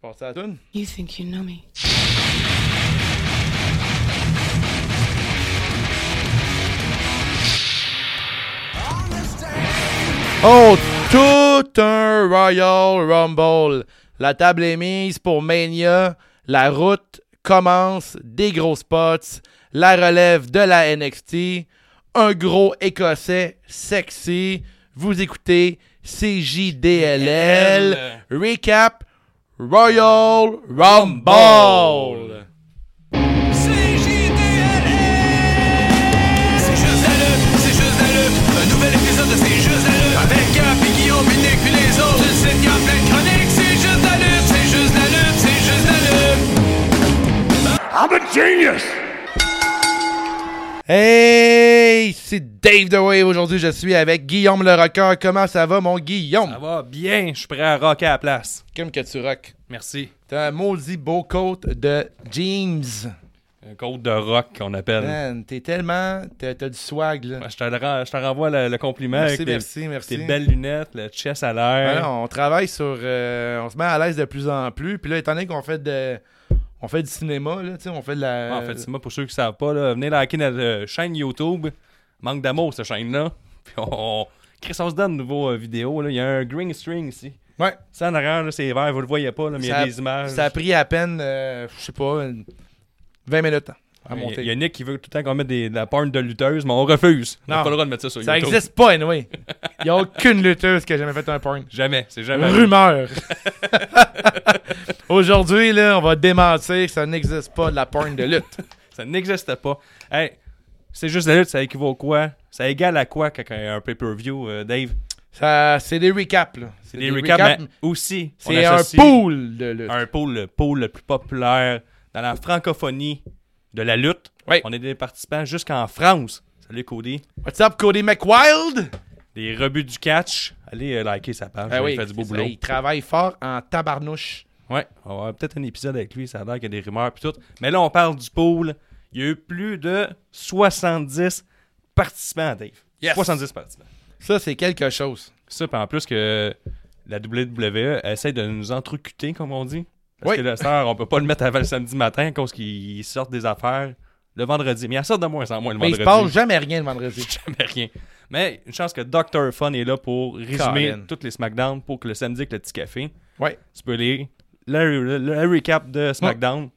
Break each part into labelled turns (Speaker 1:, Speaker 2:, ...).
Speaker 1: Passez à la toune.
Speaker 2: You think you know me.
Speaker 1: Oh, tout un Royal Rumble. La table est mise pour Mania. La route commence. Des gros spots. La relève de la NXT. Un gros écossais sexy. Vous écoutez CJDLL. Recap Royal Rumble.
Speaker 3: C'est juste à l'œuvre, c'est juste à l'œuvre. Un nouvel épisode de C'est juste à l'œuvre. Avec Gap et Guillaume, Minic puis les autres. Tu le sais, il y a plein de chroniques. C'est juste à l'œuvre, c'est juste à l'œuvre, c'est juste à l'œuvre.
Speaker 1: Hey, c'est Dave The Wave aujourd'hui. Je suis avec Guillaume le Rocker. Comment ça va, mon Guillaume?
Speaker 4: Ça va bien, je suis prêt à rocker à la place.
Speaker 1: Comme que tu rock.
Speaker 4: Merci.
Speaker 1: T'as un maudit beau coat de jeans.
Speaker 4: Un code de rock qu'on appelle.
Speaker 1: Man, t'es tellement. T'as t'as du swag, là.
Speaker 4: Euh. Ouais, Je te, le ren- je te renvoie le, le compliment
Speaker 1: Merci,
Speaker 4: avec tes-
Speaker 1: merci, merci.
Speaker 4: tes belles lunettes, le chest à
Speaker 1: Ouais,
Speaker 4: l'air.
Speaker 1: non, on travaille sur. euh, on se met à l'aise de plus en plus. Puis là, étant donné qu'on fait de. On fait du cinéma, là, tu sais, on fait de la.
Speaker 4: Ouais, en fait, c'est moi pour ceux qui ne savent pas, là, venez liker notre euh, chaîne YouTube. Manque d'amour, cette chaîne-là. Puis on. Chris, on se donne une nouvelle vidéo. là. Il y a un green string ici.
Speaker 1: Ouais.
Speaker 4: Ça en arrière, là, c'est vert, vous le voyez pas, là, mais il y
Speaker 1: Ça-
Speaker 4: a des images.
Speaker 1: Ça a pris à peine, euh, je sais pas, une- 20 minutes hein, à
Speaker 4: Il y a-
Speaker 1: monter.
Speaker 4: Il y a Nick qui veut tout le temps qu'on mette des- de la porn de lutteuse, mais on refuse. On
Speaker 1: Non.
Speaker 4: n'a pas le droit de mettre ça sur
Speaker 1: Ça
Speaker 4: YouTube.
Speaker 1: existe pas, anyway. Il y a aucune lutteuse qui a jamais fait un porn.
Speaker 4: Jamais, c'est jamais.
Speaker 1: Rumeur. Aujourd'hui, là, on va démentir que ça n'existe pas de la porn de lutte.
Speaker 4: Ça n'existe pas. Hey, c'est juste la lutte, ça équivaut à quoi? Ça égale à quoi quand il y a un pay-per-view, euh, Dave?
Speaker 1: Ça, c'est des recaps, là.
Speaker 4: C'est des, recaps, mais aussi. on
Speaker 1: C'est un
Speaker 4: associe
Speaker 1: pool de lutte.
Speaker 4: Un pool, le pool le plus populaire dans la francophonie de la lutte.
Speaker 1: Oui.
Speaker 4: On est des participants jusqu'en France. Salut Cody.
Speaker 1: What's up, Cody McWild?
Speaker 4: Des rebuts du catch. Allez euh, liker sa page. il fait du beau
Speaker 1: Ben ça,
Speaker 4: boulot.
Speaker 1: Il travaille fort en tabarnouche.
Speaker 4: Ouais, on va avoir peut-être un épisode avec lui, ça a l'air qu'il y a des rumeurs puis tout. Mais là, on parle du pool. Il y a eu plus de 70 participants, Dave.
Speaker 1: Yes.
Speaker 4: 70 participants.
Speaker 1: Ça, c'est quelque chose.
Speaker 4: Ça, puis en plus que la WWE essaie de nous entrucuter, comme on dit. Parce
Speaker 1: Oui.
Speaker 4: que le soir, on peut pas le mettre avant le samedi matin à cause qu'ils sortent des affaires le vendredi. Mais ils en sortent de moins en moins le
Speaker 1: Mais il se
Speaker 4: vendredi.
Speaker 1: passe jamais rien le vendredi.
Speaker 4: jamais rien. Mais une chance que Dr. Fun est là pour résumer
Speaker 1: Colin.
Speaker 4: toutes les SmackDown pour que le samedi avec le petit café,
Speaker 1: Ouais.
Speaker 4: tu peux lire le, le- le recap de SmackDown.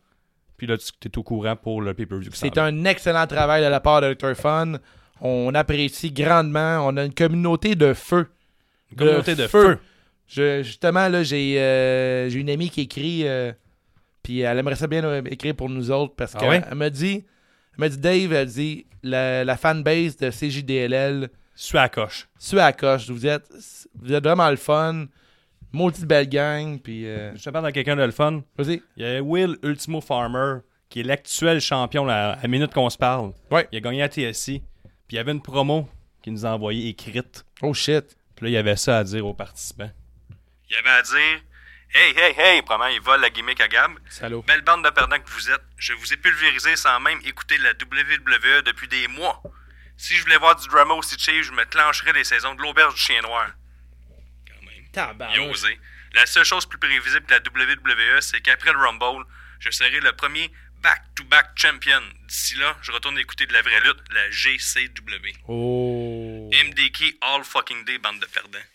Speaker 4: Puis là, tu es au courant pour le pay-per-view. qui s'en
Speaker 1: C'est
Speaker 4: va.
Speaker 1: un excellent travail de la part de Dr. Fun. On apprécie grandement. On a une communauté de feu.
Speaker 4: Une communauté de feu.
Speaker 1: Je- justement, là, j'ai euh, j'ai une amie qui écrit, euh, puis elle aimerait ça bien euh, écrire pour nous autres parce
Speaker 4: Ah
Speaker 1: qu'elle
Speaker 4: ouais?
Speaker 1: elle m'a dit, elle m'a dit, Dave, elle dit, la, la fanbase de CJDLL,
Speaker 4: Suis à la coche.
Speaker 1: tu à la coche, vous êtes, vous êtes vraiment le fun, maudite belle gang, puis euh,
Speaker 4: Je te parle à quelqu'un de le fun.
Speaker 1: vas-y.
Speaker 4: Il y a Will Ultimo Farmer, qui est l'actuel champion là, à la minute qu'on se parle.
Speaker 1: Ouais.
Speaker 4: Il a gagné à TSI. Puis il y avait une promo qu'il nous a envoyée écrite.
Speaker 1: Oh shit.
Speaker 4: Puis là, il y avait ça à dire aux participants. Il y avait à dire Hey, hey, hey, probablement, il vole la gimmick à Gab.
Speaker 1: Salaud.
Speaker 4: Belle bande de perdants que vous êtes. Je vous ai pulvérisé sans même écouter la WWE depuis des mois. Si je voulais voir du drama aussi cheap, je me clencherais les saisons de l'auberge du chien noir. Il a osé. La seule chose plus prévisible de la WWE, c'est qu'après le Rumble, je serai le premier back-to-back champion. D'ici là, je retourne écouter de la vraie lutte, la GCW.
Speaker 1: Oh.
Speaker 4: MDK all fucking day, bande de perdants.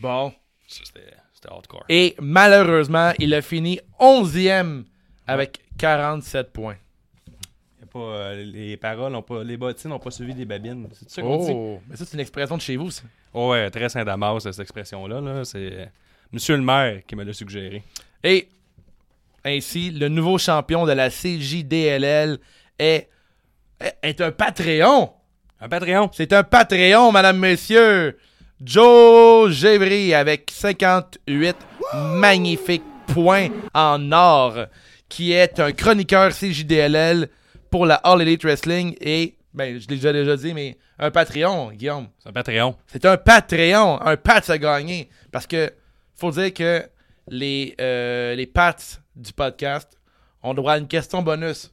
Speaker 1: Bon.
Speaker 4: Ça, c'était c'était hardcore.
Speaker 1: Et malheureusement, il a fini 11e avec 47 points.
Speaker 4: Y a pas, euh, les paroles, ont pas, les bottines n'ont pas suivi des babines. C'est ça qu'on dit?
Speaker 1: Oh, mais ça, c'est une expression de chez vous, ça.
Speaker 4: Oh ouais, très Saint-Damas, cette expression-là. Là, c'est euh, Monsieur le maire qui me l'a suggéré.
Speaker 1: Et ainsi, le nouveau champion de la CJDLL est, est un Patreon.
Speaker 4: Un Patreon.
Speaker 1: C'est un Patreon, madame, messieurs. Joe Gévry avec 58 magnifiques points en or, qui est un chroniqueur CJDLL pour la All Elite Wrestling et, ben, je l'ai déjà, déjà dit, mais un Patreon, Guillaume.
Speaker 4: C'est un Patreon.
Speaker 1: C'est un Patreon, un Pat à gagner. Parce que faut dire que les, euh, les Pats du podcast ont droit à une question bonus.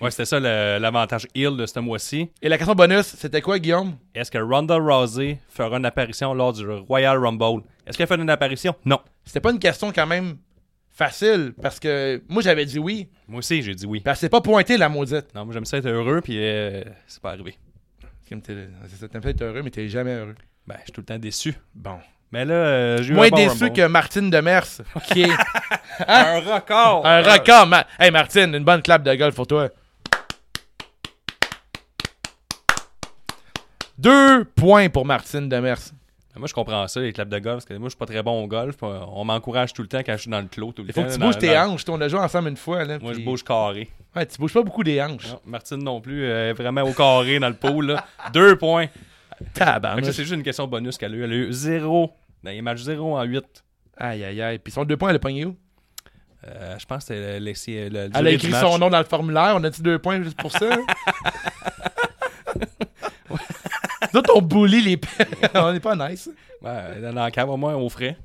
Speaker 4: Ouais, c'était ça le- l'avantage Hill de ce mois-ci.
Speaker 1: Et la question bonus, c'était quoi, Guillaume?
Speaker 4: Est-ce que Ronda Rousey fera une apparition lors du Royal Rumble? Est-ce qu'elle fait une apparition? Non.
Speaker 1: C'était pas une question quand même Facile, parce que moi j'avais dit oui.
Speaker 4: Moi aussi, j'ai dit oui.
Speaker 1: Parce que c'est pas pointé la maudite.
Speaker 4: Non, moi, j'aime ça être heureux, puis euh, c'est pas arrivé.
Speaker 1: Comme t'es- c'est ça, T'aimes ça être heureux, mais t'es jamais heureux.
Speaker 4: Ben, je suis tout le temps déçu.
Speaker 1: Bon.
Speaker 4: Mais là, euh, j'ai eu
Speaker 1: Moins
Speaker 4: un bon
Speaker 1: déçu
Speaker 4: Rumble.
Speaker 1: que Martine Demers, qui est
Speaker 4: Un record!
Speaker 1: Oh, un record. Ma- Hey Martine, une bonne clap de golf pour toi. 2 points pour Martine Demers.
Speaker 4: Ben, Moi, je comprends ça, les claps de golf, parce que moi, je suis pas très bon au golf. puis, euh, On m'encourage tout le temps quand je suis dans le clos. Tout le
Speaker 1: Il faut que
Speaker 4: temps,
Speaker 1: tu
Speaker 4: dans-
Speaker 1: bouges tes
Speaker 4: dans-
Speaker 1: hanches. On a joué ensemble une fois. Là,
Speaker 4: Moi, je
Speaker 1: puis-
Speaker 4: bouge carré.
Speaker 1: Ouais, tu bouges pas beaucoup des hanches.
Speaker 4: Non, Martine non plus, euh, vraiment au carré dans le pot. Là. Deux points. Fait que ça,
Speaker 1: Tabarnak.
Speaker 4: c'est juste une question bonus qu'elle a eu. Elle a eu zéro. Dans les matchs 0 en 8.
Speaker 1: Aïe, aïe, aïe. Puis son deux points, elle a pogné où?
Speaker 4: Euh, je pense que c'était le, euh, le- le- la
Speaker 1: Elle a
Speaker 4: durée du
Speaker 1: écrit
Speaker 4: match.
Speaker 1: son nom dans le formulaire. On a-tu deux points juste pour ça? Nous autres, on bully les pères. on n'est pas nice.
Speaker 4: Ouais, dans la cave, au moins, au frais.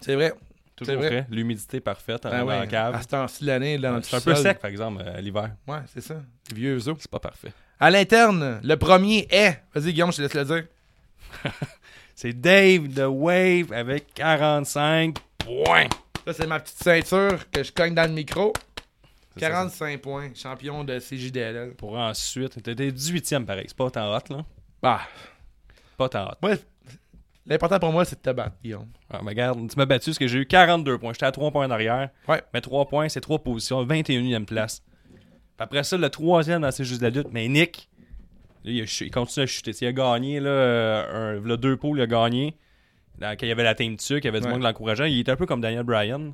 Speaker 1: C'est vrai.
Speaker 4: Toujours au
Speaker 1: vrai.
Speaker 4: frais. L'humidité parfaite en-
Speaker 1: Ah
Speaker 4: dans
Speaker 1: ouais,
Speaker 4: la
Speaker 1: À
Speaker 4: cave.
Speaker 1: ce temps-ci de l'année, là, dans
Speaker 4: C'est un
Speaker 1: le
Speaker 4: peu
Speaker 1: sous-sol.
Speaker 4: sec, par exemple, euh, l'hiver.
Speaker 1: Ouais, c'est ça. Les Vieux os.
Speaker 4: C'est pas parfait.
Speaker 1: À l'interne, le premier est. Vas-y, Guillaume, je te laisse le dire.
Speaker 4: C'est Dave de Wave avec 45 points.
Speaker 1: Ça, c'est ma petite ceinture que je cogne dans le micro.
Speaker 4: ça,
Speaker 1: 45 points, champion de CJDLL.
Speaker 4: Pour ensuite, t'étais 18e pareil. C'est pas tant hot, là.
Speaker 1: Bah,
Speaker 4: Pas tant hot.
Speaker 1: moi, l'important pour moi, c'est de te battre, Guillaume.
Speaker 4: Ah, mais regarde, tu m'as battu parce que j'ai eu 42 points. J'étais à 3 points derrière.
Speaker 1: Ouais.
Speaker 4: Mais 3 points, c'est 3 positions, 21e place. Puis après ça, le troisième dans C'est juste de la lutte, mais Nick, là, il, a chu- il continue à chuter. Il a gagné là, euh, un, là, deux pots, il a gagné. Dans- quand il y avait la team Tuc, il y avait du
Speaker 1: Ouais.
Speaker 4: monde qui l'encourageait. Il était un peu comme Daniel Bryan.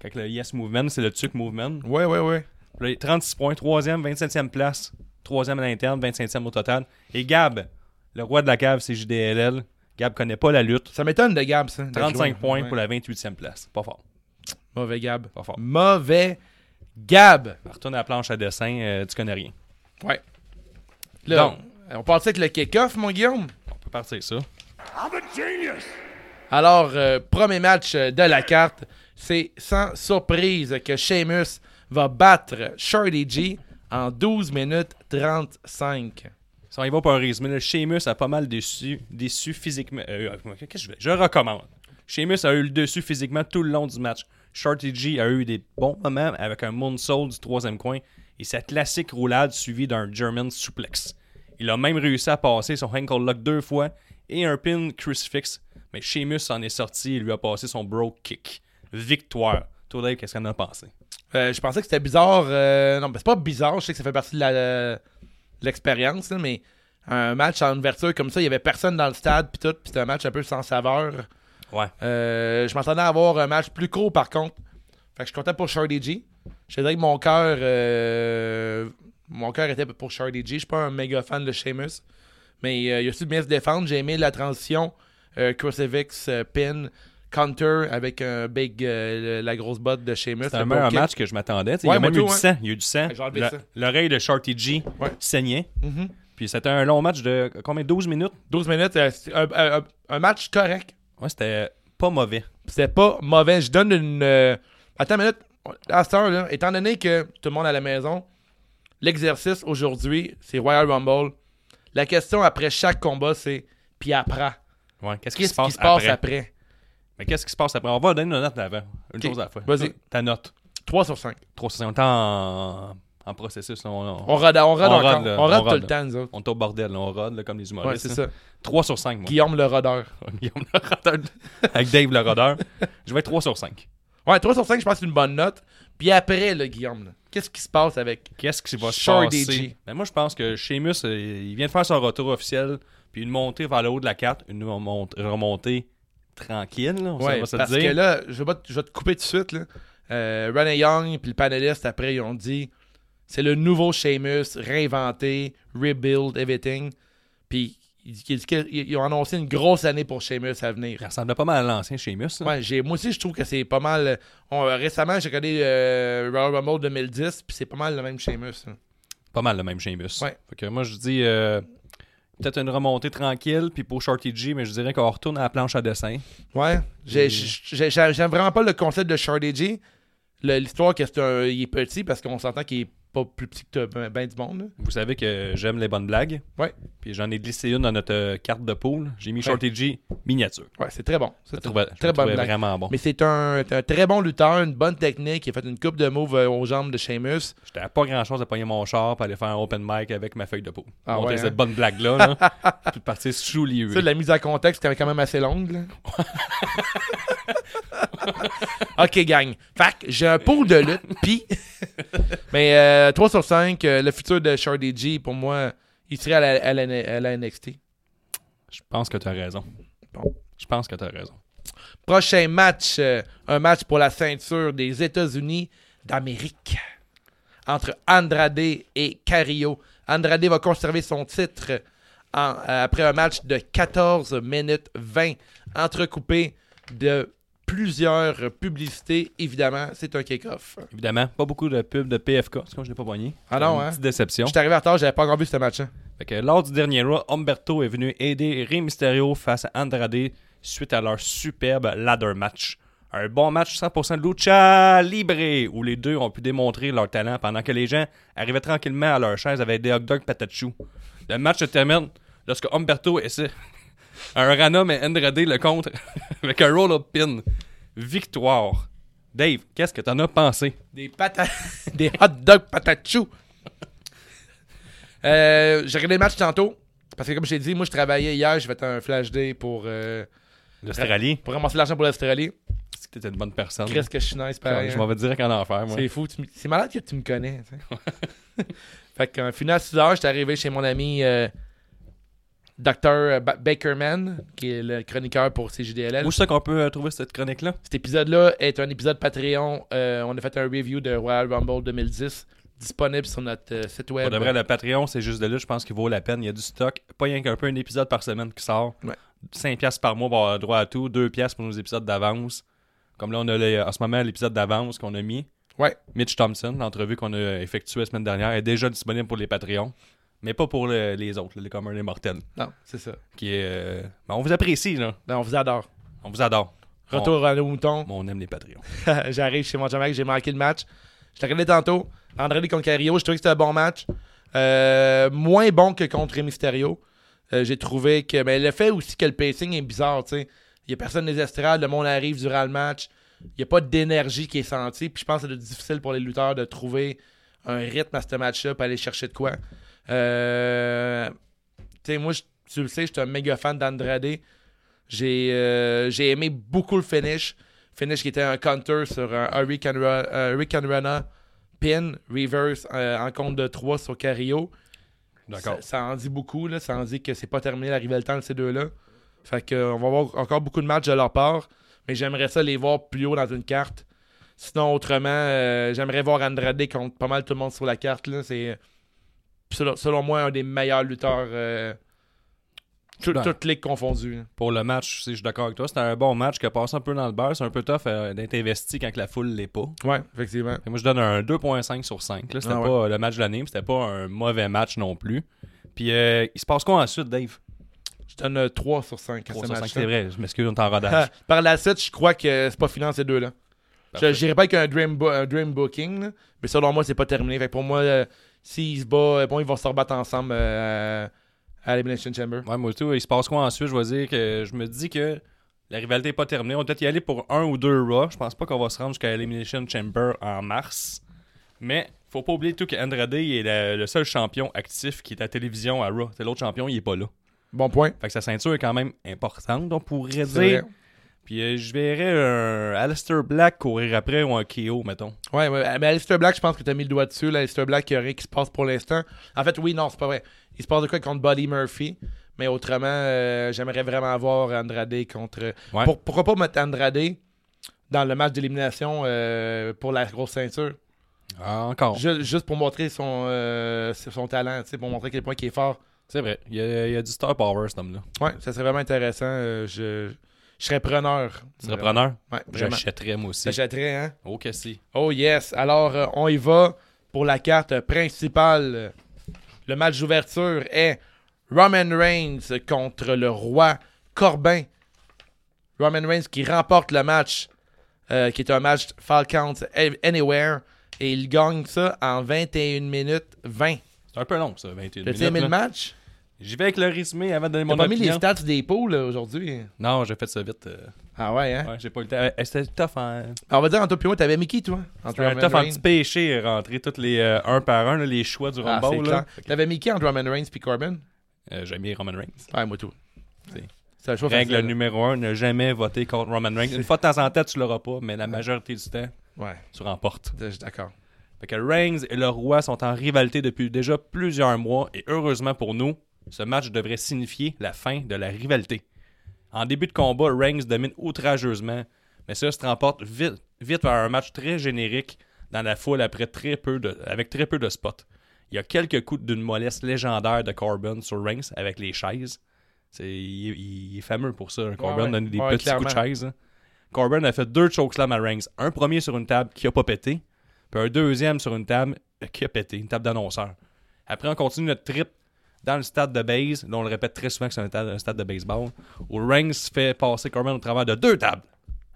Speaker 4: Quand le Yes Movement, c'est le Tuc Movement.
Speaker 1: Ouais, ouais, ouais.
Speaker 4: Puis là, 36 points, 3e, 27e place, 3e à l'interne, 25e au total. Et Gab, le roi de la cave, c'est JDLL. Gab connaît pas la lutte.
Speaker 1: Ça m'étonne de Gab, ça.
Speaker 4: 35 points pour
Speaker 1: la...
Speaker 4: la 28e place. Pas fort.
Speaker 1: Mauvais Gab.
Speaker 4: Pas fort.
Speaker 1: Mauvais Gab.
Speaker 4: Retourne à la planche à dessin, euh, tu connais rien.
Speaker 1: Ouais. Là,
Speaker 4: Donc.
Speaker 1: on partit avec le kick-off, mon Guillaume.
Speaker 4: On peut partir ça.
Speaker 1: Alors, euh, premier match euh, de la carte, c'est sans surprise que Sheamus va battre Shirley G en 12 minutes 35.
Speaker 4: Si on y va pour un résumé, là, Sheamus a pas mal déçu, déçu physiquement. euh, euh, Qu'est-ce que je vais? Je recommande. Sheamus a eu le dessus physiquement tout le long du match. Shorty G a eu des bons moments avec un moonsault du troisième coin et sa classique roulade suivie d'un German suplex. Il a même réussi à passer son ankle lock deux fois et un pin crucifix, mais Sheamus s'en est sorti et lui a passé son bro kick. Victoire. Toi, Dave, qu'est-ce qu'on a pensé?
Speaker 1: Euh, je pensais que c'était bizarre. euh, non, mais c'est pas bizarre. Je sais que ça fait partie de la- de l'expérience, là, mais un match en ouverture comme ça, il y avait personne dans le stade, puis tout, puis c'était un match un peu sans saveur.
Speaker 4: Ouais.
Speaker 1: Euh, je m'attendais à avoir un match plus court, par contre. Fait que je suis content pour Shirley G. Je te dirais que mon cœur, euh, mon cœur était pour Shirley G. Je suis pas un méga fan de Sheamus, mais euh, il a su bien se défendre. J'ai aimé la transition euh, crucifix, euh, pin, counter avec un big, euh, le- la grosse botte de Sheamus.
Speaker 4: C'était
Speaker 1: le
Speaker 4: un meilleur
Speaker 1: bon kick.
Speaker 4: match que je m'attendais. tu sais, il y
Speaker 1: Ouais,
Speaker 4: a même
Speaker 1: moi
Speaker 4: eu
Speaker 1: tout,
Speaker 4: du
Speaker 1: ouais.
Speaker 4: sang. Il y a eu du sang.
Speaker 1: J'ai enlevé
Speaker 4: Le-
Speaker 1: ça.
Speaker 4: L'oreille de Shorty G
Speaker 1: Ouais.
Speaker 4: saignait.
Speaker 1: Mhm.
Speaker 4: Puis c'était un long match de combien 12 minutes
Speaker 1: 12 minutes, euh, c'est un, un- un- un match correct.
Speaker 4: Ouais, c'était pas mauvais.
Speaker 1: C'était pas mauvais. Je donne une. euh, Attends une minute. À cette heure, là, étant donné que tout le monde à la maison, l'exercice aujourd'hui, c'est Royal Rumble. La question après chaque combat, c'est puis après.
Speaker 4: Ouais. Qu'est-ce qui
Speaker 1: Qu'est-ce
Speaker 4: se passe
Speaker 1: après?
Speaker 4: après? Mais qu'est-ce qui se passe après On va donner une note avant. Une
Speaker 1: Ok,
Speaker 4: chose à la fois.
Speaker 1: vas-y.
Speaker 4: Ta note.
Speaker 1: 3 sur 5.
Speaker 4: 360 en, en processus. là, On,
Speaker 1: On rode, on rode
Speaker 4: On
Speaker 1: encore.
Speaker 4: rode, là.
Speaker 1: on rode
Speaker 4: On
Speaker 1: tout
Speaker 4: rode,
Speaker 1: le
Speaker 4: là.
Speaker 1: temps, nous autres.
Speaker 4: on est au bordel. là, on rode là, comme les
Speaker 1: Ouais,
Speaker 4: humoristes.
Speaker 1: c'est
Speaker 4: là.
Speaker 1: ça.
Speaker 4: 3 sur 5, moi.
Speaker 1: Guillaume le rodeur.
Speaker 4: Guillaume le rodeur. Avec Dave le rodeur. Je vais être 3 sur 5.
Speaker 1: Ouais, 3 sur 5, je pense que c'est une bonne note. Puis après, le Guillaume, là, qu'est-ce qui se passe avec
Speaker 4: Qu'est-ce qui va se
Speaker 1: Sure,
Speaker 4: passer?
Speaker 1: DG.
Speaker 4: Ben, moi, je pense que Sheamus, euh, il vient de faire son retour officiel, puis une montée vers le haut de la carte, une remont- remontée tranquille, là, on
Speaker 1: Ouais,
Speaker 4: va se
Speaker 1: parce
Speaker 4: dire.
Speaker 1: que là, je vais, pas te- je vais te couper tout de suite. Là. Euh, Renee Young puis le panéliste, après, ils ont dit c'est le nouveau Sheamus, réinventé, rebuild, everything. Puis ils, ils- ils ont annoncé une grosse année pour Sheamus à venir.
Speaker 4: Il ressemblait pas mal à l'ancien Sheamus. là.
Speaker 1: Ouais, j'ai, moi aussi, je trouve que c'est pas mal. on- récemment, j'ai regardé euh, Royal Rumble 2010, puis c'est pas mal le même Sheamus. hein.
Speaker 4: Pas mal le même Sheamus.
Speaker 1: Ouais.
Speaker 4: Fait que moi, je dis euh, peut-être une remontée tranquille, puis pour Shorty G, mais je dirais qu'on retourne à la planche à dessin.
Speaker 1: Ouais, j'ai- j'ai- j'ai- j'aime vraiment pas le concept de Shorty G. Le- L'histoire que c'est un- il est petit parce qu'on s'entend qu'il est pas plus petit que ben, ben du monde. là.
Speaker 4: Vous savez que j'aime les bonnes blagues.
Speaker 1: Ouais.
Speaker 4: Puis j'en ai glissé une dans notre euh, carte de poule. J'ai mis Shorty G miniature.
Speaker 1: Ouais, c'est très bon. Ça,
Speaker 4: Je le
Speaker 1: c'est
Speaker 4: trouvais, je
Speaker 1: très
Speaker 4: le
Speaker 1: bonne
Speaker 4: trouvais
Speaker 1: blague.
Speaker 4: vraiment bon.
Speaker 1: Mais c'est un, un très bon lutteur, une bonne technique. Il a fait une coupe de move euh, aux jambes de Sheamus.
Speaker 4: J'étais à pas grand chose à pogner mon char pour aller faire un open mic avec ma feuille de peau.
Speaker 1: Ah
Speaker 4: Montrer
Speaker 1: ouais, hein?
Speaker 4: cette bonne blague-là. là, puis de partir sous les
Speaker 1: Ça, la mise en contexte était quand même assez longue. là. ok, gang. Fait que j'ai un pot de lutte, pis. Mais euh, 3 sur 5, euh, le futur de Shardy G, pour moi, il serait à la, à la- à la NXT.
Speaker 4: Je pense que tu as raison.
Speaker 1: Bon.
Speaker 4: Je pense que tu as raison.
Speaker 1: Prochain match, euh, un match pour la ceinture des États-Unis d'Amérique entre Andrade et Carrillo. Andrade va conserver son titre en- euh, après un match de 14 minutes 20, entrecoupé de plusieurs publicités. Évidemment, c'est un kick-off.
Speaker 4: Évidemment, pas beaucoup de pubs de PFK. C'est comme je l'ai pas pogné.
Speaker 1: Ah non,
Speaker 4: Une
Speaker 1: hein?
Speaker 4: Petite déception.
Speaker 1: Je suis arrivé en retard, j'avais pas encore vu ce match. hein.
Speaker 4: Fait que lors du dernier Raw, Humberto est venu aider Rey Mysterio face à Andrade suite à leur superbe ladder match. Un bon match 100% lucha libre où les deux ont pu démontrer leur talent pendant que les gens arrivaient tranquillement à leur chaise avec des hot dogs patate chou. Le match se termine lorsque Humberto essaie un random et Andrade le contre avec un roll-up pin. Victoire. Dave, qu'est-ce que t'en as pensé?
Speaker 1: Des patates. des hot dogs patates chou. Euh, j'ai regardé le match tantôt. Parce que comme je t'ai dit, moi je travaillais hier, j'ai fait un flash day pour, euh,
Speaker 4: L'Australie,
Speaker 1: pour ramasser l'argent pour l'Australie.
Speaker 4: est-ce que t'étais une bonne personne?
Speaker 1: Qu'est-ce que je suis nice pareil.
Speaker 4: Ah Je
Speaker 1: hein.
Speaker 4: m'en vais dire qu'en enfer, moi.
Speaker 1: C'est fou, tu m- c'est malade que tu me connais. tu sais. fait qu'en finissant à 6 heures, j'étais arrivé chez mon ami euh, Dr. Ba- Bakerman, qui est le chroniqueur pour CJDLL.
Speaker 4: Où c'est qu'on peut euh, trouver cette chronique-là?
Speaker 1: Cet épisode-là est un épisode Patreon. Euh, on a fait un review de Royal Rumble 2010 disponible sur notre euh, site web.
Speaker 4: Pour de vrai, le Patreon, c'est juste de là, je pense qu'il vaut la peine. Il y a du stock. Pas rien qu'un peu, un épisode par semaine qui sort.
Speaker 1: Ouais.
Speaker 4: 5 piastres par mois pour avoir droit à tout. 2 piastres pour nos épisodes d'avance. Comme là, on a le- euh, en ce moment l'épisode d'avance qu'on a mis.
Speaker 1: Ouais.
Speaker 4: Mitch Thompson, l'entrevue qu'on a effectuée la semaine dernière, est déjà disponible pour les Patreons, mais pas pour le- les autres, les communs, les mortels.
Speaker 1: Non, c'est ça.
Speaker 4: Qui est, euh, ben, on vous apprécie, là.
Speaker 1: Ben, on vous adore.
Speaker 4: On vous adore.
Speaker 1: Retour à nos moutons.
Speaker 4: On, on aime les Patreons.
Speaker 1: J'arrive chez mon chum Mike, j'ai manqué le match. Je l'ai regardé tantôt. Andrade contre Cario, je trouvais que c'était un bon match. Euh, moins bon que contre Rey Mysterio. Euh, j'ai trouvé que. Mais le fait aussi que le pacing est bizarre, tu sais. Il n'y a personne des estrades, le monde arrive durant le match. Il n'y a pas d'énergie qui est sentie. Puis je pense que c'est difficile pour les lutteurs de trouver un rythme à ce match-là pour aller chercher de quoi. Euh, tu sais, moi, je- tu le sais, je suis un méga fan d'Andrade. J'ai euh, j'ai aimé beaucoup le finish. Finish qui était un counter sur un Hurricane, Ru- euh, Hurricane Rana pin, reverse euh, en compte de 3 sur Cario.
Speaker 4: D'accord.
Speaker 1: Ça, ça en dit beaucoup, là. ça en dit que c'est pas terminé la rivalité entre ces deux-là. Fait que, euh, on va avoir encore beaucoup de matchs de leur part, mais j'aimerais ça les voir plus haut dans une carte. Sinon, autrement, euh, j'aimerais voir Andrade contre pas mal tout le monde sur la carte. là. C'est, euh, selon, selon moi, un des meilleurs lutteurs, euh, tout-
Speaker 4: Ben.
Speaker 1: toutes les confondues. là.
Speaker 4: Pour le match, si je suis d'accord avec toi, c'était un bon match qui a passé un peu dans le beurre. C'est un peu tough euh, d'être investi quand que la foule l'est pas.
Speaker 1: Ouais, effectivement.
Speaker 4: Fait que moi, je donne un 2.5 sur 5. Là, c'était
Speaker 1: Ah ouais.
Speaker 4: pas euh, le match de l'année, mais c'était pas un mauvais match non plus. Puis, euh, il se passe quoi ensuite, Dave?
Speaker 1: Je donne euh, 3 sur 5 à
Speaker 4: 3
Speaker 1: ce
Speaker 4: sur 5,
Speaker 1: match
Speaker 4: c'est vrai. Je m'excuse, on est en rodage.
Speaker 1: Ah, Par la suite, je crois que c'est pas fini dans ces deux-là. Je
Speaker 4: Parfait.
Speaker 1: dirais pas qu'un dream, bo- un dream booking, là, mais selon moi, c'est pas terminé. Fait que pour moi, euh, s'ils se battent, euh, bon, ils vont se rebattre ensemble euh, à l'Elimination Chamber.
Speaker 4: Ouais, moi, tout, il se passe quoi ensuite? Je vais dire que je me dis que la rivalité n'est pas terminée. On va peut-être y aller pour un ou deux Raw. Je pense pas qu'on va se rendre jusqu'à Elimination Chamber en mars. Mais faut pas oublier tout qu'Andrade est la- le seul champion actif qui est à la télévision à Raw. C'est L'autre champion, il est pas là.
Speaker 1: Bon point.
Speaker 4: Fait que sa ceinture est quand même importante, on pourrait
Speaker 1: C'est
Speaker 4: dire. Puis euh, je verrais un Alistair Black courir après ou un KO, mettons.
Speaker 1: Ouais, ouais, mais Alistair Black, je pense que t'as mis le doigt dessus. là. Alistair Black, il y a rien qui se passe pour l'instant. En fait, oui, non, c'est pas vrai. Il se passe de quoi contre Buddy Murphy, mais autrement, euh, j'aimerais vraiment voir Andrade contre.
Speaker 4: Ouais.
Speaker 1: Pour- pourquoi pas mettre Andrade dans le match d'élimination euh, pour la grosse ceinture? Ah,
Speaker 4: encore.
Speaker 1: Ju- juste pour montrer son, euh, son talent, tu sais, pour montrer à quel point il est fort.
Speaker 4: C'est vrai. Il y, a, il y a du star power, cet homme-là.
Speaker 1: Ouais, ça serait vraiment intéressant. euh, je, je serais preneur.
Speaker 4: Tu serais preneur?
Speaker 1: Ouais, vraiment.
Speaker 4: J'achèterais, moi aussi.
Speaker 1: J'achèterais, hein?
Speaker 4: Oh, que si.
Speaker 1: Oh yes! Alors, euh, on y va pour la carte principale. Le match d'ouverture est Roman Reigns contre le roi Corbin. Roman Reigns qui remporte le match, euh, qui est un match Falcons Anywhere Et il gagne ça en 21 minutes 20.
Speaker 4: C'est un peu long, ça, 21
Speaker 1: T'as-tu aimé
Speaker 4: minutes.
Speaker 1: le
Speaker 4: là.
Speaker 1: match?
Speaker 4: J'y vais avec le résumé avant de donner
Speaker 1: T'as
Speaker 4: mon
Speaker 1: pas mis les
Speaker 4: opinion.
Speaker 1: stats des poules là, aujourd'hui?
Speaker 4: Non, j'ai fait ça vite. euh,
Speaker 1: Ah ouais, hein?
Speaker 4: Ouais, j'ai pas eu le temps. Euh, C'était tough en...
Speaker 1: On va dire, en toi puis moi, t'avais Mickey, toi? En
Speaker 4: C'était un
Speaker 1: Drum and
Speaker 4: tough en
Speaker 1: Rain.
Speaker 4: petit péché, rentrer tous les euh, un par un, là, les choix du
Speaker 1: Ah,
Speaker 4: Rumble.
Speaker 1: c'est
Speaker 4: là.
Speaker 1: clair. T'avais Mickey en Drum and Reigns puis Corbin?
Speaker 4: Euh, J'ai mis Roman Reigns.
Speaker 1: Ouais, moi tout.
Speaker 4: C'est-
Speaker 1: C'est un choix
Speaker 4: Règle
Speaker 1: facile, là.
Speaker 4: numéro un, ne jamais voter contre Roman Reigns. Une fois de temps en temps, tu l'auras pas, mais la majorité du temps,
Speaker 1: Ouais,
Speaker 4: tu remportes.
Speaker 1: je suis d'accord.
Speaker 4: Fait que Reigns et le roi sont en rivalité depuis déjà plusieurs mois et heureusement pour nous, ce match devrait signifier la fin de la rivalité. En début de combat, Reigns domine outrageusement, mais ça se remporte vite, vite vers un match très générique dans la foule après très peu de, avec très peu de spots. Il y a quelques coups d'une mollesse légendaire de Corbin sur Reigns avec les chaises. C'est- il, il est fameux pour ça, hein, Corbin,
Speaker 1: ouais.
Speaker 4: donner des
Speaker 1: Ouais,
Speaker 4: petits coups de
Speaker 1: clairement.
Speaker 4: chaise. hein. Corbin a fait deux chokeslams à Reigns. Un premier sur une table qui a pas pété, puis un deuxième sur une table euh, qui a pété, une table d'annonceur. Après, on continue notre trip dans le stade de base, dont on le répète très souvent que c'est un, ta- un stade de baseball, où Reigns fait passer Corbin au travers de deux tables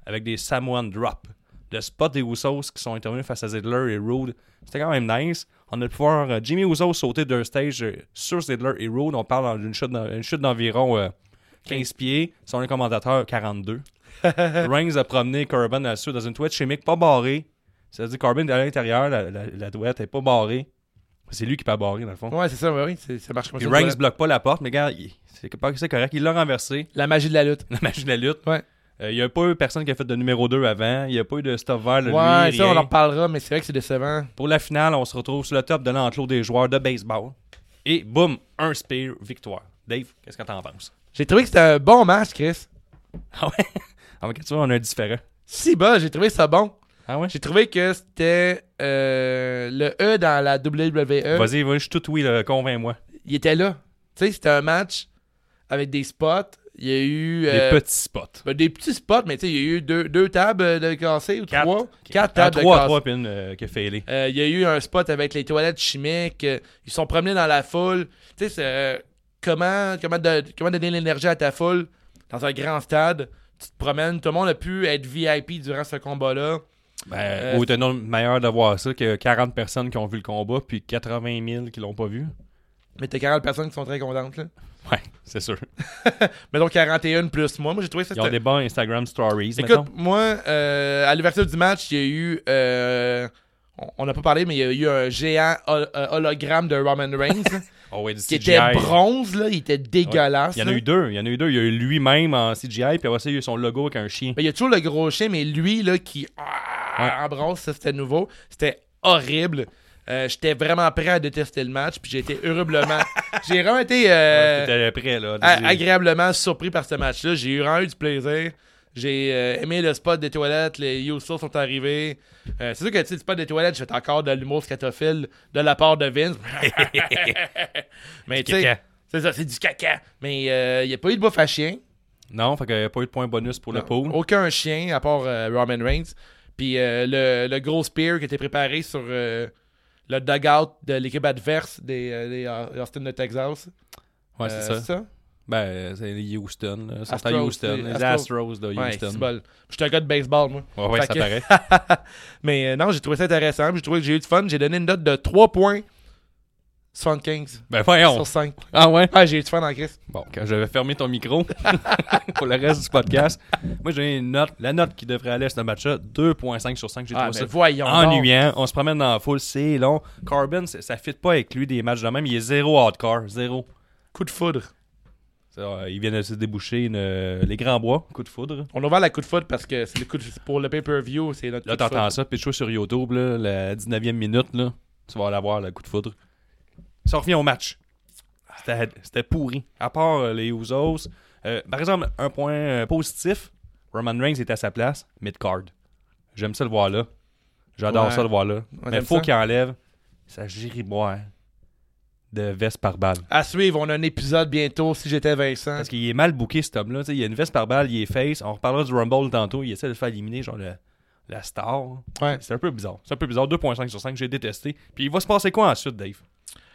Speaker 4: avec des Samoan Drop. Le spot des Usos qui sont intervenus face à Zidler et Rude, c'était quand même nice. On a pu voir euh, Jimmy Usos sauter d'un stage euh, sur Zidler et Rude. On parle d'une chute d'en- une chute d'environ euh, 15 pieds. Son commentateur, 42. Reigns a promené Corbin à la suite dans une toilette chimique pas barrée. C'est-à-dire Corbin est à l'intérieur, la, la, la toilette est pas barrée. C'est lui qui peut la barrer, dans le fond.
Speaker 1: Ouais, c'est ça, ouais, oui, c'est- ça marche comme
Speaker 4: Puis
Speaker 1: ça.
Speaker 4: Reigns
Speaker 1: voilà.
Speaker 4: bloque pas la porte, mais regarde, il- c'est c'est correct. Il l'a renversé,
Speaker 1: La magie de la lutte.
Speaker 4: la magie de la lutte.
Speaker 1: Ouais.
Speaker 4: Euh, Il n'y a pas eu personne qui a fait de numéro 2 avant. Il n'y a pas eu de stuff vert de
Speaker 1: Ouais,
Speaker 4: lui,
Speaker 1: ça,
Speaker 4: rien.
Speaker 1: on en reparlera, mais c'est vrai que c'est décevant.
Speaker 4: Pour la finale, on se retrouve sur le top de l'enclos des joueurs de baseball. Et boum, un spear, victoire. Dave, qu'est-ce que t'en penses?
Speaker 1: J'ai trouvé que c'était un bon match, Chris.
Speaker 4: Ah ouais? Ah ouais, tu vois, on a un différent.
Speaker 1: Si bas, j'ai trouvé ça bon.
Speaker 4: Ah ouais?
Speaker 1: J'ai trouvé que c'était euh, le E dans la WWE.
Speaker 4: Vas-y, vas-y, je suis tout oui, là, convainc-moi.
Speaker 1: il était là. Tu sais, c'était un match avec des spots. Il y a eu. euh,
Speaker 4: Des petits spots.
Speaker 1: ben, des petits spots, mais tu sais, il y a eu deux, deux tables de cassé ou
Speaker 4: Quatre.
Speaker 1: trois. Quatre
Speaker 4: Ah,
Speaker 1: tables de
Speaker 4: trois,
Speaker 1: cassé.
Speaker 4: trois, puis une euh, qui a failé.
Speaker 1: Euh, Il y a eu un spot avec les toilettes chimiques. euh, Ils sont promenés dans la foule. Tu sais, c'est, euh, comment, comment, de- comment donner l'énergie à ta foule dans un grand stade. Tu te promènes. Tout le monde a pu être VIP durant ce combat-là.
Speaker 4: Ben,
Speaker 1: Euh,
Speaker 4: autant meilleur de voir ça que 40 personnes qui ont vu le combat, puis 80 000 qui l'ont pas vu.
Speaker 1: Mais t'as 40 personnes qui sont très contentes. Là.
Speaker 4: Ouais, c'est sûr.
Speaker 1: Mais donc 41 plus moi. Moi, j'ai trouvé ça.
Speaker 4: Ils ont
Speaker 1: c'était-
Speaker 4: des bons Instagram stories, mettons.
Speaker 1: Écoute, moi, euh, à l'ouverture du match, il y a eu. euh, on- on n'a pas parlé, mais il y a eu un géant hol- euh, hologramme de Roman Reigns là,
Speaker 4: Oh, ouais, du
Speaker 1: qui
Speaker 4: CGI.
Speaker 1: était bronze, là, il était dégueulasse.
Speaker 4: Il y en a
Speaker 1: là.
Speaker 4: eu deux. Il y en a eu deux. Il y a eu lui-même en CGI, puis après ça, il y a eu son logo avec un chien.
Speaker 1: Mais il y a toujours le gros chien, mais lui, là, qui ah,
Speaker 4: Ouais.
Speaker 1: en bronze, ça, c'était nouveau. C'était horrible. Euh, J'étais vraiment prêt à détester le match, puis j'ai été heurablement. j'ai vraiment été euh,
Speaker 4: T'étais prêt, là.
Speaker 1: a-
Speaker 4: Des-
Speaker 1: agréablement surpris par ce match-là. J'ai eu vraiment eu du plaisir. J'ai euh, aimé le spot des toilettes. Les Usos sont arrivés. Euh, c'est sûr que tu sais, le spot des toilettes, j'ai fait encore de l'humour scatophile de la part de Vince. Mais tu sais,
Speaker 4: caca.
Speaker 1: c'est ça, c'est du caca. Mais euh, il n'y a pas eu de bouffe à chien.
Speaker 4: Non, fait qu'il n'y a pas eu de point bonus pour le pool.
Speaker 1: Aucun chien, à part euh, Roman Reigns. Puis euh, le, le gros spear qui était préparé sur euh, le dugout de l'équipe adverse des, euh, des Au- Austin de Texas.
Speaker 4: Ouais, c'est
Speaker 1: Euh,
Speaker 4: ça. Ben, c'est les Houston. là. C'est à
Speaker 1: Astros,
Speaker 4: Houston.
Speaker 1: les
Speaker 4: Les
Speaker 1: Astros.
Speaker 4: Astros de
Speaker 1: Ouais,
Speaker 4: Houston.
Speaker 1: c'est bol. Je suis un gars de baseball, moi.
Speaker 4: Ouais, ouais,
Speaker 1: Fait
Speaker 4: ça
Speaker 1: que-
Speaker 4: paraît.
Speaker 1: Mais euh, non, j'ai trouvé ça intéressant. puis J'ai trouvé que j'ai eu du fun. J'ai donné une note de 3 points 75
Speaker 4: Ben, voyons.
Speaker 1: sur 5.
Speaker 4: Ah ouais?
Speaker 1: Ah, j'ai eu du fun en crise.
Speaker 4: Bon, quand je vais fermer ton micro pour le reste du podcast, moi j'ai une note, la note qui devrait aller à ce match-là, 2.5 sur 5, j'ai
Speaker 1: Ah, ben
Speaker 4: trouvé ça
Speaker 1: voyons donc.
Speaker 4: ennuyant. On se promène dans la foule, c'est long. Corbin, c'est- ça fit pas avec lui des matchs de même, il est zéro hardcore, zéro.
Speaker 1: Coup de foudre.
Speaker 4: Ça, euh, il vient de se déboucher une, euh, les grands bois, coup de foudre.
Speaker 1: On a ouvert la coup de foudre parce que c'est le coup de- pour le pay-per-view. C'est notre
Speaker 4: Là,
Speaker 1: coup de
Speaker 4: t'entends
Speaker 1: foudre.
Speaker 4: ça, pitch sur YouTube, là, la 19e minute, là, tu vas l'avoir, le coup de foudre. Ça revient au match. C'était c'était pourri. À part euh, les Usos. euh, par exemple, un point euh, positif, Roman Reigns est à sa place, mid-card. J'aime ça le voir là. J'adore
Speaker 1: Ouais.
Speaker 4: ça le voir là.
Speaker 1: Ouais,
Speaker 4: Mais
Speaker 1: j'aime
Speaker 4: faut
Speaker 1: ça.
Speaker 4: qu'il enlève sa giriboire de veste par balle.
Speaker 1: À suivre, on a un épisode bientôt si j'étais Vincent.
Speaker 4: Parce qu'il est mal booké, cet homme-là. Tu sais, Il a une veste par balle, il est face. On reparlera du Rumble tantôt. Il essaie de le faire éliminer, genre le- la star.
Speaker 1: Ouais.
Speaker 4: C'est un peu bizarre. C'est un peu bizarre. 2.5 sur 5, j'ai détesté. Puis il va se passer quoi ensuite, Dave?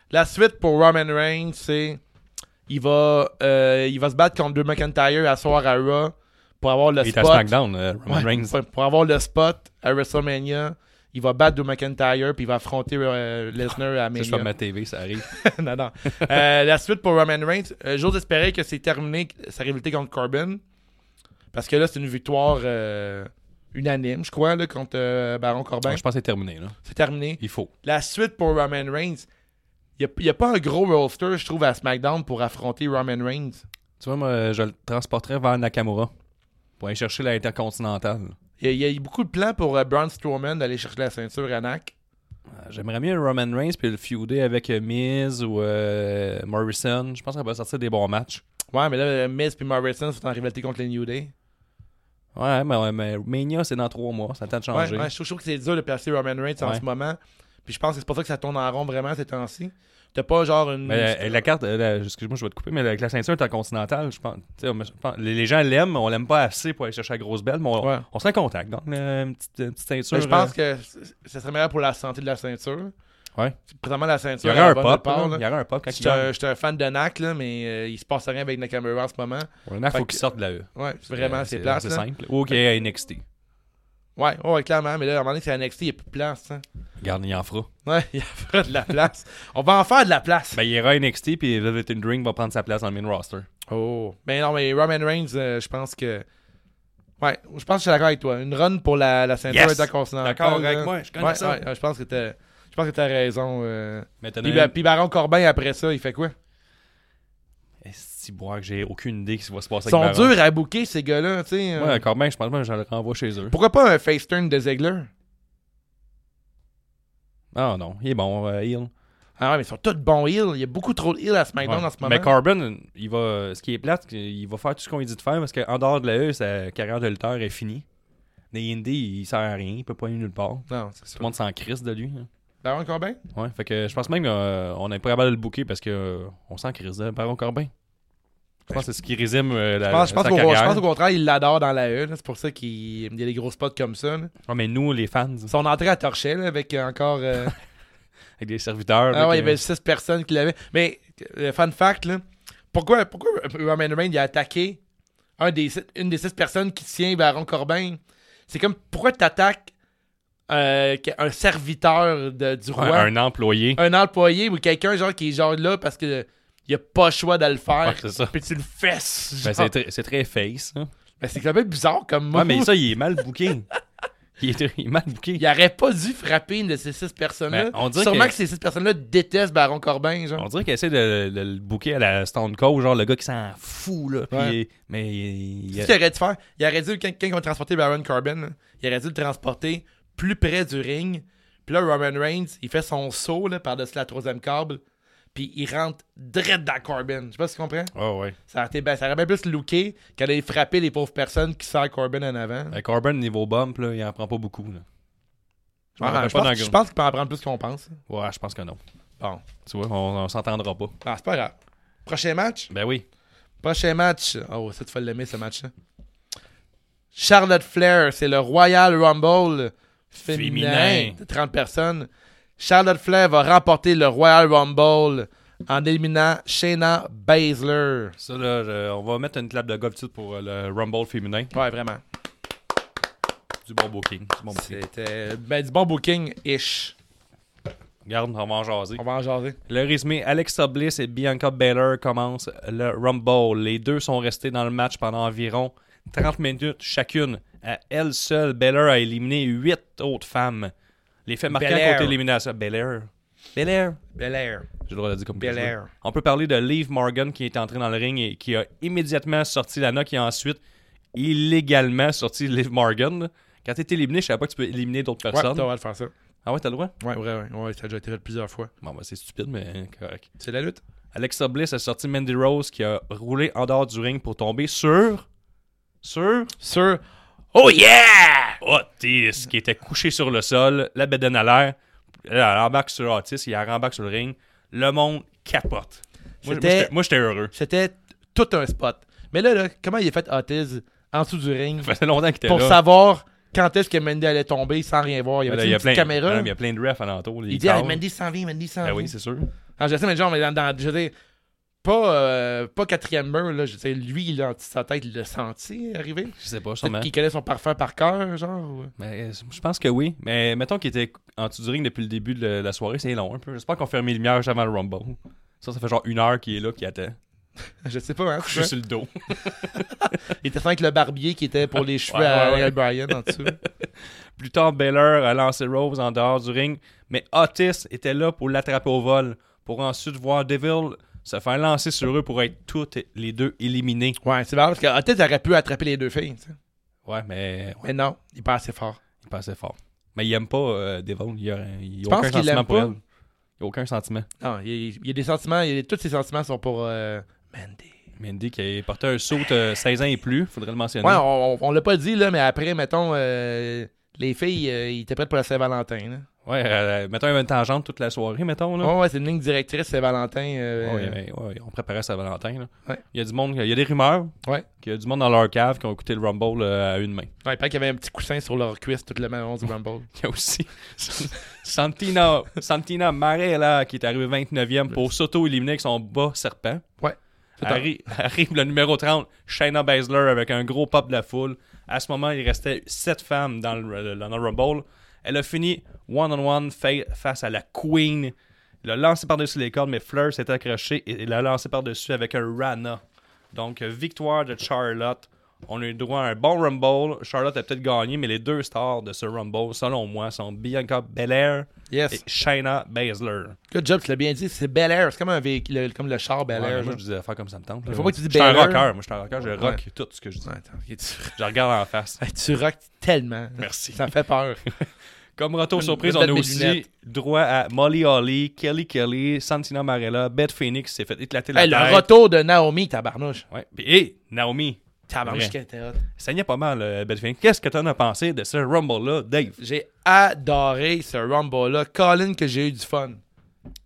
Speaker 1: La suite pour Roman Reigns, c'est il va euh, il va se battre contre Drew McIntyre à soir à Raw pour avoir le
Speaker 4: Il est à
Speaker 1: spot
Speaker 4: SmackDown, euh, Roman
Speaker 1: Ouais,
Speaker 4: Reigns.
Speaker 1: pour- pour avoir le spot à WrestleMania. Il va battre Drew McIntyre, puis il va affronter euh, Lesnar à
Speaker 4: Ça, je
Speaker 1: Mania.
Speaker 4: ferme ma TV, ça arrive.
Speaker 1: non, non. Euh, la suite pour Roman Reigns, euh, j'ose espérer que c'est terminé sa rivalité contre Corbin. Parce que là, c'est une victoire euh, unanime, je crois, là, contre euh, Baron Corbin.
Speaker 4: Je pense que c'est terminé, là.
Speaker 1: C'est terminé.
Speaker 4: Il faut.
Speaker 1: La suite pour Roman Reigns, il n'y a, pas un gros roster, je trouve, à SmackDown pour affronter Roman Reigns.
Speaker 4: Tu vois, moi, je le transporterais vers Nakamura pour aller chercher l'intercontinentale.
Speaker 1: Il y, a- il y a eu beaucoup de plans pour euh, Braun Strowman d'aller chercher la ceinture à NAC.
Speaker 4: Euh, J'aimerais mieux Roman Reigns puis le feuder avec euh, Miz ou euh, Morrison. Je pense qu'elle va sortir des bons matchs.
Speaker 1: Ouais, mais là, euh, Miz et Morrison sont en rivalité contre les New Day.
Speaker 4: Ouais, mais, mais Mania, c'est dans trois mois. Ça a le temps de
Speaker 1: Ouais,
Speaker 4: changer.
Speaker 1: ouais, je, trouve, je trouve que c'est dur de placer Roman Reigns en
Speaker 4: Ouais.
Speaker 1: ce moment. Puis je pense que c'est pour ça que ça tourne en rond vraiment ces temps-ci. T'as pas genre une.
Speaker 4: Mais la, la carte, euh, la- excuse-moi, je vais te couper, mais avec la ceinture intercontinentale, je pense, tu sais, on- je pense- les, les gens l'aiment, on l'aime pas assez pour aller chercher la grosse belle, mais on,
Speaker 1: Ouais.
Speaker 4: on se contact. Donc, euh, une petite, une petite ceinture.
Speaker 1: Mais je pense que c- ça serait meilleur pour la santé de la ceinture.
Speaker 4: euh, ouais.
Speaker 1: Présentement, la
Speaker 4: Il y
Speaker 1: ceinture.
Speaker 4: aurait
Speaker 1: elle
Speaker 4: un
Speaker 1: est bonne nulle
Speaker 4: pop.
Speaker 1: part,
Speaker 4: là.
Speaker 1: là.
Speaker 4: Il y aurait un pop quand il
Speaker 1: J'étais un,
Speaker 4: gagne.
Speaker 1: j'étais un fan de NAC, là, mais euh, il se passe rien avec Nakamura en ce moment.
Speaker 4: Ouais,
Speaker 1: Fait
Speaker 4: faut
Speaker 1: que-
Speaker 4: qu'il sorte de la E.
Speaker 1: Ouais, vraiment, c'est
Speaker 4: plat
Speaker 1: plate. hein.
Speaker 4: C'est
Speaker 1: là.
Speaker 4: simple. Ok, à NXT.
Speaker 1: Ouais, ouais, clairement. Mais là, à un moment donné, c'est NXT, il n'y a plus de place. hein.
Speaker 4: Regarde, il en fera.
Speaker 1: Ouais, il y a de la place. On va en faire de la place.
Speaker 4: Ben, il ira à NXT, puis Velvet Drink va prendre sa place dans le main roster.
Speaker 1: Oh. Ben non, mais Roman Reigns, euh, je pense que. Ouais, je pense que je suis d'accord avec toi. Une run pour la, la ceinture
Speaker 4: Yes!
Speaker 1: intercontinentale.
Speaker 4: D'accord avec
Speaker 1: là.
Speaker 4: moi, je connais
Speaker 1: Ouais,
Speaker 4: ça.
Speaker 1: ouais, ouais, je pense que t'as. Je pense que t'as raison. euh.
Speaker 4: Mais t'en as
Speaker 1: Puis,
Speaker 4: une-
Speaker 1: Ba- puis Baron Corbin, après ça, il fait quoi?
Speaker 4: Esti, boire, que j'ai aucune idée de ce qui va se passer
Speaker 1: Ils sont
Speaker 4: avec Baron.
Speaker 1: durs à bouquer, ces gars-là. tu sais, euh.
Speaker 4: Ouais, quand même, je pense que je le renvoie chez eux.
Speaker 1: Pourquoi pas un face turn de Ziegler?
Speaker 4: Ah non, il est bon, euh, heel.
Speaker 1: Ah ouais, mais ils sont tous bons heels. Ben, Il y a beaucoup trop de heels à SmackDown
Speaker 4: Ouais.
Speaker 1: en ce moment.
Speaker 4: Mais Corbin, il va, ce qui est plate, c'est qu'il va faire tout ce qu'on lui dit de faire parce qu'en dehors de la E, sa carrière de lutteur est finie. Les Indies, il sert à rien, il peut pas aller nulle part.
Speaker 1: Non, c'est
Speaker 4: Tout le monde s'en crisse de lui. hein.
Speaker 1: Baron Corbin?
Speaker 4: Ouais, fait que je pense même qu'on est pas capable de le booker parce que euh, on s'en crisse de Baron Corbin. Je pense que c'est ce qui résume euh, la,
Speaker 1: Je pense, je pense
Speaker 4: sa
Speaker 1: qu'au- je
Speaker 4: carrière.
Speaker 1: pense au contraire, il l'adore dans la E. là. C'est pour ça qu'il il y a des gros spots comme ça. là.
Speaker 4: Ouais, mais nous, les fans,
Speaker 1: Son entrée à Torchel avec euh, encore. euh,
Speaker 4: avec les serviteurs.
Speaker 1: Ah ouais, il y
Speaker 4: avec, euh,
Speaker 1: avait 6 personnes qui l'avaient. Mais, euh, fun fact, là, pourquoi, pourquoi Roman Reigns il a attaqué un des, six- une des 6 personnes qui tient Baron Corbin C'est comme, pourquoi tu attaques un serviteur de- du roi, un,
Speaker 4: un, un employé.
Speaker 1: employé ou quelqu'un genre qui est genre là parce que il a pas le choix de le faire
Speaker 4: Ouais, c'est ça.
Speaker 1: Puis tu le fesses.
Speaker 4: Ben,
Speaker 1: genre.
Speaker 4: c'est très- c'est très face. hein.
Speaker 1: Ben, c'est quand même bizarre comme mot.
Speaker 4: Ouais, mais ça, il est mal booké. il, est, il est mal booké.
Speaker 1: Il aurait pas dû frapper une de ces 6 personnes-là.
Speaker 4: Ben, on dirait
Speaker 1: Sûrement que...
Speaker 4: que-
Speaker 1: ces 6 personnes-là détestent Baron Corbin. Genre.
Speaker 4: On dirait qu'il essaie de, de le booker à la Stone Cold, genre le gars qui s'en fout, là. puis
Speaker 1: Ouais.
Speaker 4: il- mais il, il-
Speaker 1: Ce qu'il aurait dû faire, il aurait dû, quand, quand ils ont transporté Baron Corbin, là, il aurait dû le transporter plus près du ring. Puis là, Roman Reigns, il fait son saut là, par-dessus la troisième câble. Puis il rentre direct dans Corbin. Je sais pas si tu comprends.
Speaker 4: Ah ouais.
Speaker 1: Ça aurait, été, ben, ça aurait bien plus looké qu'elle ait frappé les pauvres personnes qui sortent Corbin en avant.
Speaker 4: Euh, Corbin, niveau bump, là, il en prend pas beaucoup. Là.
Speaker 1: Ouais,
Speaker 4: m'en rappelle
Speaker 1: je,
Speaker 4: pas
Speaker 1: pense,
Speaker 4: d'un
Speaker 1: je pense qu'il peut en prendre plus qu'on pense.
Speaker 4: Ouais, je pense que non.
Speaker 1: Bon.
Speaker 4: Tu vois, on, on s'entendra pas.
Speaker 1: Non, Ben, c'est pas grave. Prochain match.
Speaker 4: Ben oui.
Speaker 1: Prochain match. Oh, ça, tu vas l'aimer, ce match-là. Charlotte Flair, c'est le Royal Rumble féminin,
Speaker 4: Féminin.
Speaker 1: de 30 personnes. Charlotte Flair va remporter le Royal Rumble en éliminant Shayna Baszler.
Speaker 4: Ça, là, je- on va mettre une clap de golf tout de suite pour euh, le Rumble féminin.
Speaker 1: Ouais, vraiment.
Speaker 4: Du bon booking. Du bon booking.
Speaker 1: C'était ben, du bon booking-ish.
Speaker 4: Regarde, on va en jaser.
Speaker 1: On va en jaser.
Speaker 4: Le résumé, Alexa Bliss et Bianca Belair commencent le Rumble. Les deux sont restés dans le match pendant environ 30 minutes chacune. À elle seule, Belair a éliminé 8 autres femmes. Les faits marquants
Speaker 1: Belair.
Speaker 4: contre l'élimination. Belair. Belair.
Speaker 1: Bel Air.
Speaker 4: J'ai le droit de le dire comme que je veux.
Speaker 1: Belair.
Speaker 4: On peut parler de Liv Morgan qui est entrée dans le ring et qui a immédiatement sorti Lana qui a ensuite illégalement sorti Liv Morgan. Quand t'es éliminé, je savais pas que tu peux éliminer d'autres
Speaker 1: Ouais, t'as
Speaker 4: personnes.
Speaker 1: le droit de faire ça.
Speaker 4: ah ouais, t'as le droit?
Speaker 1: Ouais, ouais, ouais, ouais, ça a déjà été fait plusieurs fois.
Speaker 4: Bon, ben, c'est stupide, mais correct.
Speaker 1: C'est la lutte.
Speaker 4: Alexa Bliss a sorti Mandy Rose qui a roulé en dehors du ring pour tomber sur. Sur.
Speaker 1: Sur
Speaker 4: Oh yeah! Otis qui était couché sur le sol, la bedaine à l'air. Elle rembarque sur Otis, il rembarque sur le ring. Le monde capote.
Speaker 1: C'était-
Speaker 4: Moi, moi, j'étais- Moi j'étais heureux.
Speaker 1: C'était tout un spot. Mais là, là, comment il a fait Otis en dessous du ring
Speaker 4: Ça faisait longtemps qu'il était
Speaker 1: pour
Speaker 4: là.
Speaker 1: savoir quand est-ce que Mandy allait tomber sans rien voir? Il y
Speaker 4: Mais
Speaker 1: avait
Speaker 4: là,
Speaker 1: une
Speaker 4: il y a
Speaker 1: petite
Speaker 4: plein-
Speaker 1: caméra.
Speaker 4: Non, mais Il y a plein de refs alentour.
Speaker 1: il dit ah, Mandy s'en vient, Mandy s'en
Speaker 4: Ah
Speaker 1: vient.
Speaker 4: oui, c'est sûr.
Speaker 1: Ah, je sais, mais genre, mais dans, dans- je veux dire, Pas, euh, pas quatrième mur, là, je veux dire, lui, il a sa tête, il l'a senti arriver.
Speaker 4: Je sais pas, sûrement.
Speaker 1: Peut-être qu'il connaît son parfum par cœur, genre. ou-
Speaker 4: Mais, euh, je pense que oui. Mais mettons qu'il était en dessous du ring depuis le début de la- la soirée, c'est long un peu. J'espère qu'on ferme les lumières juste avant le Rumble. Ça, ça fait genre une heure qu'il est là, qu'il attend.
Speaker 1: Je sais pas, hein.
Speaker 4: Je
Speaker 1: c'est
Speaker 4: suis sur le dos.
Speaker 1: ça. Il était avec le barbier qui était pour les cheveux
Speaker 4: Ouais,
Speaker 1: à
Speaker 4: ouais,
Speaker 1: Daniel
Speaker 4: ouais.
Speaker 1: Bryan en dessous.
Speaker 4: Plus tard, Baylor a lancé Rose en dehors du ring, mais Otis était là pour l'attraper au vol, pour ensuite voir Devil se faire lancer sur eux pour être toutes les deux éliminés.
Speaker 1: Ouais, c'est marrant parce que ah, peut-être aurait pu attraper les deux filles, tu sais.
Speaker 4: Ouais, mais ouais,
Speaker 1: Mais non, il est pas assez fort.
Speaker 4: il passait fort. Mais il aime pas euh, Devil. Il y a, il y a
Speaker 1: penses
Speaker 4: aucun
Speaker 1: qu'il
Speaker 4: sentiment
Speaker 1: l'aime
Speaker 4: pour
Speaker 1: pas?
Speaker 4: elle. Il y a aucun sentiment.
Speaker 1: Non, il, il y a des sentiments, il y a- tous ses sentiments sont pour euh, Mandy.
Speaker 4: Mandy qui a porté un saut euh, 16 ans et plus, faudrait le mentionner.
Speaker 1: Ouais, on, on- on l'a pas dit, là, mais après, mettons, euh, les filles, euh, ils étaient prêtes pour la Saint-Valentin. là.
Speaker 4: Ouais, euh, mettons, il y avait une tangente toute la soirée, mettons. Là.
Speaker 1: Ouais, ouais, c'est une ligne directrice Saint-Valentin. euh,
Speaker 4: Ouais, mais, ouais, on préparait sa Valentin. là.
Speaker 1: Ouais.
Speaker 4: Il y a du monde, il y a des rumeurs
Speaker 1: Ouais.
Speaker 4: qu'il y a du monde dans leur cave qui ont écouté le Rumble euh, à une main.
Speaker 1: Ouais, il paraît qu'il y avait un petit coussin sur leur cuisse tout le long du Rumble.
Speaker 4: Il y a aussi Santina, Santina Marella qui est arrivée 29e pour s'auto-éliminer avec son bas serpent.
Speaker 1: Ouais. Tout à-
Speaker 4: Arri- arrive le numéro 30, Shayna Baszler avec un gros pop de la foule. À ce moment, il restait 7 femmes dans le, dans le Rumble. Elle a fini one-on-one fa- face à la Queen. Il l'a lancé par-dessus les cordes, mais Fleur s'est accrochée et il l'a lancé par-dessus avec un Rana. Donc, victoire de Charlotte. On a eu droit à un bon Rumble. Charlotte a peut-être gagné, mais les deux stars de ce Rumble, selon moi, sont Bianca Belair
Speaker 1: Yes.
Speaker 4: et Shayna Baszler.
Speaker 1: Good job, tu l'as bien dit, c'est Bel Air, c'est comme, un véhicule, le- comme le char Bel
Speaker 4: Ouais,
Speaker 1: Air.
Speaker 4: moi,
Speaker 1: là.
Speaker 4: je disais faire comme ça me tente.
Speaker 1: Faut pas que tu dis
Speaker 4: Je suis un
Speaker 1: Belair.
Speaker 4: rocker. Moi, je suis un rocker. Je rock tout ce que je dis.
Speaker 1: Ouais, attends, ok, tu-
Speaker 4: Je regarde en face.
Speaker 1: tu rock tellement.
Speaker 4: Merci.
Speaker 1: Ça me fait peur.
Speaker 4: Comme retour
Speaker 1: Je-
Speaker 4: surprise,
Speaker 1: je
Speaker 4: on
Speaker 1: vais
Speaker 4: a
Speaker 1: mettre mes
Speaker 4: aussi
Speaker 1: lunettes.
Speaker 4: droit à Molly Holly, Kelly Kelly, Santina Marella, Beth Phoenix qui s'est fait éclater la
Speaker 1: Hey, le
Speaker 4: tête.
Speaker 1: retour de Naomi, tabarnouche.
Speaker 4: Ouais. Puis, hey, Naomi,
Speaker 1: Tabarnouche,
Speaker 4: Vrai.
Speaker 1: qu'elle était hot.
Speaker 4: saignait pas mal, euh, Beth Phoenix. Qu'est-ce que t'en as pensé de ce Rumble-là, Dave?
Speaker 1: J'ai adoré ce Rumble-là. Colin, que j'ai eu du fun.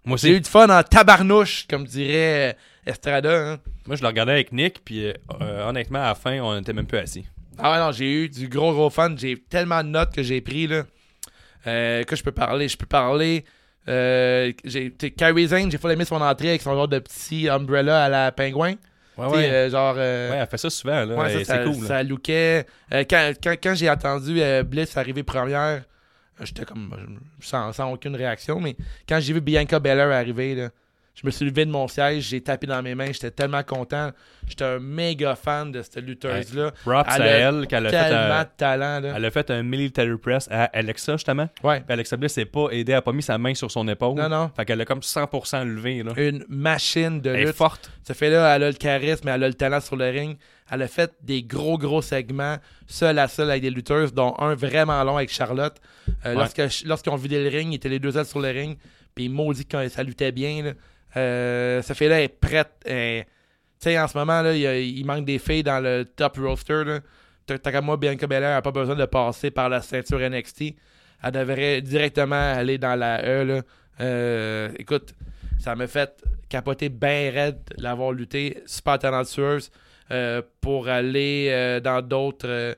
Speaker 4: Moi
Speaker 1: J'ai eu du fun en tabarnouche, comme dirait euh, Estrada. hein.
Speaker 4: Moi, je le regardais avec Nick, puis euh, euh, honnêtement, à la fin, on était même plus assis.
Speaker 1: Ah ouais, non, j'ai eu du gros, gros fun. J'ai tellement de notes que j'ai pris, là. Euh, que je peux parler. Je peux parler. Euh, j'ai- t'sais, Carrie Zane, j'ai fallu aimer son entrée avec son genre de petit umbrella à la pingouin. T'sais,
Speaker 4: Ouais, Ah ouais.
Speaker 1: euh, genre. euh,
Speaker 4: ouais, elle fait ça souvent, là.
Speaker 1: ouais,
Speaker 4: et
Speaker 1: ça,
Speaker 4: c'est
Speaker 1: ça-
Speaker 4: cool. là.
Speaker 1: ça lookait. Euh, quand quand, quand j'ai entendu euh, Bliss arriver première, euh, j'étais comme. je- Sans, sans aucune réaction, mais quand j'ai vu Bianca Belair arriver, là, je me suis levé de mon siège, j'ai tapé dans mes mains, j'étais tellement content. J'étais un méga fan de cette lutteuse-là.
Speaker 4: Props
Speaker 1: elle
Speaker 4: à
Speaker 1: a
Speaker 4: elle, qu'elle a fait
Speaker 1: tellement
Speaker 4: un...
Speaker 1: de talent, là.
Speaker 4: Elle a fait un military press à Alexa, justement.
Speaker 1: Ouais.
Speaker 4: Puis Alexa Bliss n'est pas aidée, elle n'a pas mis sa main sur son épaule.
Speaker 1: Non, non.
Speaker 4: Fait qu'elle a comme 100% levé, là.
Speaker 1: Une machine de
Speaker 4: Elle est
Speaker 1: lutte.
Speaker 4: forte.
Speaker 1: Ça fait là, elle a le charisme, elle a le talent sur le ring. Elle a fait des gros, gros segments, seule à seule avec des lutteuses, dont un vraiment long avec Charlotte. Euh, lorsque- Lorsqu'ils ont vidé le ring, ils étaient les deux seuls sur le ring. Puis maudit quand ça luttait bien. là. Euh, ça fait là, elle est prête. elle- Tu sais, en ce moment, là, il, y a- il manque des filles dans le top roster. là. T'as t'as comme moi, Bianca Belair n'a pas besoin de passer par la ceinture NXT. Elle devrait directement aller dans la E. là. Euh, écoute, ça m'a fait capoter bien raide de l'avoir lutté, super talentueuse, euh, pour aller euh, dans d'autres euh,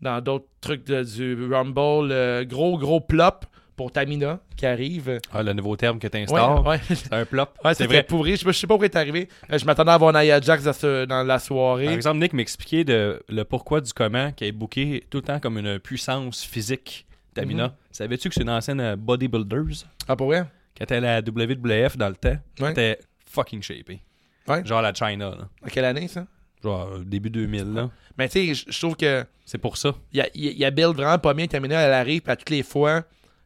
Speaker 1: dans d'autres trucs de- du Rumble. Euh, gros, gros plop pour Tamina qui arrive.
Speaker 4: Ah, le nouveau terme que tu
Speaker 1: Ouais,
Speaker 4: instaures.
Speaker 1: ouais.
Speaker 4: C'est un plop.
Speaker 1: Ouais,
Speaker 4: c'est
Speaker 1: c'est
Speaker 4: vrai.
Speaker 1: vrai. Pourri. Je, je sais pas pourquoi est arrivé. Euh, je m'attendais à voir Nia Jax dans, ce- dans la
Speaker 4: Par
Speaker 1: soirée.
Speaker 4: exemple, Nick m'expliquait de- le pourquoi du comment qui est booké tout le temps comme une puissance physique, Tamina. Savais-tu que c'est une ancienne euh, bodybuilders?
Speaker 1: Ah, pour vrai?
Speaker 4: Quand elle à la WWF dans le temps, elle
Speaker 1: Ouais.
Speaker 4: était fucking shapée.
Speaker 1: Ouais.
Speaker 4: Genre la China, là.
Speaker 1: À quelle année, ça?
Speaker 4: Genre euh, début 2000, là.
Speaker 1: Mais tu sais, je- je trouve que.
Speaker 4: C'est pour ça.
Speaker 1: il, il, il habille vraiment pas bien Tamina, elle arrive, puis à toutes les fois,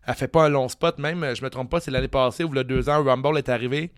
Speaker 1: elle fait pas un long spot, même, euh, je me trompe pas, c'est l'année passée, ou le deux ans, Rumble est arrivé.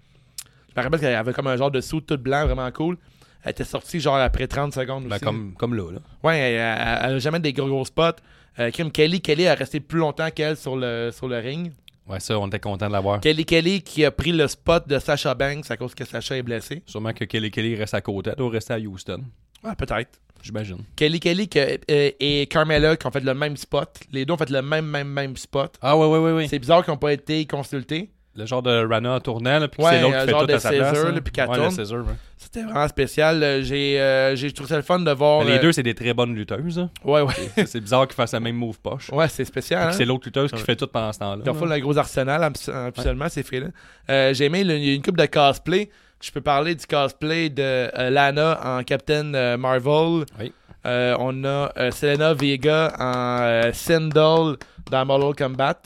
Speaker 1: Je me rappelle qu'elle avait comme un genre de sou tout blanc, vraiment cool. Elle était sortie genre après 30 secondes
Speaker 4: Ben,
Speaker 1: aussi.
Speaker 4: comme, comme là, là.
Speaker 1: Ouais, elle, elle- elle a jamais des gros gros spots. Euh, Kim Kelly, Kelly a resté plus longtemps qu'elle sur le, sur le ring.
Speaker 4: Ouais, ça, on était content de l'avoir.
Speaker 1: Kelly Kelly qui a pris le spot de Sasha Banks à cause que Sasha est blessée.
Speaker 4: Sûrement que Kelly Kelly reste à côté. Elle doit rester à Houston,
Speaker 1: Ouais, peut-être.
Speaker 4: j'imagine.
Speaker 1: Kelly Kelly que- euh, et Carmella qui ont fait le même spot. Les deux ont fait le même, même, même spot.
Speaker 4: Ah, ouais, ouais, ouais, ouais.
Speaker 1: C'est bizarre qu'ils n'ont pas été consultés.
Speaker 4: Le genre de Rana tournant, là, puis
Speaker 1: Ouais,
Speaker 4: c'est l'autre
Speaker 1: un
Speaker 4: qui fait
Speaker 1: genre
Speaker 4: tout
Speaker 1: de
Speaker 4: à sa place.
Speaker 1: César,
Speaker 4: hein.
Speaker 1: là, puis qu'elle
Speaker 4: ouais, le
Speaker 1: tourne.
Speaker 4: César, ouais.
Speaker 1: C'était vraiment spécial. Euh, J'ai euh, j'ai trouvé ça le fun de voir.
Speaker 4: Mais les
Speaker 1: euh,
Speaker 4: deux, c'est des très bonnes lutteuses. hein.
Speaker 1: Ouais, ouais.
Speaker 4: C'est- c'est bizarre qu'ils fassent la même move poche.
Speaker 1: ouais, c'est spécial.
Speaker 4: Puis C'est
Speaker 1: Hein?
Speaker 4: l'autre lutteuse qui fait tout pendant ce temps-là.
Speaker 1: Euh, Ils ont fait un gros arsenal, abs- absolument, c'est fait là. Euh, J'ai aimé le- il y a une coupe de cosplay. Je peux parler du cosplay de euh, Lana en Captain euh, Marvel.
Speaker 4: Oui.
Speaker 1: Euh, on a euh, Selena Vega en euh, Sindel dans Mortal Kombat.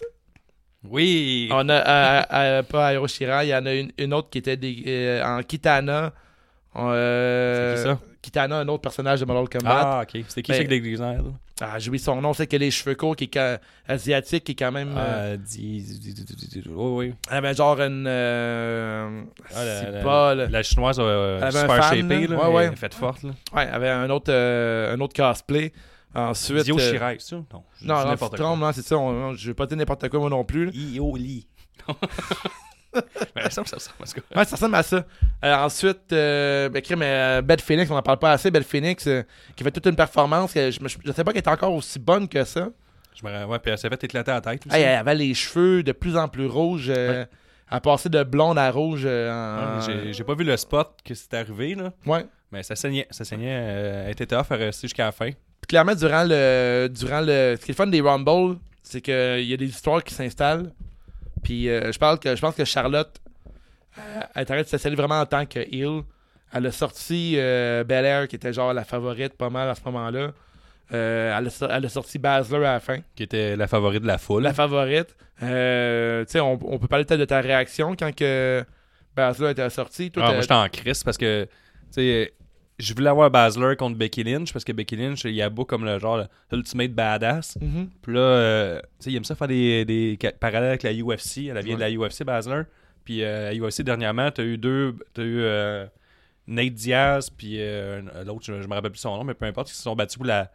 Speaker 4: Oui.
Speaker 1: On a euh, euh, pas Aero Shira, il y en a une, une autre qui était des- euh, en Kitana. On, euh,
Speaker 4: C'est qui ça?
Speaker 1: Kitana, un autre personnage de Mortal Kombat.
Speaker 4: Ah, ok. C'était qui
Speaker 1: Ben-
Speaker 4: ça qui déguisait, là?
Speaker 1: Ah, j'ai oublié son nom, c'est que les cheveux courts, qui est ca- asiatique, qui est quand même. euh,
Speaker 4: Euh, dis- dis- dis- dis- dis- Oh, Oui, oui.
Speaker 1: elle avait genre une. euh,
Speaker 4: Ah, la-
Speaker 1: c'est
Speaker 4: la-
Speaker 1: pas. là.
Speaker 4: La chinoise euh,
Speaker 1: Elle avait un
Speaker 4: super
Speaker 1: fan,
Speaker 4: shapée,
Speaker 1: là.
Speaker 4: là.
Speaker 1: Ouais,
Speaker 4: mais
Speaker 1: ouais.
Speaker 4: elle est Faite forte, là.
Speaker 1: Ouais, elle avait un autre, euh, un autre cosplay. Ensuite.
Speaker 4: Dio
Speaker 1: euh,
Speaker 4: Shirai, c'est ça? Non, je
Speaker 1: Non,
Speaker 4: dis
Speaker 1: non, tu
Speaker 4: n'importe
Speaker 1: te
Speaker 4: quoi.
Speaker 1: trompes, non, c'est ça. on- on- je vais pas dire n'importe quoi, moi non plus. là.
Speaker 4: Io Lee. Mais ça me ressemble à ce
Speaker 1: Ouais, ça ressemble à ça. Euh, ensuite, euh, ben, crime, euh, Belle Phoenix, on en parle pas assez. Belle Phoenix, euh, qui fait toute une performance. que je, me- je- je sais pas qu'elle est encore aussi bonne que ça.
Speaker 4: Je me rends- Ouais, puis elle s'est fait éclater la tête. aussi.
Speaker 1: Hey, elle avait les cheveux de plus en plus rouges. euh, Elle passait de blonde à rouge euh, en.
Speaker 4: Ouais, J'ai j'ai pas vu le spot que c'est arrivé, là.
Speaker 1: Ouais.
Speaker 4: Mais ça saignait. Ça saignait. euh, elle était tough à rester jusqu'à la fin.
Speaker 1: Puis clairement, durant le, durant le. Ce qui est le fun des Rumble, c'est qu'il y a des histoires qui s'installent. Puis euh, je, parle que, je pense que Charlotte, euh, elle est en train de s'installer vraiment en tant que heel. Elle a sorti euh, Bel Air, qui était genre la favorite pas mal à ce moment-là. Euh, elle, a, so- elle a sorti Basler à la fin,
Speaker 4: Qui était la favorite de la foule.
Speaker 1: la favorite. Euh, tu sais, on, on peut parler peut-être de ta réaction quand que Basler était sorti. Toi,
Speaker 4: Ah,
Speaker 1: t'as-
Speaker 4: moi, j'étais en crise parce que, tu sais, je voulais avoir Basler contre Becky Lynch parce que Becky Lynch, il y a beau comme le genre l'ultimate badass.
Speaker 1: Mhm.
Speaker 4: Puis là, euh, tu sais, il aime ça faire des, des ca- parallèles avec la UFC. Elle vient de la UFC, Basler. Puis euh, à UFC, dernièrement, t'as eu deux. T'as eu euh, Nate Diaz, puis euh, un- l'autre, je, je me rappelle plus son nom, mais peu importe, ils se sont battus pour la.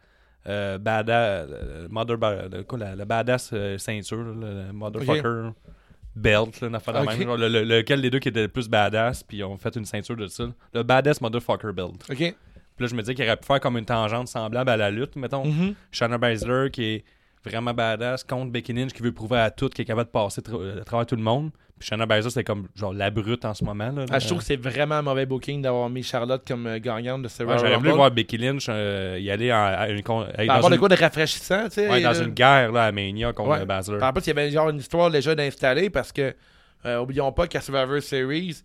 Speaker 4: euh, badass, euh, mother, ba- le- quoi, la, la badass euh, ceinture, le, le motherfucker belt, là, une affaire de
Speaker 1: Ok.
Speaker 4: même, genre, le- le- lequel des deux qui était le plus badass, puis ils ont fait une ceinture de ça. là. Le badass motherfucker belt.
Speaker 1: Ok.
Speaker 4: Puis là, je me disais qu'il aurait pu faire comme une tangente semblable à la lutte, mettons.
Speaker 1: Mhm.
Speaker 4: Shanna Baszler qui est vraiment badass contre Becky Lynch qui veut prouver à toutes qu'elle est capable de passer tra- euh, à travers tout le monde. Puis Shanna Baszler, c'est comme genre la brute en ce moment. Là,
Speaker 1: Ah, je trouve que c'est vraiment un mauvais booking d'avoir mis Charlotte comme euh, gagnante de ce
Speaker 4: Ouais,
Speaker 1: Royal
Speaker 4: J'aurais voulu
Speaker 1: Rumble.
Speaker 4: voir Becky Lynch euh, y aller en, à une, con- être
Speaker 1: Par
Speaker 4: dans,
Speaker 1: rapport
Speaker 4: une,
Speaker 1: de quoi de rafraîchissant, tu sais.
Speaker 4: ouais, dans
Speaker 1: là.
Speaker 4: une guerre là, à Mania contre
Speaker 1: Ouais. Ah,
Speaker 4: Baszler.
Speaker 1: Par rapport, il y avait genre une histoire déjà d'installer parce que, euh, oublions pas qu'à Survivor Series,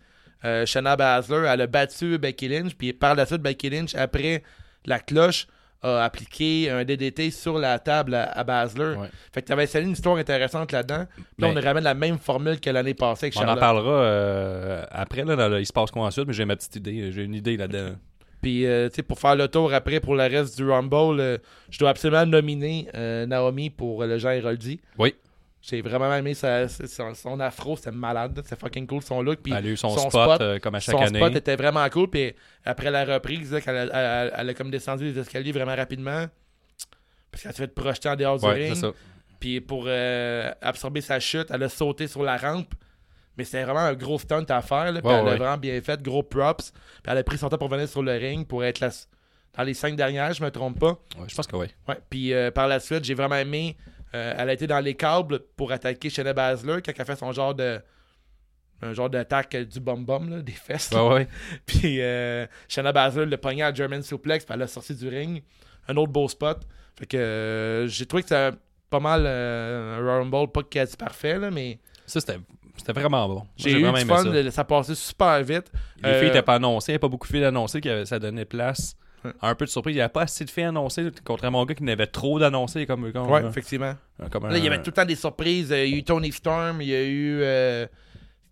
Speaker 1: euh, Shanna Baszler, elle a battu Becky Lynch, puis par la suite, Becky Lynch, après la cloche, a appliqué un DDT sur la table à, à Baszler.
Speaker 4: Ouais.
Speaker 1: Fait que t'avais installé une histoire intéressante là-dedans. Puis Là, on
Speaker 4: Mais-
Speaker 1: ramène la même formule que l'année passée avec
Speaker 4: On en
Speaker 1: Charlotte.
Speaker 4: parlera euh, après, là, dans le- il se passe quoi ensuite, mais j'ai ma petite idée, j'ai une idée là-dedans.
Speaker 1: Puis, euh, tu sais, pour faire le tour après pour le reste du Rumble, euh, je dois absolument nominer euh, Naomi pour euh, le Jean Héroldi.
Speaker 4: Oui.
Speaker 1: J'ai vraiment aimé sa- sa- son, son afro, c'était malade. C'est fucking cool son look. Puis
Speaker 4: Elle a eu son,
Speaker 1: son
Speaker 4: spot,
Speaker 1: spot,
Speaker 4: euh, comme à chaque
Speaker 1: son
Speaker 4: année.
Speaker 1: spot était vraiment cool. Puis après la reprise, là, quand elle, a, elle a- elle a comme descendu les escaliers vraiment rapidement. Parce qu'elle s'est fait projeter en dehors du
Speaker 4: Ouais,
Speaker 1: ring.
Speaker 4: c'est ça.
Speaker 1: Puis pour euh, absorber sa chute, elle a sauté sur la rampe. Mais c'était vraiment un gros stunt à faire. là. Puis
Speaker 4: Ouais,
Speaker 1: elle a
Speaker 4: ouais.
Speaker 1: vraiment bien fait, gros props. Puis elle a pris son temps pour venir sur le ring pour être la- dans les cinq dernières, je me trompe pas.
Speaker 4: Ouais, je pense que oui.
Speaker 1: Ouais. Puis euh, par la suite, j'ai vraiment aimé. euh, elle a été dans les câbles pour attaquer Shayna Baszler quand elle a fait son genre de. Un genre d'attaque euh, du bum-bum, là, des fesses. là.
Speaker 4: Ouais, ouais.
Speaker 1: Puis euh, Shanna Baszler le pognait à German Suplex, puis elle a sorti du ring. Un autre beau spot. Fait que euh, j'ai trouvé que c'était pas mal euh, un Rumble, pas quasi parfait, là, mais
Speaker 4: Ça, c'était c'était vraiment bon. Moi,
Speaker 1: j'ai eu
Speaker 4: vraiment
Speaker 1: du
Speaker 4: aimé
Speaker 1: fun.
Speaker 4: ça.
Speaker 1: de- Ça passait super vite.
Speaker 4: Les
Speaker 1: Euh,
Speaker 4: filles n'étaient pas annoncées, il n'y a pas beaucoup de filles annoncées, que ça donnait place à un peu de surprise. Il n'y avait pas assez de filles annoncées, contrairement au gars qui n'avait trop d'annoncées comme, comme,
Speaker 1: Ouais,
Speaker 4: euh,
Speaker 1: effectivement.
Speaker 4: comme
Speaker 1: Là, il y
Speaker 4: un-
Speaker 1: avait tout le temps des surprises. Euh, Il y a eu Tony Storm, il y a eu. euh,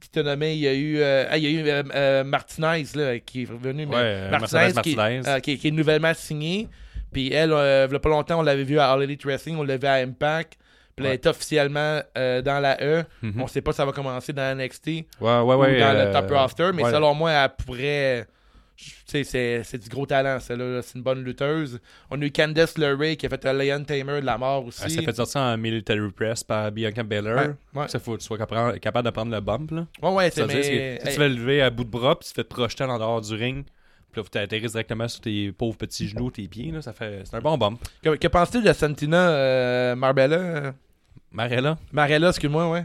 Speaker 1: qui t'a nommé Il y a eu, euh, ah, il y a eu euh, euh, Martinez là, qui est revenu. mais
Speaker 4: Ouais, euh, Mercedes
Speaker 1: qui,
Speaker 4: Martinez.
Speaker 1: euh, qui- qui est nouvellement signée. Puis elle, euh, il y a pas longtemps, on l'avait vu à All Elite Wrestling, on l'avait à Impact. Puis là, elle est officiellement euh, dans la E.
Speaker 4: Mhm.
Speaker 1: On sait pas si ça va commencer dans NXT
Speaker 4: Ouais, ouais, ouais,
Speaker 1: ou dans
Speaker 4: euh,
Speaker 1: le top roster, mais
Speaker 4: ouais.
Speaker 1: selon moi, elle pourrait. Tu sais, c'est, c'est du gros talent, celle-là. là. C'est une bonne lutteuse. On a eu Candice LeRae qui a fait un Lion Tamer de la mort aussi.
Speaker 4: Elle s'est fait sortir en military press par Bianca Belair.
Speaker 1: Ouais, ouais.
Speaker 4: Ça faut que tu sois capra- capable de prendre le bump. Là.
Speaker 1: Ouais, ouais, c'est
Speaker 4: Ça veut dire,
Speaker 1: mais...
Speaker 4: c'est que si
Speaker 1: hey,
Speaker 4: tu vas lever à bout de bras, puis tu te fais te projeter en dehors du ring, puis là, tu atterris directement sur tes pauvres petits genoux, tes pieds, là, ça fait... c'est un bon bump.
Speaker 1: Que, que penses-tu de Santina euh, Marbella euh,
Speaker 4: Marella,
Speaker 1: Marella, excuse-moi, ouais.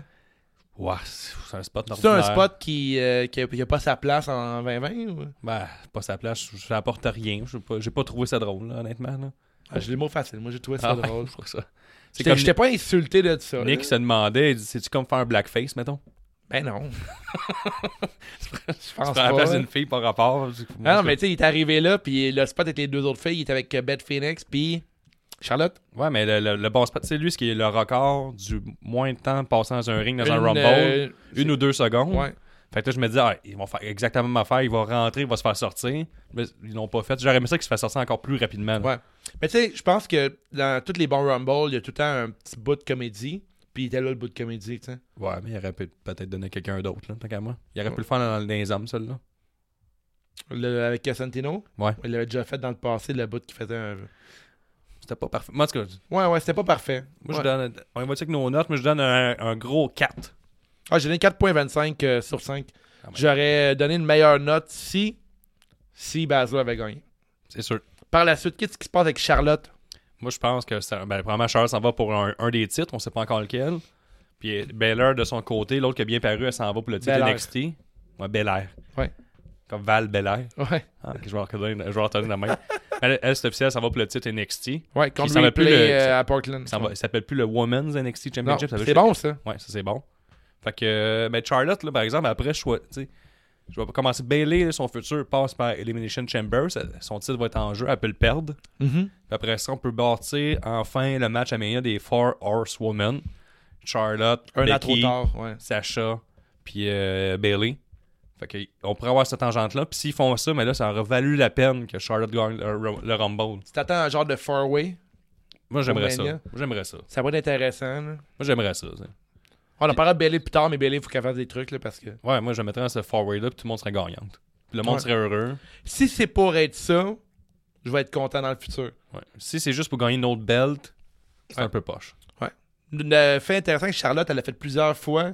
Speaker 4: ouais, c'est c'est un spot normal.
Speaker 1: C'est un spot qui, euh, qui, a, qui a pas sa place en 2020 ou...
Speaker 4: Ben, pas sa place, je- ça apporte rien. Je sais pas- J'ai pas, trouvé ça drôle, là, honnêtement. Là.
Speaker 1: Ah, je l'ai mot facile, moi j'ai trouvé ça
Speaker 4: Ah,
Speaker 1: drôle.
Speaker 4: je trouve ça. C'est
Speaker 1: J'étais
Speaker 4: comme
Speaker 1: j'étais pas insulté de ça.
Speaker 4: Nick
Speaker 1: là.
Speaker 4: se demandait, il dit, c'est-tu comme faire un blackface, mettons?
Speaker 1: Ben non. Je pense
Speaker 4: Tu prends la place
Speaker 1: pas.
Speaker 4: d'une fille par rapport.
Speaker 1: Ah non, mais tu sais, il est arrivé là, puis le spot avec les deux autres filles, il était avec euh, Beth Phoenix, puis Charlotte.
Speaker 4: Ouais, mais le, le, le bon spot, c'est lui ce qui est le record du moins de temps passé dans un ring, dans un
Speaker 1: Une,
Speaker 4: rumble. Hmm.
Speaker 1: euh,
Speaker 4: une ou deux secondes.
Speaker 1: Ouais.
Speaker 4: Fait que là, je me dis, ah, ils vont faire exactement ma affaire, ils vont rentrer, ils vont se faire sortir. Mais ils l'ont pas fait. J'aurais aimé ça qu'ils se fassent sortir encore plus rapidement. là.
Speaker 1: Ouais. Mais tu sais, je pense que dans tous les bons Rumble, il y a tout le temps un petit bout de comédie, puis il était là le bout de comédie, tu sais.
Speaker 4: Ouais, mais il aurait pu- peut-être donné quelqu'un d'autre, là, tant qu'à moi. Il aurait pu le faire dans, dans les hommes, celle-là.
Speaker 1: Le- Avec Casantino.
Speaker 4: Ouais.
Speaker 1: Il l'avait déjà fait dans le passé, le bout qui faisait un.
Speaker 4: C'était pas parfait. Moi, en tout cas,
Speaker 1: Ouais, ouais, c'était pas parfait.
Speaker 4: moi,
Speaker 1: Ouais.
Speaker 4: je donne. On va dire avec nos notes, mais je donne un, un gros 4.
Speaker 1: Ah, j'ai donné 4.25 euh, sur 5.
Speaker 4: Ah, ouais.
Speaker 1: J'aurais euh, donné une meilleure note si. Si Basler avait gagné.
Speaker 4: C'est sûr.
Speaker 1: Par la suite, qu'est-ce qui se passe avec Charlotte
Speaker 4: Moi, je pense que ça, ben, premièrement, Charles s'en va pour un, un des titres, on sait pas encore lequel. Puis euh, Belair de son côté, l'autre qui a bien paru, elle s'en va pour le titre
Speaker 1: Belair.
Speaker 4: NXT. Ouais, Belair.
Speaker 1: Ouais.
Speaker 4: Comme Val Belair.
Speaker 1: Ouais.
Speaker 4: Ah, ok, je vais retenir je vais retenir la main. Elle, elle, c'est officiel, ça va pour le titre NXT.
Speaker 1: Ouais,
Speaker 4: Puis
Speaker 1: contre
Speaker 4: ça va plus
Speaker 1: Ripley
Speaker 4: le-
Speaker 1: euh, à Portland.
Speaker 4: Ça va- il s'appelle plus le Women's NXT
Speaker 1: Non,
Speaker 4: Championship. ça s'appelle
Speaker 1: c'est bon, ça.
Speaker 4: Ouais, ça c'est bon. Fait que, euh, ben Charlotte, là, par exemple, après, je, vois- tu sais, je vais commencer. Bailey, son futur passe par Elimination Chamber. ça- son titre va être en jeu, elle peut le perdre. Puis après ça, on peut bâtir enfin le match à Mania des Four Horsewomen. Charlotte,
Speaker 1: Un an trop
Speaker 4: Becky,
Speaker 1: tard, ouais.
Speaker 4: Sacha, puis euh, Bailey. Fait que, on pourrait avoir cette tangente-là. Puis s'ils font ça, mais là, ça aurait valu la peine que Charlotte gagne le, Ru- le Rumble.
Speaker 1: Tu t'attends à un genre de four-way.
Speaker 4: Moi, j'aimerais ça.
Speaker 1: Mania.
Speaker 4: Moi, j'aimerais ça. Moi,
Speaker 1: Ça va être intéressant. là. Ah,
Speaker 4: j'aimerais ça. tu sais.
Speaker 1: On en parlera de Bailey plus tard, mais Bailey, il faut qu'elle fasse des trucs, là, parce que...
Speaker 4: Ouais, moi, je mettrais dans ce four-way-là, puis tout le monde serait gagnant. Puis le monde
Speaker 1: Ouais.
Speaker 4: serait heureux.
Speaker 1: Si c'est pour être ça, je vais être content dans le futur.
Speaker 4: Ouais. Si c'est juste pour gagner une autre belt, c'est un peu poche.
Speaker 1: Une euh, fait intéressant que Charlotte, elle a fait plusieurs fois,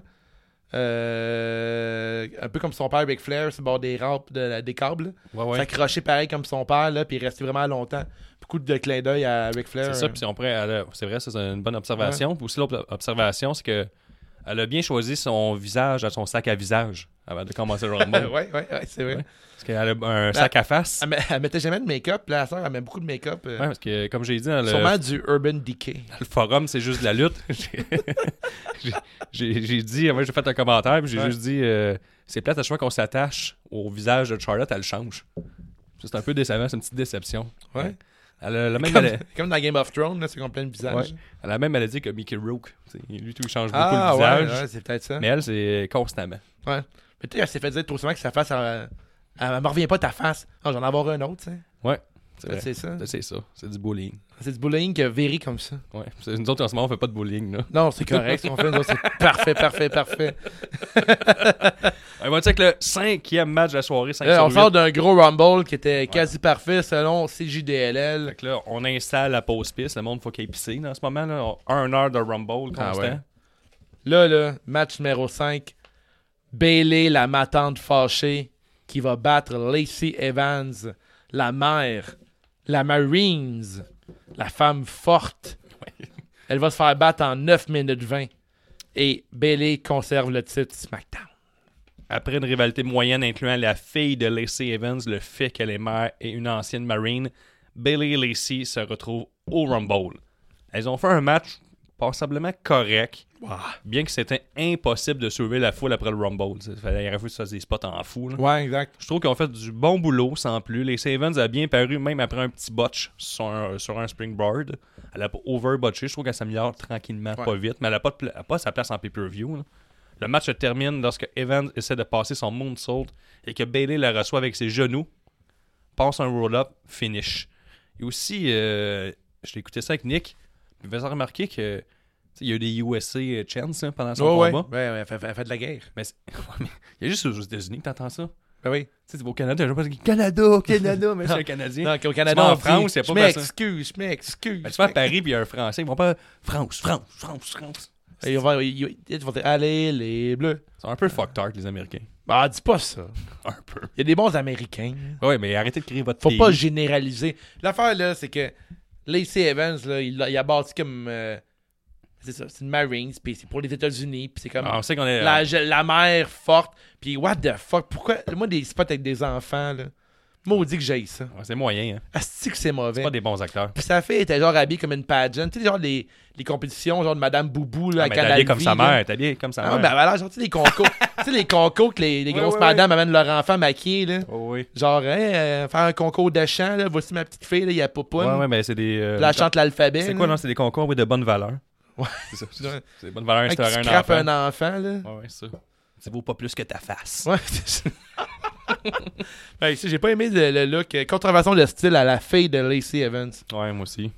Speaker 1: euh, un peu comme son père Ric Flair, sur le bord des rampes, de la- des câbles.
Speaker 4: Ouais, ouais.
Speaker 1: S'accrocher pareil comme son père, là, puis rester vraiment longtemps. Beaucoup de clins d'œil à Ric Flair.
Speaker 4: C'est ça, puis si on prend- elle a- c'est vrai, ça, c'est une bonne observation. Puis aussi, l'autre observation, c'est que elle a bien choisi son visage, son sac à visage, avant de commencer le
Speaker 1: Euh,
Speaker 4: Rumble.
Speaker 1: ouais, ouais, ouais, c'est vrai.
Speaker 4: Ouais. Parce qu'elle a un sac à face.
Speaker 1: Elle, met- elle mettait jamais de make-up, là, la sœur, elle met beaucoup de make-up. euh,
Speaker 4: Ouais, parce que, comme j'ai dit dans le,
Speaker 1: Sûrement du Urban Decay.
Speaker 4: le forum, c'est juste de la lutte. J'ai- j'ai- j'ai j'ai dit, moi, j'ai fait un commentaire, puis j'ai
Speaker 1: Ouais.
Speaker 4: juste dit, euh, c'est plate à chaque fois qu'on s'attache au visage de Charlotte, elle le change. Ça, C'est un peu décevant, c'est une petite déception.
Speaker 1: Ouais.
Speaker 4: Elle a la même,
Speaker 1: Comme,
Speaker 4: mala-
Speaker 1: comme dans Game of Thrones, là, c'est qu'on plein de visage.
Speaker 4: ouais. elle a la même maladie que Mickey Rook. T'sais, Lui, tout, il change
Speaker 1: Ah,
Speaker 4: beaucoup le
Speaker 1: ouais,
Speaker 4: visage.
Speaker 1: ouais, c'est peut-être ça.
Speaker 4: Mais elle, c'est constamment.
Speaker 1: Ouais. Mais tu sais, elle s'est fait dire trop souvent que sa face, elle, elle, elle me revient pas ta face. Non, j'en ai avoir un autre, tu sais.
Speaker 4: Ouais.
Speaker 1: Fait
Speaker 4: C'est
Speaker 1: que
Speaker 4: vrai.
Speaker 1: C'est ça.
Speaker 4: Là, C'est ça. C'est du bullying.
Speaker 1: C'est du bullying qui vérit comme ça.
Speaker 4: Ouais. C'est- Nous autres, en ce moment, on fait pas de bullying. Là.
Speaker 1: Non, c'est correct. ce qu'on fait, nous autres, c'est parfait, parfait, parfait.
Speaker 4: On va dire que le cinquième match de la soirée, 5
Speaker 1: Là, on
Speaker 4: sur
Speaker 1: sort
Speaker 4: huit.
Speaker 1: d'un gros Rumble qui était quasi parfait selon CJDLL.
Speaker 4: Fait que là, on installe la pause piste. Le monde, faut qu'il pisse en ce moment. Là. On- Un heure de rumble constant.
Speaker 1: Ah ouais. Là, là, match numéro 5. Bailey, la matante fâchée, qui va battre Lacey Evans, la mère, la Marines, la femme forte. Elle va se faire battre en 9 minutes 20. Et Bailey conserve le titre SmackDown.
Speaker 4: Après une rivalité moyenne incluant la fille de Lacey Evans, le fait qu'elle est mère et une ancienne Marine, Bailey et Lacey se retrouvent au Rumble. Elles ont fait un match passablement correct, bien que c'était impossible de sauver la foule après le Rumble. Il fallait il aurait fallu que se fasse des spots en fou. là.
Speaker 1: Ouais, exact.
Speaker 4: Je trouve qu'ils ont fait du bon boulot sans plus. Lacey Evans a bien paru même après un petit botch sur un, sur un springboard. Elle a pas overbotché. Je trouve qu'elle s'améliore tranquillement, pas vite, mais elle n'a pas, de pla- elle a pas sa place en pay-per-view. là. Le match se termine lorsque Evans essaie de passer son moonsault et que Bailey la reçoit avec ses genoux, passe un roll-up, finish. Et aussi, euh, je l'ai écouté ça avec Nick, il me faisait remarquer que tu sais, il y a eu des USA chants hein, pendant son
Speaker 1: ouais, ouais.
Speaker 4: combat.
Speaker 1: Ouais, ouais, elle fait, elle fait de la guerre.
Speaker 4: Mais c'est- il y a juste aux États-Unis que t'entends ça.
Speaker 1: Ben oui.
Speaker 4: Tu sais, tu vas au Canada, je pense que Canada, Canada, mais c'est un Canadien.
Speaker 1: Non, qu'au
Speaker 4: Tu
Speaker 1: Canada,
Speaker 4: vas en
Speaker 1: on dit,
Speaker 4: France, il n'y a
Speaker 1: Je
Speaker 4: pas personne.
Speaker 1: m'excuse, je m'excuse.
Speaker 4: Ben, tu vas à Paris, puis il y a un Français, ils vont pas France, France, France, France.
Speaker 1: Ben, Ils vont, ils- ils vont dire, allez, les bleus.
Speaker 4: Ils sont un peu fucked les Américains.
Speaker 1: Bah, dis pas ça.
Speaker 4: Un peu.
Speaker 1: Il y a des bons Américains.
Speaker 4: Ah Ouais, mais arrêtez de crier votre
Speaker 1: Faut
Speaker 4: pays.
Speaker 1: pas généraliser. L'affaire, là, c'est que Lacey Evans, là, il, il a bâti comme. euh, c'est ça, c'est une Marines, puis c'est pour les États-Unis, puis c'est comme.
Speaker 4: Ah, on sait qu'on est.
Speaker 1: la, je- la mère forte, puis what the fuck, pourquoi. Moi, des spots avec des enfants, là. Maudit que j'ai ça.
Speaker 4: Ouais, c'est moyen, hein.
Speaker 1: Asti que c'est mauvais.
Speaker 4: C'est pas des bons acteurs.
Speaker 1: Puis sa fille était genre habillée comme une pageant. Tu sais, genre les, les compétitions, genre de Madame Boubou, là,
Speaker 4: Ah,
Speaker 1: à
Speaker 4: mais
Speaker 1: Canal
Speaker 4: t'as comme
Speaker 1: Vie,
Speaker 4: sa
Speaker 1: là.
Speaker 4: mère, t'as bien comme sa
Speaker 1: Ah, ben
Speaker 4: mère.
Speaker 1: voilà, genre, tu sais, les concours. tu sais, les concours que les, les grosses
Speaker 4: ouais,
Speaker 1: madames amènent leur enfant maquillé, là.
Speaker 4: Oh, oui.
Speaker 1: Genre, Hey, euh, faire un concours de chant, là. Voici ma petite fille, là, il y a Popoun.
Speaker 4: Ouais, ouais, mais c'est des. euh,
Speaker 1: Puis là, elle chante l'alphabet.
Speaker 4: C'est quoi,
Speaker 1: là.
Speaker 4: non? C'est des concours oui, de bonne valeur.
Speaker 1: Ouais.
Speaker 4: C'est ça. C'est
Speaker 1: Ouais.
Speaker 4: c'est des bonnes valeurs,
Speaker 1: Hein,
Speaker 4: c'est
Speaker 1: qui
Speaker 4: un
Speaker 1: scrape
Speaker 4: enfant.
Speaker 1: un enfant, là.
Speaker 4: Ouais, ouais, c'est ça. Ça vaut pas plus que ta face.
Speaker 1: Ouais, c'est Hey, tu sais, j'ai pas aimé le, le look. euh, Contravention de style à la fille de Lacey Evans.
Speaker 4: Ouais, moi aussi.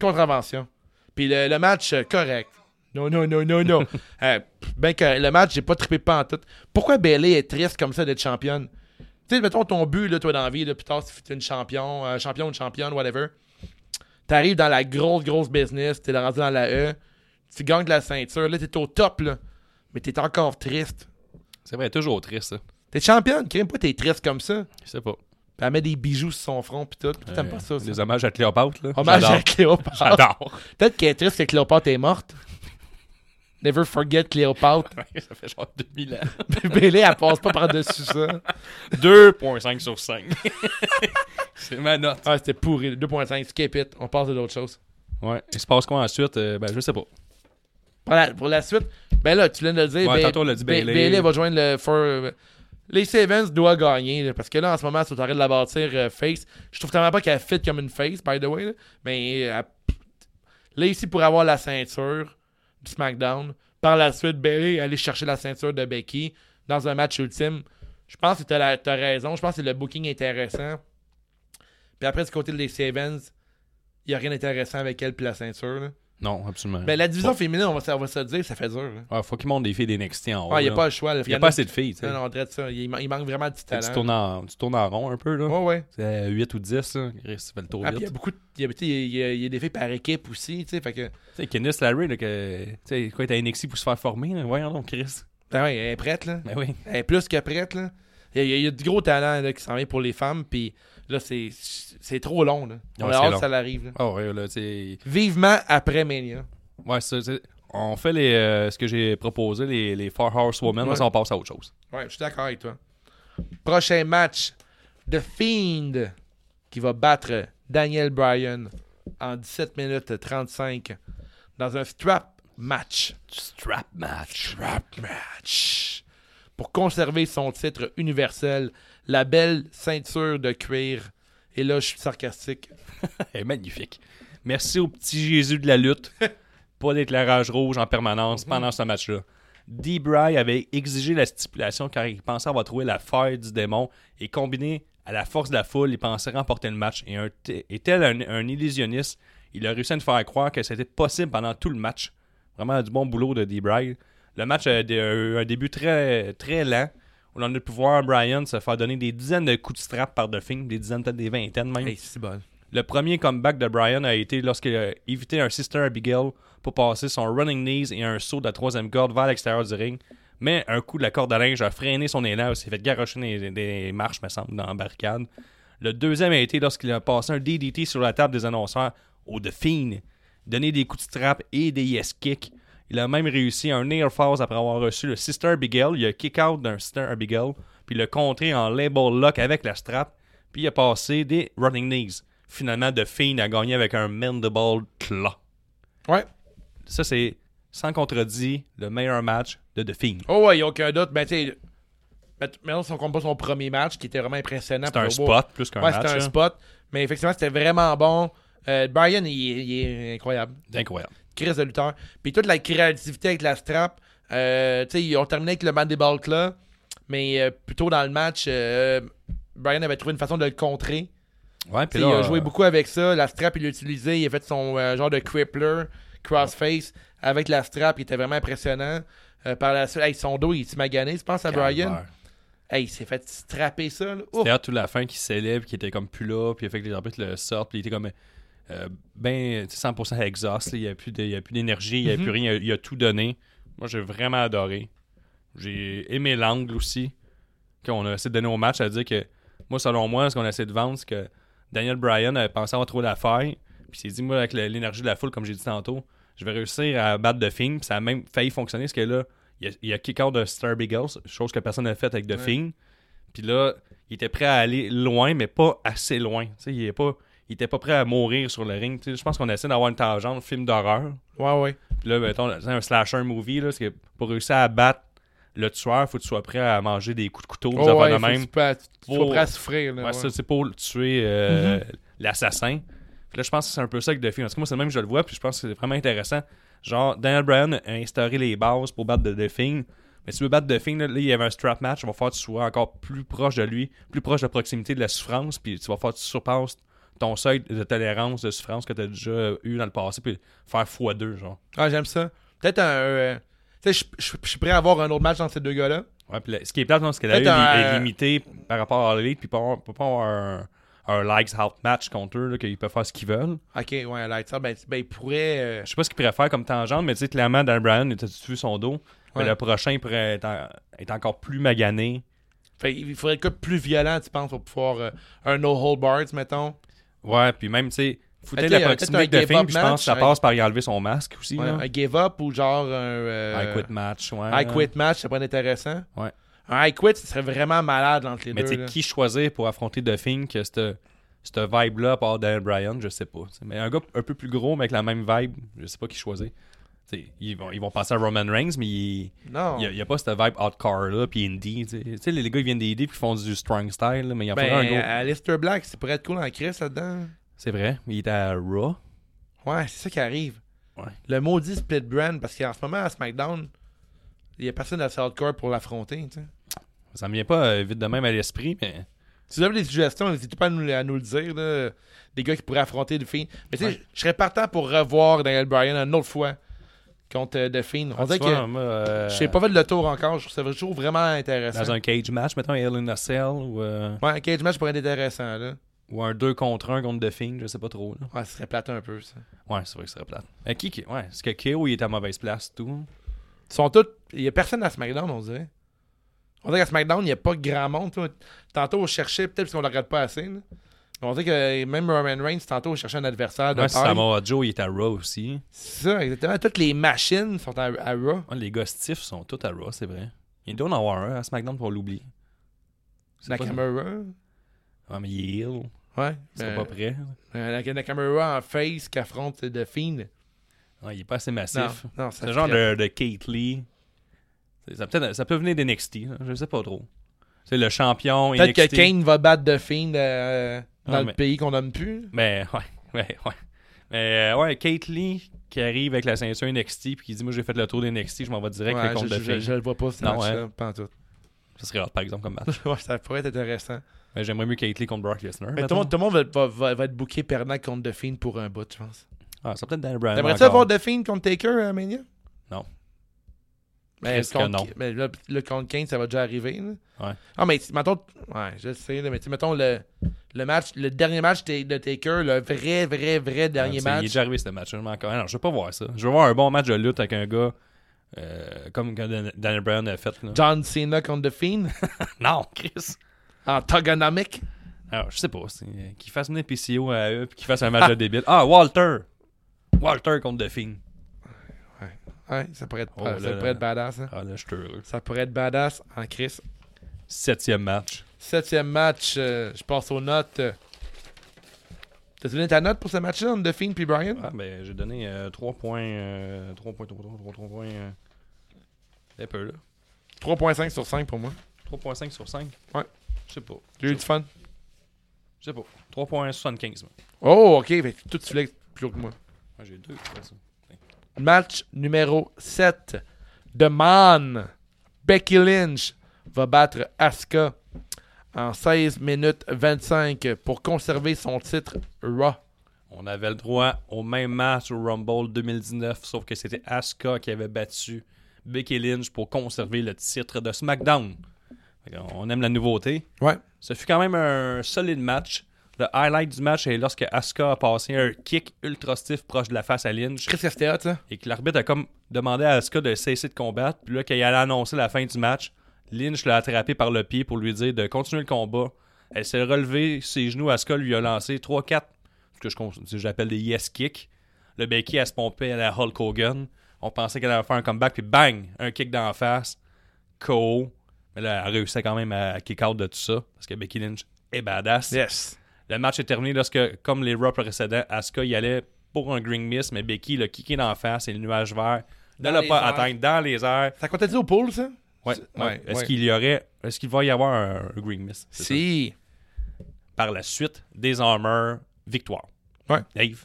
Speaker 1: Contravention. Puis le, le match, euh, correct. Non, non, non, non, non. Euh, pff, ben que le match, j'ai pas trippé pas en tout. Pourquoi Bailey est triste comme ça d'être championne? Tu sais, mettons ton but, là, toi, dans la vie, là, plus tard, si t'es une champion, euh, champion, une championne, whatever. T'arrives dans la grosse, grosse business, t'es rendu dans la E, tu gagnes de la ceinture, là, t'es au top, là. Mais t'es encore triste.
Speaker 4: C'est vrai, toujours triste, ça.
Speaker 1: T'es championne, crime pas, t'es triste comme ça.
Speaker 4: Je sais pas.
Speaker 1: Puis elle met des bijoux sur son front, puis tout. Puis t'aimes pas ça, ça.
Speaker 4: Les hommages à Cléopâtre, là.
Speaker 1: Hommage
Speaker 4: J'adore.
Speaker 1: à Cléopâtre.
Speaker 4: J'adore.
Speaker 1: Peut-être qu'elle est triste que Cléopâtre est morte. Never forget Cléopâtre.
Speaker 4: Ouais, ça fait genre 2000 ans.
Speaker 1: Puis Bélé, elle passe pas par-dessus ça.
Speaker 4: 2.5 sur 5. c'est ma note.
Speaker 1: Ah, c'était pourri. 2.5, skip it. On passe à d'autres choses.
Speaker 4: Ouais. Il se passe quoi ensuite? Euh, ben, je sais pas.
Speaker 1: Pour la, pour la suite, ben là, tu viens de le dire.
Speaker 4: Ouais,
Speaker 1: Ba-
Speaker 4: tantôt, on l'a dit, ben,
Speaker 1: Ba-
Speaker 4: Bayley.
Speaker 1: Bayley va joindre le. For, les Sevens doit gagner. là, parce que là, en ce moment, c'est au taré de la bâtir euh, face. Je trouve tellement pas qu'elle fit comme une face, by the way. là. Mais euh, elle- là, ici, pour avoir la ceinture du SmackDown, par la suite, Bayley aller chercher la ceinture de Becky dans un match ultime. Je pense que t'as la- t'as raison. Je pense que c'est le booking intéressant. Puis après, du côté des Sevens, il n'y a rien d'intéressant avec elle puis la ceinture. là.
Speaker 4: Non, absolument.
Speaker 1: Ben, la division féminine, on va, se- on va se le dire, ça fait dur. là.
Speaker 4: Ouais, Ah, faut qu'ils montent des filles des NXT en haut.
Speaker 1: Ouais, il n'y Ah, a
Speaker 4: Oh, là.
Speaker 1: pas le choix.
Speaker 4: Il y a pas assez de filles, tu sais.
Speaker 1: Non, non, on dirait ça. Il, man- il manque vraiment du
Speaker 4: Tu
Speaker 1: talent.
Speaker 4: tournes, en, tu tournes en rond un peu, là.
Speaker 1: Ouais, ouais.
Speaker 4: C'est à 8 ou 10, là. Chris, tu fais le tour
Speaker 1: Ah, puis il y a
Speaker 4: vite.
Speaker 1: beaucoup de- il y a- tu sais, Il y a- il y a des filles par équipe aussi, tu sais. Fait que.
Speaker 4: Tu sais, Kenneth Larry, là, que. Tu sais, quoi, t'as NXT pour se faire former, là. Voyons donc, Chris.
Speaker 1: Ben ouais, elle est prête, là.
Speaker 4: Ben oui.
Speaker 1: Elle est plus que prête, là. Il y a, il y a- il y a du gros talent là, qui s'en vient pour les femmes, puis là, c'est c'est trop long, là. On
Speaker 4: Ouais,
Speaker 1: a
Speaker 4: c'est
Speaker 1: hâte
Speaker 4: long.
Speaker 1: que ça l'arrive, là.
Speaker 4: Ah ouais, là, tu sais.
Speaker 1: Vivement après Mania.
Speaker 4: Ouais, ça, tu sais, On fait les, euh, ce que j'ai proposé, les, les Four Horsewomen, là,
Speaker 1: Ouais.
Speaker 4: ça, on passe à autre chose.
Speaker 1: Ouais, je suis d'accord avec toi. Prochain match, The Fiend qui va battre Daniel Bryan en 17 minutes 35 dans un strap match.
Speaker 4: Strap match.
Speaker 1: Strap match. Pour conserver son titre universel, la belle ceinture de cuir. Et là, je suis sarcastique.
Speaker 4: Eh, magnifique. Merci au petit Jésus de la lutte. pas d'éclairage rouge en permanence pendant ce match-là. Dee Bry avait exigé la stipulation car il pensait avoir trouvé la faille du démon et combiné à la force de la foule, il pensait remporter le match. Et, un t- et tel un, un illusionniste, il a réussi à nous faire croire que c'était possible pendant tout le match. Vraiment du bon boulot de Dee Bry. Le match a dé- a eu un début très, très lent. On a pu voir Bryan se faire donner des dizaines de coups de strap par The Fiend, des dizaines, peut-être des vingtaines même.
Speaker 1: c'est bon.
Speaker 4: Le premier comeback de Bryan a été lorsqu'il a évité un Sister Abigail pour passer son running knees et un saut de la troisième corde vers l'extérieur du ring. Mais un coup de la corde à linge a freiné son élan. Il s'est fait garrocher des, des marches, me semble, dans la barricade. Le deuxième a été lorsqu'il a passé un DDT sur la table des annonceurs au The Fiend. Donné des coups de strap et des yes kicks. Il a même réussi un air force après avoir reçu le Sister Abigail. Il a kick out d'un Sister Abigail, puis le contré en label lock avec la strap, puis il a passé des running knees. Finalement, The Fiend a gagné avec un mandible claw.
Speaker 1: Ouais.
Speaker 4: Ça, c'est sans contredit le meilleur match de The Fiend.
Speaker 1: Oh ouais, il n'y a aucun doute. Ben, tu sais, ben, t- maintenant, son combat, son premier match, qui était vraiment impressionnant.
Speaker 4: C'est un
Speaker 1: Puis, wow.
Speaker 4: spot plus qu'un
Speaker 1: Ah, Ouais,
Speaker 4: match. hein.
Speaker 1: c'était un
Speaker 4: là.
Speaker 1: spot. Mais effectivement, c'était vraiment bon. Euh, Brian, il, est- il est incroyable.
Speaker 4: C'est incroyable.
Speaker 1: Chris de lutteur. Puis toute la créativité avec la strap. euh, tu sais, ils ont terminé avec le Mandiball là. Mais euh, plutôt dans le match, euh, Brian avait trouvé une façon de le contrer.
Speaker 4: Ouais,
Speaker 1: Tu sais,
Speaker 4: puis là,
Speaker 1: il a
Speaker 4: euh,
Speaker 1: joué beaucoup avec ça. La strap, il l'a utilisé. Il a fait son euh, genre de crippler, crossface, avec la strap. Il était vraiment impressionnant. Euh, par la suite, hey, son dos, il s'est magané. Je pense à Brian.
Speaker 4: calvaire.
Speaker 1: Hey, il s'est fait strapper ça. là. Ouf.
Speaker 4: D'ailleurs, toute la fin qui célèbre, qui était comme plus là, puis il a fait que les arbitres le sortent, puis il était comme euh, ben tu sais, 100% exhaust, là, il n'y a plus de- il y a plus d'énergie, il n'y a plus rien, il a, il a tout donné. Moi, j'ai vraiment adoré. J'ai aimé l'angle aussi qu'on a essayé de donner au match, à dire que moi, selon moi, ce qu'on a essayé de vendre, c'est que Daniel Bryan avait pensé avoir trouvé la faille, puis il s'est dit, moi, avec le- l'énergie de la foule, comme j'ai dit tantôt, je vais réussir à battre The Fiend, puis ça a même failli fonctionner, parce que là, il y a, il y a kick-out de Star Beagles, chose que personne n'a faite avec The Fiend. Puis là, il était prêt à aller loin, mais pas assez loin. Tu sais, il, est pas, il était pas prêt à mourir sur le ring. Tu sais, je pense qu'on essaie d'avoir une tangente, film d'horreur.
Speaker 1: Ouais, ouais.
Speaker 4: Puis là, mettons, c'est un slasher movie, là, parce que pour réussir à battre le tueur, faut que tu sois prêt à manger des coups de couteau, des
Speaker 1: Oh,
Speaker 4: affaires
Speaker 1: ouais,
Speaker 4: de
Speaker 1: faut que
Speaker 4: même.
Speaker 1: Tu peux, tu- tu sois
Speaker 4: Faut-
Speaker 1: prêt à souffrir. Là,
Speaker 4: Ouais,
Speaker 1: ouais.
Speaker 4: ça, c'est pour tuer euh, l'assassin. Puis là, je pense que c'est un peu ça que The Fiend. En tout cas, moi, c'est le même que je le vois, puis je pense que c'est vraiment intéressant. Genre, Daniel Bryan a instauré les bases pour battre The Fiend. Mais si tu veux battre The Fiend, là, là, il y avait un strap match, il va falloir que tu sois encore plus proche de lui, plus proche de la proximité de la souffrance, puis tu vas falloir que tu surpasses ton seuil de tolérance de souffrance que tu as déjà eu dans le passé, puis faire x2, genre.
Speaker 1: Ah, j'aime ça. Peut-être un. euh, tu sais, je- je je suis prêt à avoir un autre match entre ces deux gars-là.
Speaker 4: Ouais, puis le- ce qui est plate, non, c'est que la
Speaker 1: Peut-être
Speaker 4: lutte est
Speaker 1: un-
Speaker 4: limitée par rapport à la lutte, puis pas avoir- pas avoir un, un likes out match contre eux, là, qu'ils peuvent faire ce qu'ils veulent.
Speaker 1: Ok, ouais, like ça, ben, ben, il pourrait. euh,
Speaker 4: Je sais pas ce qu'il pourrait faire comme tangente, mais tu sais, clairement, Dan Bryan, il t'as-tu vu son dos? Mais
Speaker 1: Ouais.
Speaker 4: le prochain, il pourrait être, en- être encore plus magané.
Speaker 1: fait, il faudrait que plus violent, tu penses, pour pouvoir. euh, un no hold bars, mettons.
Speaker 4: Ouais, puis même, tu sais, foutait
Speaker 1: Ah,
Speaker 4: la
Speaker 1: t'sais,
Speaker 4: proximité
Speaker 1: peut-être
Speaker 4: de
Speaker 1: un
Speaker 4: film,
Speaker 1: give-up
Speaker 4: puis je pense que ça
Speaker 1: match,
Speaker 4: passe par y enlever son masque aussi.
Speaker 1: Ouais,
Speaker 4: là.
Speaker 1: un give up ou genre un. euh,
Speaker 4: I quit match, ouais.
Speaker 1: I quit match, ça pourrait être intéressant.
Speaker 4: Ouais.
Speaker 1: Un I quit, ce serait vraiment malade entre les
Speaker 4: Mais tu
Speaker 1: deux.
Speaker 4: sais,
Speaker 1: là.
Speaker 4: qui choisir pour affronter The Thing que cette, cette vibe-là, à part Dan Bryan, je sais pas. tu sais. Mais un gars un peu plus gros, mais avec la même vibe, je sais pas qui choisir. Tu sais, Ils vont, ils vont passer à Roman Reigns, mais il
Speaker 1: Non.
Speaker 4: n'y a, il y a pas cette vibe hardcore-là, puis indie. tu sais. Tu sais, les les gars, ils viennent des idées, puis ils font du strong style, là, mais il y en a pas un
Speaker 1: Ben,
Speaker 4: gros.
Speaker 1: Alistair Black, ça pourrait être cool en Chris là-dedans.
Speaker 4: C'est vrai, il est à Raw.
Speaker 1: Ouais, c'est ça qui arrive.
Speaker 4: Ouais.
Speaker 1: Le maudit split brand, parce qu'en ce moment, à SmackDown, il n'y a personne assez hardcore pour l'affronter. tu sais.
Speaker 4: Ça me vient pas euh, vite de même à l'esprit, mais
Speaker 1: Si vous avez des suggestions, n'hésitez pas à nous, à nous le dire. là. Des gars qui pourraient affronter The Fiend. Mais tu sais, je- je serais partant pour revoir Daniel Bryan une autre fois contre euh, The Fiend. On dirait
Speaker 4: Ah, Tu
Speaker 1: que
Speaker 4: vois, moi, euh,
Speaker 1: je n'ai pas fait le tour encore. Je trouve ça toujours vraiment intéressant.
Speaker 4: dans un cage match, mettons, Hell in a Cell ou, euh,
Speaker 1: Ouais, un cage match pourrait être intéressant. Là.
Speaker 4: ou un 2 contre 1 contre The Fiend, je sais pas trop. là.
Speaker 1: Ouais, ce serait plate un peu. Ça.
Speaker 4: Ouais, c'est vrai que ce serait plate. Mais qui, qui- ouais, est-ce que KO il est à mauvaise place, tout
Speaker 1: Ils sont tous. Il n'y a personne à SmackDown, on dirait. On dirait qu'à SmackDown, il n'y a pas grand monde. toi. Tantôt, on cherchait, peut-être parce qu'on ne le regarde pas assez. là. Mais On dirait que même Roman Reigns, tantôt, on cherchait un adversaire Ah, de
Speaker 4: Ouais,
Speaker 1: taille.
Speaker 4: Samoa Joe, il est à Raw aussi.
Speaker 1: C'est ça, exactement. Toutes les machines sont à, à Raw.
Speaker 4: Ouais, les gars stiffs sont tous à Raw, c'est vrai. Il doit en avoir un à SmackDown pour l'oublier. C'est pas-
Speaker 1: Nakamura.
Speaker 4: Ouais, mais il est ill.
Speaker 1: Ouais.
Speaker 4: Il sera
Speaker 1: euh,
Speaker 4: pas prêt.
Speaker 1: euh, Nak- Nakamura en face qui affronte The Fiend.
Speaker 4: Ouais, il est pas assez
Speaker 1: Non,
Speaker 4: massif.
Speaker 1: non, ça
Speaker 4: C'est le
Speaker 1: se
Speaker 4: genre
Speaker 1: traite.
Speaker 4: de, de Kate Lee. C'est- Ça peut, ça peut venir d'NXT, hein, je sais pas trop. C'est le champion
Speaker 1: Peut-être
Speaker 4: NXT.
Speaker 1: que Kane va battre The Fiend euh, dans
Speaker 4: Ah,
Speaker 1: le
Speaker 4: mais-
Speaker 1: pays qu'on nomme plus.
Speaker 4: Mais ouais, ouais, ouais. Mais euh, ouais, Kate Lee qui arrive avec la ceinture NXT puis qui dit Moi j'ai fait le tour d'NXT, je m'en vais direct
Speaker 1: Ouais,
Speaker 4: le
Speaker 1: je,
Speaker 4: compte de
Speaker 1: je- je-
Speaker 4: filles.
Speaker 1: je le vois pas, ce
Speaker 4: Non,
Speaker 1: match-là, pas en tout.
Speaker 4: Ce serait hot par exemple comme match.
Speaker 1: Ouais, ça pourrait être intéressant.
Speaker 4: Mais j'aimerais mieux Kate Lee contre Brock Lesnar.
Speaker 1: Mais tout
Speaker 4: mettons.
Speaker 1: le monde, tout le monde va, va- va- va être booké perdant contre The Fiend pour un bout, je pense.
Speaker 4: Ah, ça peut être Dan Bryan.
Speaker 1: T'aimerais-tu
Speaker 4: encore.
Speaker 1: avoir The Fiend contre Taker à Mania?
Speaker 4: Non.
Speaker 1: Mais,
Speaker 4: Presque
Speaker 1: contre-
Speaker 4: non.
Speaker 1: mais là, le contre Kane, ça va déjà arriver. là.
Speaker 4: Ouais.
Speaker 1: Ah, mais mettons, ouais, je sais, là, mais tu sais, mettons le, le match, le dernier match de, de Taker, le vrai, vrai, vrai
Speaker 4: Ah,
Speaker 1: dernier
Speaker 4: c'est- Il est
Speaker 1: match.
Speaker 4: déjà arrivé ce match. Je m'en encore. Non, je veux pas voir ça. Je veux voir un bon match de lutte avec un gars euh, comme quand Dan- Daniel Bryan a fait. là.
Speaker 1: John Cena contre The Fiend
Speaker 4: Non, Chris.
Speaker 1: en togonomique.
Speaker 4: Alors, je sais pas. c'est- euh, Qu'ils fassent une PCO à eux puis qu'ils fassent un match de débile. Ah, Walter. Walter contre The Fiend.
Speaker 1: Ouais, ça pourrait être, ah,
Speaker 4: Oh
Speaker 1: ça
Speaker 4: là là.
Speaker 1: pourrait être badass. hein.
Speaker 4: Ah là, je suis heureux.
Speaker 1: Ça pourrait être badass en Chris.
Speaker 4: Septième match.
Speaker 1: Septième match, euh, je passe aux notes. euh. T'as-tu donné ta note pour ce match-là entre The Fiend puis Brian?
Speaker 4: Ah, ben, j'ai donné euh, 3 points. euh, 3 points, 3 points, 3 points, 3 points. euh, un peu, là.
Speaker 1: 3.5 sur 5 pour moi.
Speaker 4: 3.5 sur 5.
Speaker 1: Ouais.
Speaker 4: Je sais pas.
Speaker 1: J'ai eu du fun.
Speaker 4: Je sais pas. 3.75. moi.
Speaker 1: Oh, ok. Fait que tout tu voulais plus haut que moi.
Speaker 4: Moi, j'ai 2.
Speaker 1: Match numéro 7. The Man. Becky Lynch va battre Asuka en 16 minutes 25 pour conserver son titre Raw.
Speaker 4: On avait le droit au même match au Rumble 2019, sauf que c'était Asuka qui avait battu Becky Lynch pour conserver le titre de SmackDown. On aime la nouveauté.
Speaker 1: Ouais.
Speaker 4: Ce fut quand même un solide match. Le highlight du match est lorsque Asuka a passé un kick ultra stiff proche de la face à Lynch
Speaker 1: Chris Castea, ça.
Speaker 4: et que l'arbitre a comme demandé à Asuka de cesser de combattre. Puis là, quand il allait annoncer la fin du match, Lynch l'a attrapé par le pied pour lui dire de continuer le combat. Elle s'est relevée sur ses genoux. Asuka lui a lancé 3-4, ce que je cons- ce que j'appelle des yes kicks. Le Becky, elle se pompait à la Hulk Hogan. On pensait qu'elle allait faire un comeback, puis bang, un kick d'en face. KO. Mais là, elle réussissait quand même à kick out de tout ça parce que Becky Lynch est badass.
Speaker 1: Yes.
Speaker 4: Le match est terminé lorsque, comme les Raw précédents, Asuka y allait pour un green miss, mais Becky l'a kické dans la face et le nuage vert ne
Speaker 1: Dans
Speaker 4: l'a
Speaker 1: les
Speaker 4: pas
Speaker 1: airs.
Speaker 4: atteint dans les airs.
Speaker 1: Ça comptait-tu au pool, ça?
Speaker 4: Ouais,
Speaker 1: C'est-
Speaker 4: ouais.
Speaker 1: ouais,
Speaker 4: Est-ce
Speaker 1: ouais.
Speaker 4: qu'il y aurait. Est-ce qu'il va y avoir un, un green miss? C'est ça.
Speaker 1: Si.
Speaker 4: Par la suite, des armeurs, victoire.
Speaker 1: Ouais.
Speaker 4: Dave,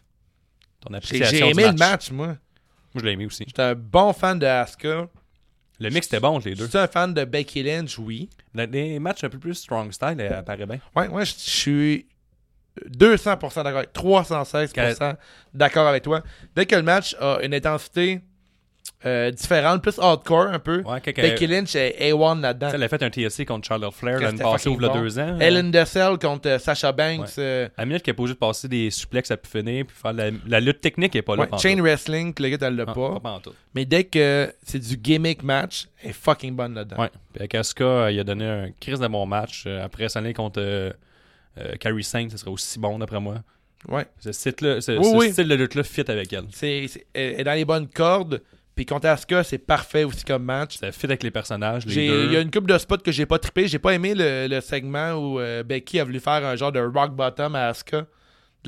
Speaker 4: ton
Speaker 1: J'ai
Speaker 4: appréciation.
Speaker 1: j'ai
Speaker 4: du
Speaker 1: aimé le match, moi.
Speaker 4: Moi, je l'ai aimé aussi.
Speaker 1: J'étais un bon fan de Asuka.
Speaker 4: Le mix était bon, les
Speaker 1: Je
Speaker 4: deux.
Speaker 1: suis un fan de Becky Lynch, oui.
Speaker 4: Dans les matchs un peu plus strong style,
Speaker 1: euh,
Speaker 4: elle apparaît bien.
Speaker 1: Ouais, moi, je je suis 200% d'accord avec 316% d'accord avec toi. Dès que le match a une intensité euh, différente, plus hardcore un peu,
Speaker 4: Ouais, quelqu'un-
Speaker 1: Becky Lynch est A1 là-dedans.
Speaker 4: Elle a fait un TLC contre Charlotte Flair
Speaker 1: C'était
Speaker 4: l'année passée,
Speaker 1: fucking
Speaker 4: ouvre
Speaker 1: bon.
Speaker 4: deux ans.
Speaker 1: Ellen Dessel contre euh, Sasha Banks. euh,
Speaker 4: La minute qui est pas obligée de passer des suplexes à pu finir, puis faire la, la lutte technique est pas là.
Speaker 1: ouais,
Speaker 4: pantoute.
Speaker 1: chain wrestling, que le gars, elle l'a
Speaker 4: Ah,
Speaker 1: pas.
Speaker 4: pantoute.
Speaker 1: Mais dès que c'est du gimmick match, elle est fucking bonne là-dedans.
Speaker 4: Ouais. Puis avec Asuka, euh, il a donné un crise de bon match. Euh, Après s'en aller contre euh, euh, Carrie Saint, ce serait aussi bon d'après moi.
Speaker 1: Ouais.
Speaker 4: Ce, style-là- ce-
Speaker 1: Oui,
Speaker 4: ce
Speaker 1: oui.
Speaker 4: style de lutte-là fit avec elle.
Speaker 1: C'est, c'est- elle est dans les bonnes cordes. Puis contre Asuka, c'est parfait aussi comme match.
Speaker 4: Ça fit avec les personnages, les
Speaker 1: J'ai-
Speaker 4: deux.
Speaker 1: Il y a une coupe de spots que j'ai pas trippé. J'ai pas aimé le, le segment où euh, Becky a voulu faire un genre de rock bottom à Asuka de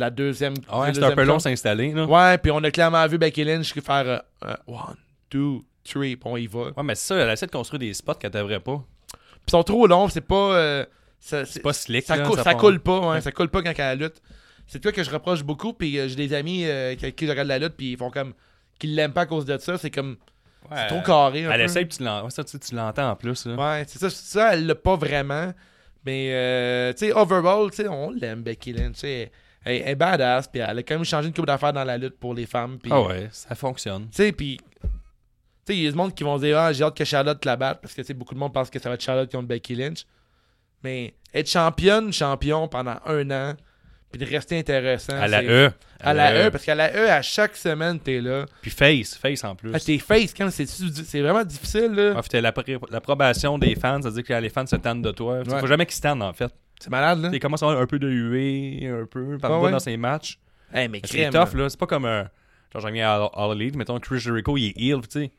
Speaker 1: la deuxième.
Speaker 4: Ah ouais,
Speaker 1: du
Speaker 4: c'est un peu
Speaker 1: deuxième
Speaker 4: long
Speaker 1: compte.
Speaker 4: s'installer. là. Ouais.
Speaker 1: Ouais, puis on a clairement vu Becky Lynch faire euh, euh, one, two, three, puis on y va.
Speaker 4: mais c'est ça, elle essaie de construire des spots qu'elle devrait pas.
Speaker 1: Puis ils sont trop longs, c'est pas. euh, ça, c'est-
Speaker 4: Pas slick.
Speaker 1: ça,
Speaker 4: là,
Speaker 1: cou- ça
Speaker 4: part-
Speaker 1: coule pas, hein, ça coule pas quand elle lutte. C'est toi que je reproche beaucoup, puis euh, j'ai des amis euh, avec qui je regarde la lutte, puis ils font comme. qu'ils l'aiment pas à cause de ça, c'est comme.
Speaker 4: Ouais,
Speaker 1: c'est trop
Speaker 4: elle-
Speaker 1: carré. un
Speaker 4: Elle
Speaker 1: peu.
Speaker 4: essaie, puis tu l'en- ouais, ça, tu tu l'entends en plus. là.
Speaker 1: Ouais, c'est ça, c'est ça, elle l'a pas vraiment. Mais, euh, tu sais, overall, tu sais, on l'aime, Becky Lynch. tu sais. Elle, elle est badass, puis elle a quand même changé une coupe d'affaires dans la lutte pour les femmes. Puis,
Speaker 4: Ah ouais, ça fonctionne.
Speaker 1: Tu sais, puis. Tu sais, il y a du monde qui vont dire, ah, j'ai hâte que Charlotte la batte, parce que, tu sais, beaucoup de monde pense que ça va être Charlotte contre Becky Lynch. Mais être championne, champion pendant un an, puis de rester intéressant.
Speaker 4: À la
Speaker 1: c'est-
Speaker 4: E.
Speaker 1: À la E, parce qu'à la E, à chaque semaine, t'es là.
Speaker 4: Puis face, face en plus.
Speaker 1: Ah, t'es face, quand même, c'est c'est vraiment difficile, là.
Speaker 4: Ah, puis t'as l'appro- l'approbation des fans, ça veut dire que les fans se tannent de toi.
Speaker 1: Ouais.
Speaker 4: Faut jamais qu'ils se tannent en fait.
Speaker 1: C'est malade, là.
Speaker 4: Ils commencent à avoir un peu de huée, un peu, par
Speaker 1: Ah
Speaker 4: bout
Speaker 1: Hein? ouais?
Speaker 4: dans ces matchs.
Speaker 1: Hey, mais
Speaker 4: C'est
Speaker 1: crème,
Speaker 4: tough, là. C'est pas comme un. Genre, j'en viens à All Elite, mettons, Chris Jericho, il est heal, tu sais.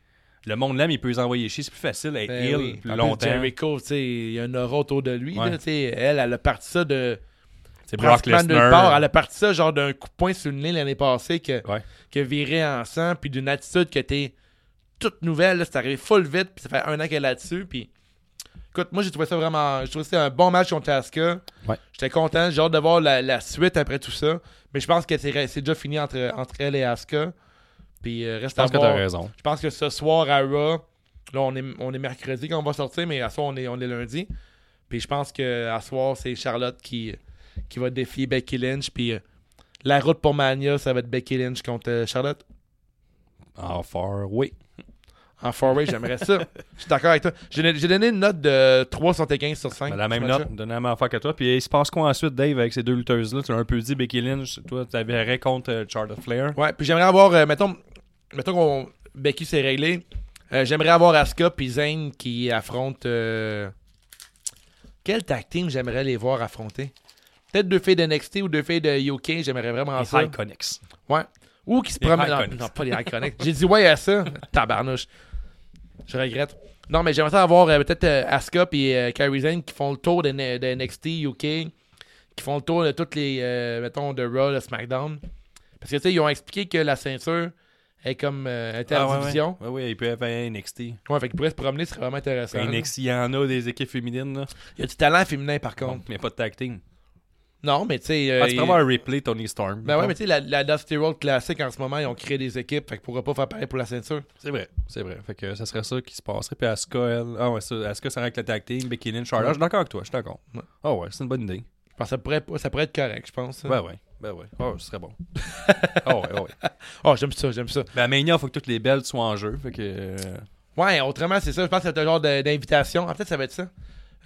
Speaker 4: Le monde l'aime, il peut les envoyer chier, c'est plus facile à être
Speaker 1: Ben
Speaker 4: heel
Speaker 1: oui.
Speaker 4: plus
Speaker 1: En plus,
Speaker 4: longtemps.
Speaker 1: Jericho, tu sais, il y a un aura autour de lui.
Speaker 4: Ouais.
Speaker 1: là, tu sais. elle, elle a parti ça de.
Speaker 4: C'est Brock
Speaker 1: pratiquement nulle part. Elle
Speaker 4: Lesnar.
Speaker 1: a parti ça genre d'un coup de poing sur le nez l'année passée que,
Speaker 4: Ouais.
Speaker 1: que virait en sang, puis d'une attitude que t'es toute nouvelle. là, C'est arrivé full vite, puis ça fait un an qu'elle est là-dessus. Puis. Écoute, moi j'ai trouvé ça vraiment. J'ai trouvé ça un bon match contre Asuka.
Speaker 4: Ouais.
Speaker 1: J'étais content, j'ai hâte de voir la, la suite après tout ça. Mais je pense que c'est c'est déjà fini entre, entre elle et Asuka. Puis euh, reste
Speaker 4: Je pense
Speaker 1: à
Speaker 4: que t'as
Speaker 1: voir.
Speaker 4: raison.
Speaker 1: Je pense que ce soir à Raw, là on est, on est mercredi quand on va sortir, mais à soir on est, on est lundi. Puis je pense que à soir, c'est Charlotte qui, qui va défier Becky Lynch. Puis euh, la route pour Mania, ça va être Becky Lynch contre euh, Charlotte.
Speaker 4: En Ah, fort, oui.
Speaker 1: En four-way, j'aimerais ça. Je suis d'accord avec toi. J'ai j'ai donné une note de 3,75 sur 5.
Speaker 4: Mais la même note, donner la même affaire que toi. Puis il se passe quoi ensuite, Dave, avec ces deux lutteuses-là Tu l'as un peu dit, Becky Lynch, toi, tu avais contre euh, Charlotte Flair.
Speaker 1: Ouais, puis j'aimerais avoir, euh, mettons, mettons qu'on Becky s'est réglé. Euh, j'aimerais avoir Asuka puis Zayn qui affrontent. euh, Quel tag team j'aimerais les voir affronter Peut-être deux filles de NXT ou deux filles de UK, j'aimerais vraiment ça.
Speaker 4: Les Iconics.
Speaker 1: Ouais. Ou qui se
Speaker 4: Les
Speaker 1: promènent. Non,
Speaker 4: Iconics.
Speaker 1: non, pas les Iconics. J'ai dit ouais à ça. Tabarnouche. Je regrette. Non, mais j'aimerais ça avoir euh, peut-être euh, Asuka et Carrie Zane qui font le tour de, N- de NXT UK, qui font le tour de toutes les, euh, mettons, de Raw, de SmackDown. Parce que, tu sais, ils ont expliqué que la ceinture est comme euh, interdivision.
Speaker 4: Ah, ouais, ouais. ouais, ouais, il peut y avoir un NXT.
Speaker 1: ouais. fait qu'ils pourraient se promener, ce serait vraiment intéressant. là.
Speaker 4: NXT, il y en a des équipes féminines, là.
Speaker 1: Il y a du talent féminin, par contre.
Speaker 4: Bon, mais pas de tag team.
Speaker 1: Non, mais tu sais. euh,
Speaker 4: Ah, tu
Speaker 1: il-
Speaker 4: peux avoir un replay Tony Storm.
Speaker 1: Ben ouais,
Speaker 4: mettons.
Speaker 1: mais tu sais, la, la Dusty Road classique en ce moment, ils ont créé des équipes, fait qu'ils pourraient pas faire pareil pour la ceinture.
Speaker 4: C'est vrai, c'est vrai. Fait que euh, ça serait ça qui se passerait. Puis Asuka, elle. Ah ouais, ça, Asuka, ça avec la tag team, Becky Lynch, Charlotte. Je suis d'accord avec toi, je suis d'accord. Ah
Speaker 1: Ouais.
Speaker 4: ouais, c'est une bonne idée.
Speaker 1: Je pense que ça pourrait, ça pourrait être correct, je pense.
Speaker 4: Ben ouais, ben ouais. Ah ouais, ce serait bon. Ah ouais, ah ouais.
Speaker 1: Oh, j'aime ça, j'aime ça.
Speaker 4: Ben à Mania, faut que toutes les belles soient en jeu. Fait que. euh,
Speaker 1: Ouais, autrement, c'est ça. Je pense que c'est un genre de- d'invitation. En fait, ça va être ça.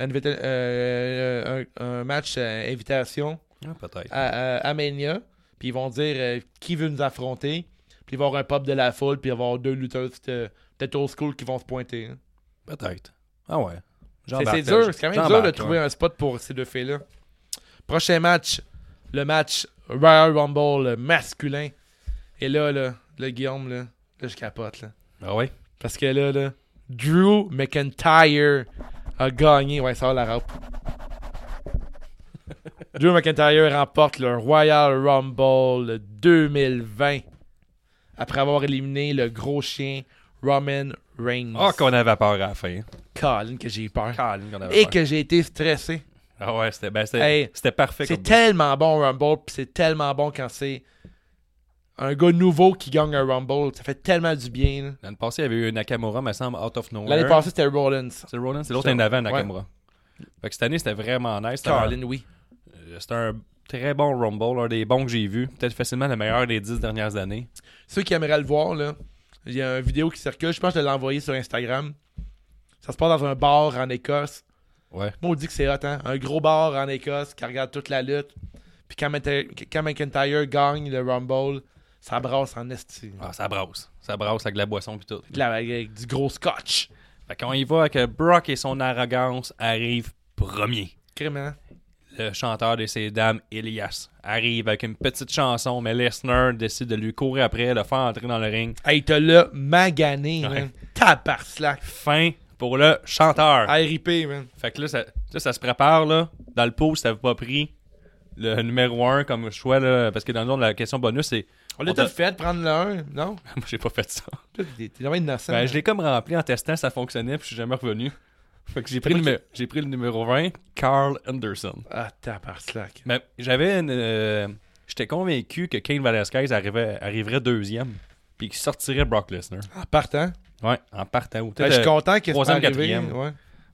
Speaker 1: Un, invita- euh, un- un match euh, invitation
Speaker 4: ah, peut-être.
Speaker 1: à, à, à Mania. Puis ils vont dire euh, qui veut nous affronter. Puis il va y avoir un pop de la foule. Puis il va y avoir deux lutteurs peut-être old school qui vont se pointer. hein.
Speaker 4: Peut-être. Ah ouais.
Speaker 1: C'est- C'est
Speaker 4: J'embarque, là.
Speaker 1: dur. C'est quand même dur de
Speaker 4: J'embarque,
Speaker 1: trouver
Speaker 4: ouais.
Speaker 1: un spot pour ces deux filles-là. Prochain match. Le match Royal Rumble masculin. Et là, là, le Guillaume, là, là, je capote. Là.
Speaker 4: Ah ouais.
Speaker 1: Parce que là, là, Drew McIntyre a gagné. Ouais, ça va la rap. Drew McIntyre remporte le Royal Rumble 2020 après avoir éliminé le gros chien Roman Reigns.
Speaker 4: Ah, qu'on avait peur à la fin.
Speaker 1: Colin, que j'ai peur.
Speaker 4: Colin, qu'on avait
Speaker 1: Et
Speaker 4: peur.
Speaker 1: que j'ai été stressé.
Speaker 4: Ah ouais, c'était ben, c'était-
Speaker 1: Hey,
Speaker 4: c'était parfait.
Speaker 1: C'est
Speaker 4: comme-
Speaker 1: tellement bon un Rumble, puis c'est tellement bon quand c'est un gars nouveau qui gagne un Rumble. Ça fait tellement du bien. là.
Speaker 4: L'année passée, il y avait eu Nakamura, me semble, out of nowhere.
Speaker 1: L'année passée, c'était Rollins.
Speaker 4: C'est Rollins, c'est l'autre année d'avant, Nakamura. Fait que cette année, c'était vraiment nice. C'était un-
Speaker 1: Colin, oui.
Speaker 4: euh, C'était un très bon Rumble, un des bons que j'ai vu. Peut-être facilement le meilleur des dix dernières années.
Speaker 1: Ceux qui aimeraient le voir, là, il y a une vidéo qui circule. Je pense que je l'ai envoyée sur Instagram. Ça se passe dans un bar en Écosse.
Speaker 4: Ouais.
Speaker 1: Moi, on dit que c'est hot, hein? Un gros bar en Écosse qui regarde toute la lutte. Puis quand, Mata- quand McIntyre gagne le Rumble, ça brasse en esti.
Speaker 4: Ah, ça brasse. Ça brasse avec la boisson pis tout.
Speaker 1: De la- avec du gros scotch.
Speaker 4: Fait qu'on y voit que Brock et son arrogance arrivent premier.
Speaker 1: Crime, hein?
Speaker 4: Le chanteur de ces dames, Elias, arrive avec une petite chanson, mais Lesnar décide de lui courir après, le faire entrer dans le ring.
Speaker 1: Hey, t'as le magané,
Speaker 4: Ouais.
Speaker 1: man. Tabar slack.
Speaker 4: Fin pour le chanteur.
Speaker 1: RIP, man.
Speaker 4: Fait que là, ça, ça, ça se prépare, là. Dans le pot, si t'avais pas pris le numéro 1 comme choix, là, parce que dans le fond, la question bonus, c'est...
Speaker 1: On l'a
Speaker 4: On t'a-
Speaker 1: tout fait, prendre le 1, non?
Speaker 4: Moi, j'ai pas fait ça.
Speaker 1: Toi, T'es t'es vraiment innocent.
Speaker 4: Ben,
Speaker 1: hein.
Speaker 4: je l'ai comme rempli en testant, ça fonctionnait, puis je suis jamais revenu. Fait que j'ai pris, le numé- j'ai pris le numéro 20, Carl Anderson.
Speaker 1: Ah, tabar slack.
Speaker 4: Mais j'avais une... euh, J'étais convaincu que Kane Velasquez arrivait, arriverait deuxième, puis qu'il sortirait Brock Lesnar.
Speaker 1: En Ah, partant.
Speaker 4: Ouais, en partant. Ou
Speaker 1: Ben,
Speaker 4: peut-être,
Speaker 1: je suis
Speaker 4: euh,
Speaker 1: content que c'est
Speaker 4: Ben, troisième,
Speaker 1: arrivé.
Speaker 4: quatrième.
Speaker 1: Ouais.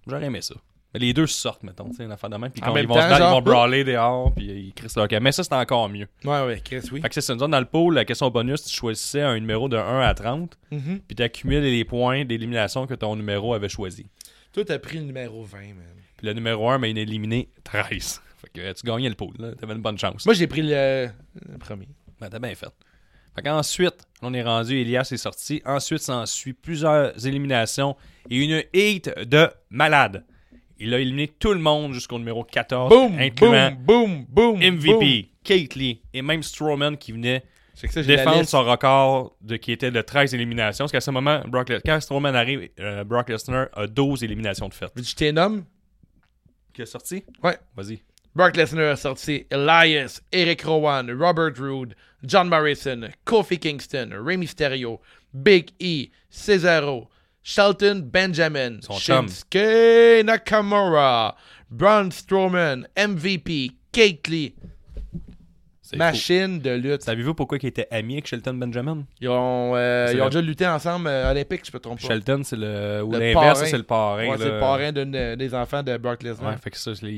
Speaker 4: J'aurais aimé ça. Mais les deux sortent, mettons, tu sais, une affaire de même. Puis
Speaker 1: En
Speaker 4: quand
Speaker 1: même
Speaker 4: ils vont
Speaker 1: temps,
Speaker 4: se battre, ils
Speaker 1: genre,
Speaker 4: vont brawler dehors, puis ils crissent leur camp. Mais ça, c'est encore mieux.
Speaker 1: Ouais, ouais, Chris, oui.
Speaker 4: Fait que c'est ça, nous autres, dans le pool, la question bonus, tu choisissais un numéro de 1 à 30,
Speaker 1: Mhm.
Speaker 4: puis tu accumules les points d'élimination que ton numéro avait choisi.
Speaker 1: Toi, t'as pris le numéro 20, man.
Speaker 4: Puis le numéro 1, mais il a éliminé 13. Fait que euh, tu gagnais le pool, là. T'avais une bonne chance.
Speaker 1: Moi, j'ai pris le, le premier.
Speaker 4: Ben, t'as bien fait. Fait qu'ensuite, on est rendu, Elias est sorti. Ensuite, s'ensuit plusieurs éliminations et une hit de malade. Il a éliminé tout le monde jusqu'au numéro 14,
Speaker 1: Boum,
Speaker 4: incluant
Speaker 1: boum, boom, boom.
Speaker 4: MVP, Kate Lee et même Strowman qui venait
Speaker 1: C'est que ça, j'ai la
Speaker 4: défendre
Speaker 1: liste.
Speaker 4: son record de, qui était de 13 éliminations. Parce qu'à ce moment, Brock Les- quand Strowman arrive, euh, Brock Lesnar a 12 éliminations de fait.
Speaker 1: Veux-tu que je t'ai nomme?
Speaker 4: Qui a sorti?
Speaker 1: Ouais.
Speaker 4: Vas-y.
Speaker 1: Brock Lesnar a sorti Elias, Eric Rowan, Robert Roode, John Morrison, Kofi Kingston, Rey Mysterio, Big E, Cesaro, Shelton Benjamin,
Speaker 4: Son chum.
Speaker 1: Shinsuke Nakamura, Braun Strowman, MVP, Kate Lee.
Speaker 4: C'est faux.
Speaker 1: Machine de lutte.
Speaker 4: Savez-vous pourquoi il était ami avec Shelton Benjamin?
Speaker 1: Ils ont, euh,
Speaker 4: C'est
Speaker 1: ils ont
Speaker 4: le-
Speaker 1: déjà lutté ensemble euh, olympique, je peux tromper.
Speaker 4: Shelton, c'est le. Ou
Speaker 1: Le
Speaker 4: l'inverse,
Speaker 1: parrain.
Speaker 4: c'est le parrain.
Speaker 1: Ouais, c'est
Speaker 4: là.
Speaker 1: le parrain d'une, euh, des enfants de Brock Lesnar.
Speaker 4: Ouais, fait que ça, c'est- il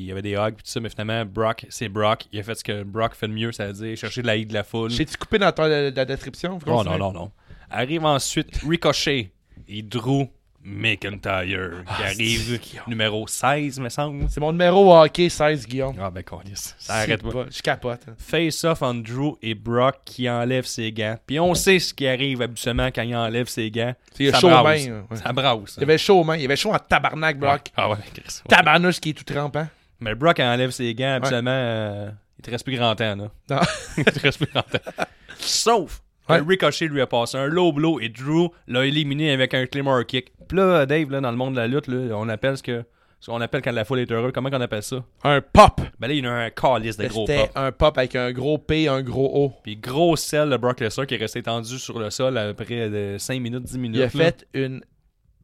Speaker 4: il y avait des hugs pis tout ça, mais finalement, Brock, c'est Brock. Il a fait ce que Brock fait de mieux, c'est-à-dire chercher de la haine de la foule.
Speaker 1: J'ai-tu coupé dans ta- la, la description? Faut
Speaker 4: Oh
Speaker 1: continuer.
Speaker 4: non, non, non. Arrive ensuite Ricochet et Drew McIntyre, Ah, qui hein? arrive numéro 16, me semble.
Speaker 1: C'est mon numéro hockey 16, Guillaume.
Speaker 4: Ah ben, câlisse. Ça arrête
Speaker 1: C'est
Speaker 4: pas.
Speaker 1: pas- Je capote. hein.
Speaker 4: Face-off entre Drew et Brock qui enlève ses gants. Puis on sait ce qui arrive habituellement quand il enlève ses gants.
Speaker 1: C'est
Speaker 4: ça
Speaker 1: chaud aux
Speaker 4: brasse.
Speaker 1: mains, ouais.
Speaker 4: Ça brasse.
Speaker 1: Il y avait chaud, man. Il y avait chaud en tabarnak, Brock.
Speaker 4: Ah ouais, Chris. Ouais.
Speaker 1: Tabarnouche qui est tout trempant.
Speaker 4: Mais Brock enlève ses gants habituellement. euh, il te reste plus grand temps, là.
Speaker 1: Non.
Speaker 4: il te reste plus grand temps. Sauf que
Speaker 1: Ouais.
Speaker 4: Ricochet lui a passé un low blow et Drew l'a éliminé avec un Claymore kick. Puis là, Dave, là, dans le monde de la lutte, là, on appelle ce que. Ce qu'on appelle quand la foule est heureuse, comment qu'on appelle ça?
Speaker 1: Un pop.
Speaker 4: Ben là, il y a eu un calice de gros
Speaker 1: C'était
Speaker 4: pop.
Speaker 1: un pop avec un gros P, un gros O.
Speaker 4: Puis gros sel de Brock Lesnar qui est resté tendu sur le sol à près de 5 minutes, 10 minutes.
Speaker 1: Il a
Speaker 4: là.
Speaker 1: fait une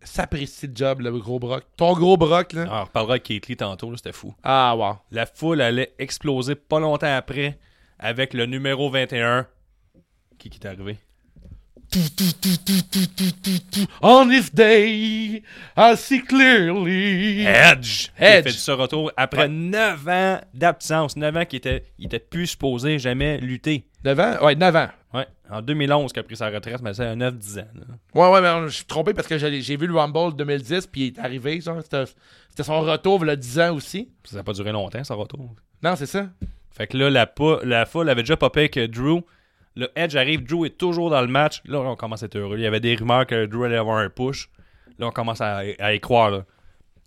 Speaker 1: sapristi de job, le gros Brock. Ton gros Brock, là.
Speaker 4: Ah, on reparlera avec Keith Lee tantôt, là, c'était fou.
Speaker 1: Ah, wow.
Speaker 4: La foule allait exploser pas longtemps après avec le numéro 21. Qui, qui est arrivé?
Speaker 1: On this day, I see clearly.
Speaker 4: Edge.
Speaker 1: Edge.
Speaker 4: Qui a fait ce retour après 9 ans d'absence. 9 ans qu'il était, il était plus supposé jamais lutter.
Speaker 1: 9 ans? Ouais, 9 ans.
Speaker 4: Ouais. En 2011 qu'il a pris sa retraite, mais c'est à 9-10 ans. là.
Speaker 1: Ouais, ouais, mais je suis trompé parce que j'ai j'ai vu le Rumble 2010, puis il est arrivé, genre. C'était c'était son retour, le 10 ans aussi.
Speaker 4: Ça n'a pas duré longtemps, son retour.
Speaker 1: Non, c'est ça?
Speaker 4: Fait que là, la, po- la foule avait déjà popé avec euh, Drew. Le Edge arrive, Drew est toujours dans le match. Là, on commence à être heureux. Il y avait des rumeurs que Drew allait avoir un push. Là, on commence à, à y croire. Là,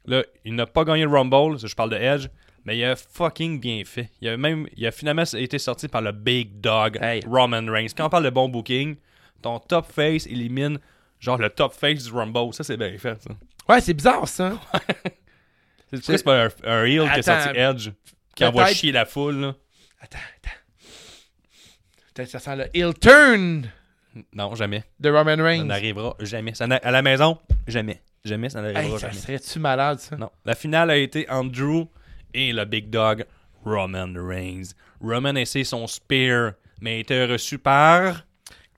Speaker 4: Là, il n'a pas gagné le Rumble, ça, je parle de Edge, mais il a fucking bien fait. Il a même il a finalement été sorti par le Big Dog
Speaker 1: Hey.
Speaker 4: Roman Reigns. Quand on parle de bon booking, ton top face élimine Genre le top face du Rumble. Ça, c'est bien fait, ça.
Speaker 1: Ouais, c'est bizarre, ça.
Speaker 4: C'est pourquoi c'est pas un, un heel qui a
Speaker 1: Attends.
Speaker 4: sorti Edge qui envoie
Speaker 1: Peut-être.
Speaker 4: chier la foule, là.
Speaker 1: Attends, attends. Putain, Ça sent le heel turn
Speaker 4: Non, jamais.
Speaker 1: de Roman
Speaker 4: Ça
Speaker 1: Reigns.
Speaker 4: n'arrivera jamais. Ça n'a- à la maison, jamais. Jamais, ça n'arrivera
Speaker 1: Hey, ça
Speaker 4: jamais.
Speaker 1: serait-tu malade, ça?
Speaker 4: Non. La finale a été Andrew et le Big Dog, Roman Reigns. Roman a essayé son spear, mais a été reçu par.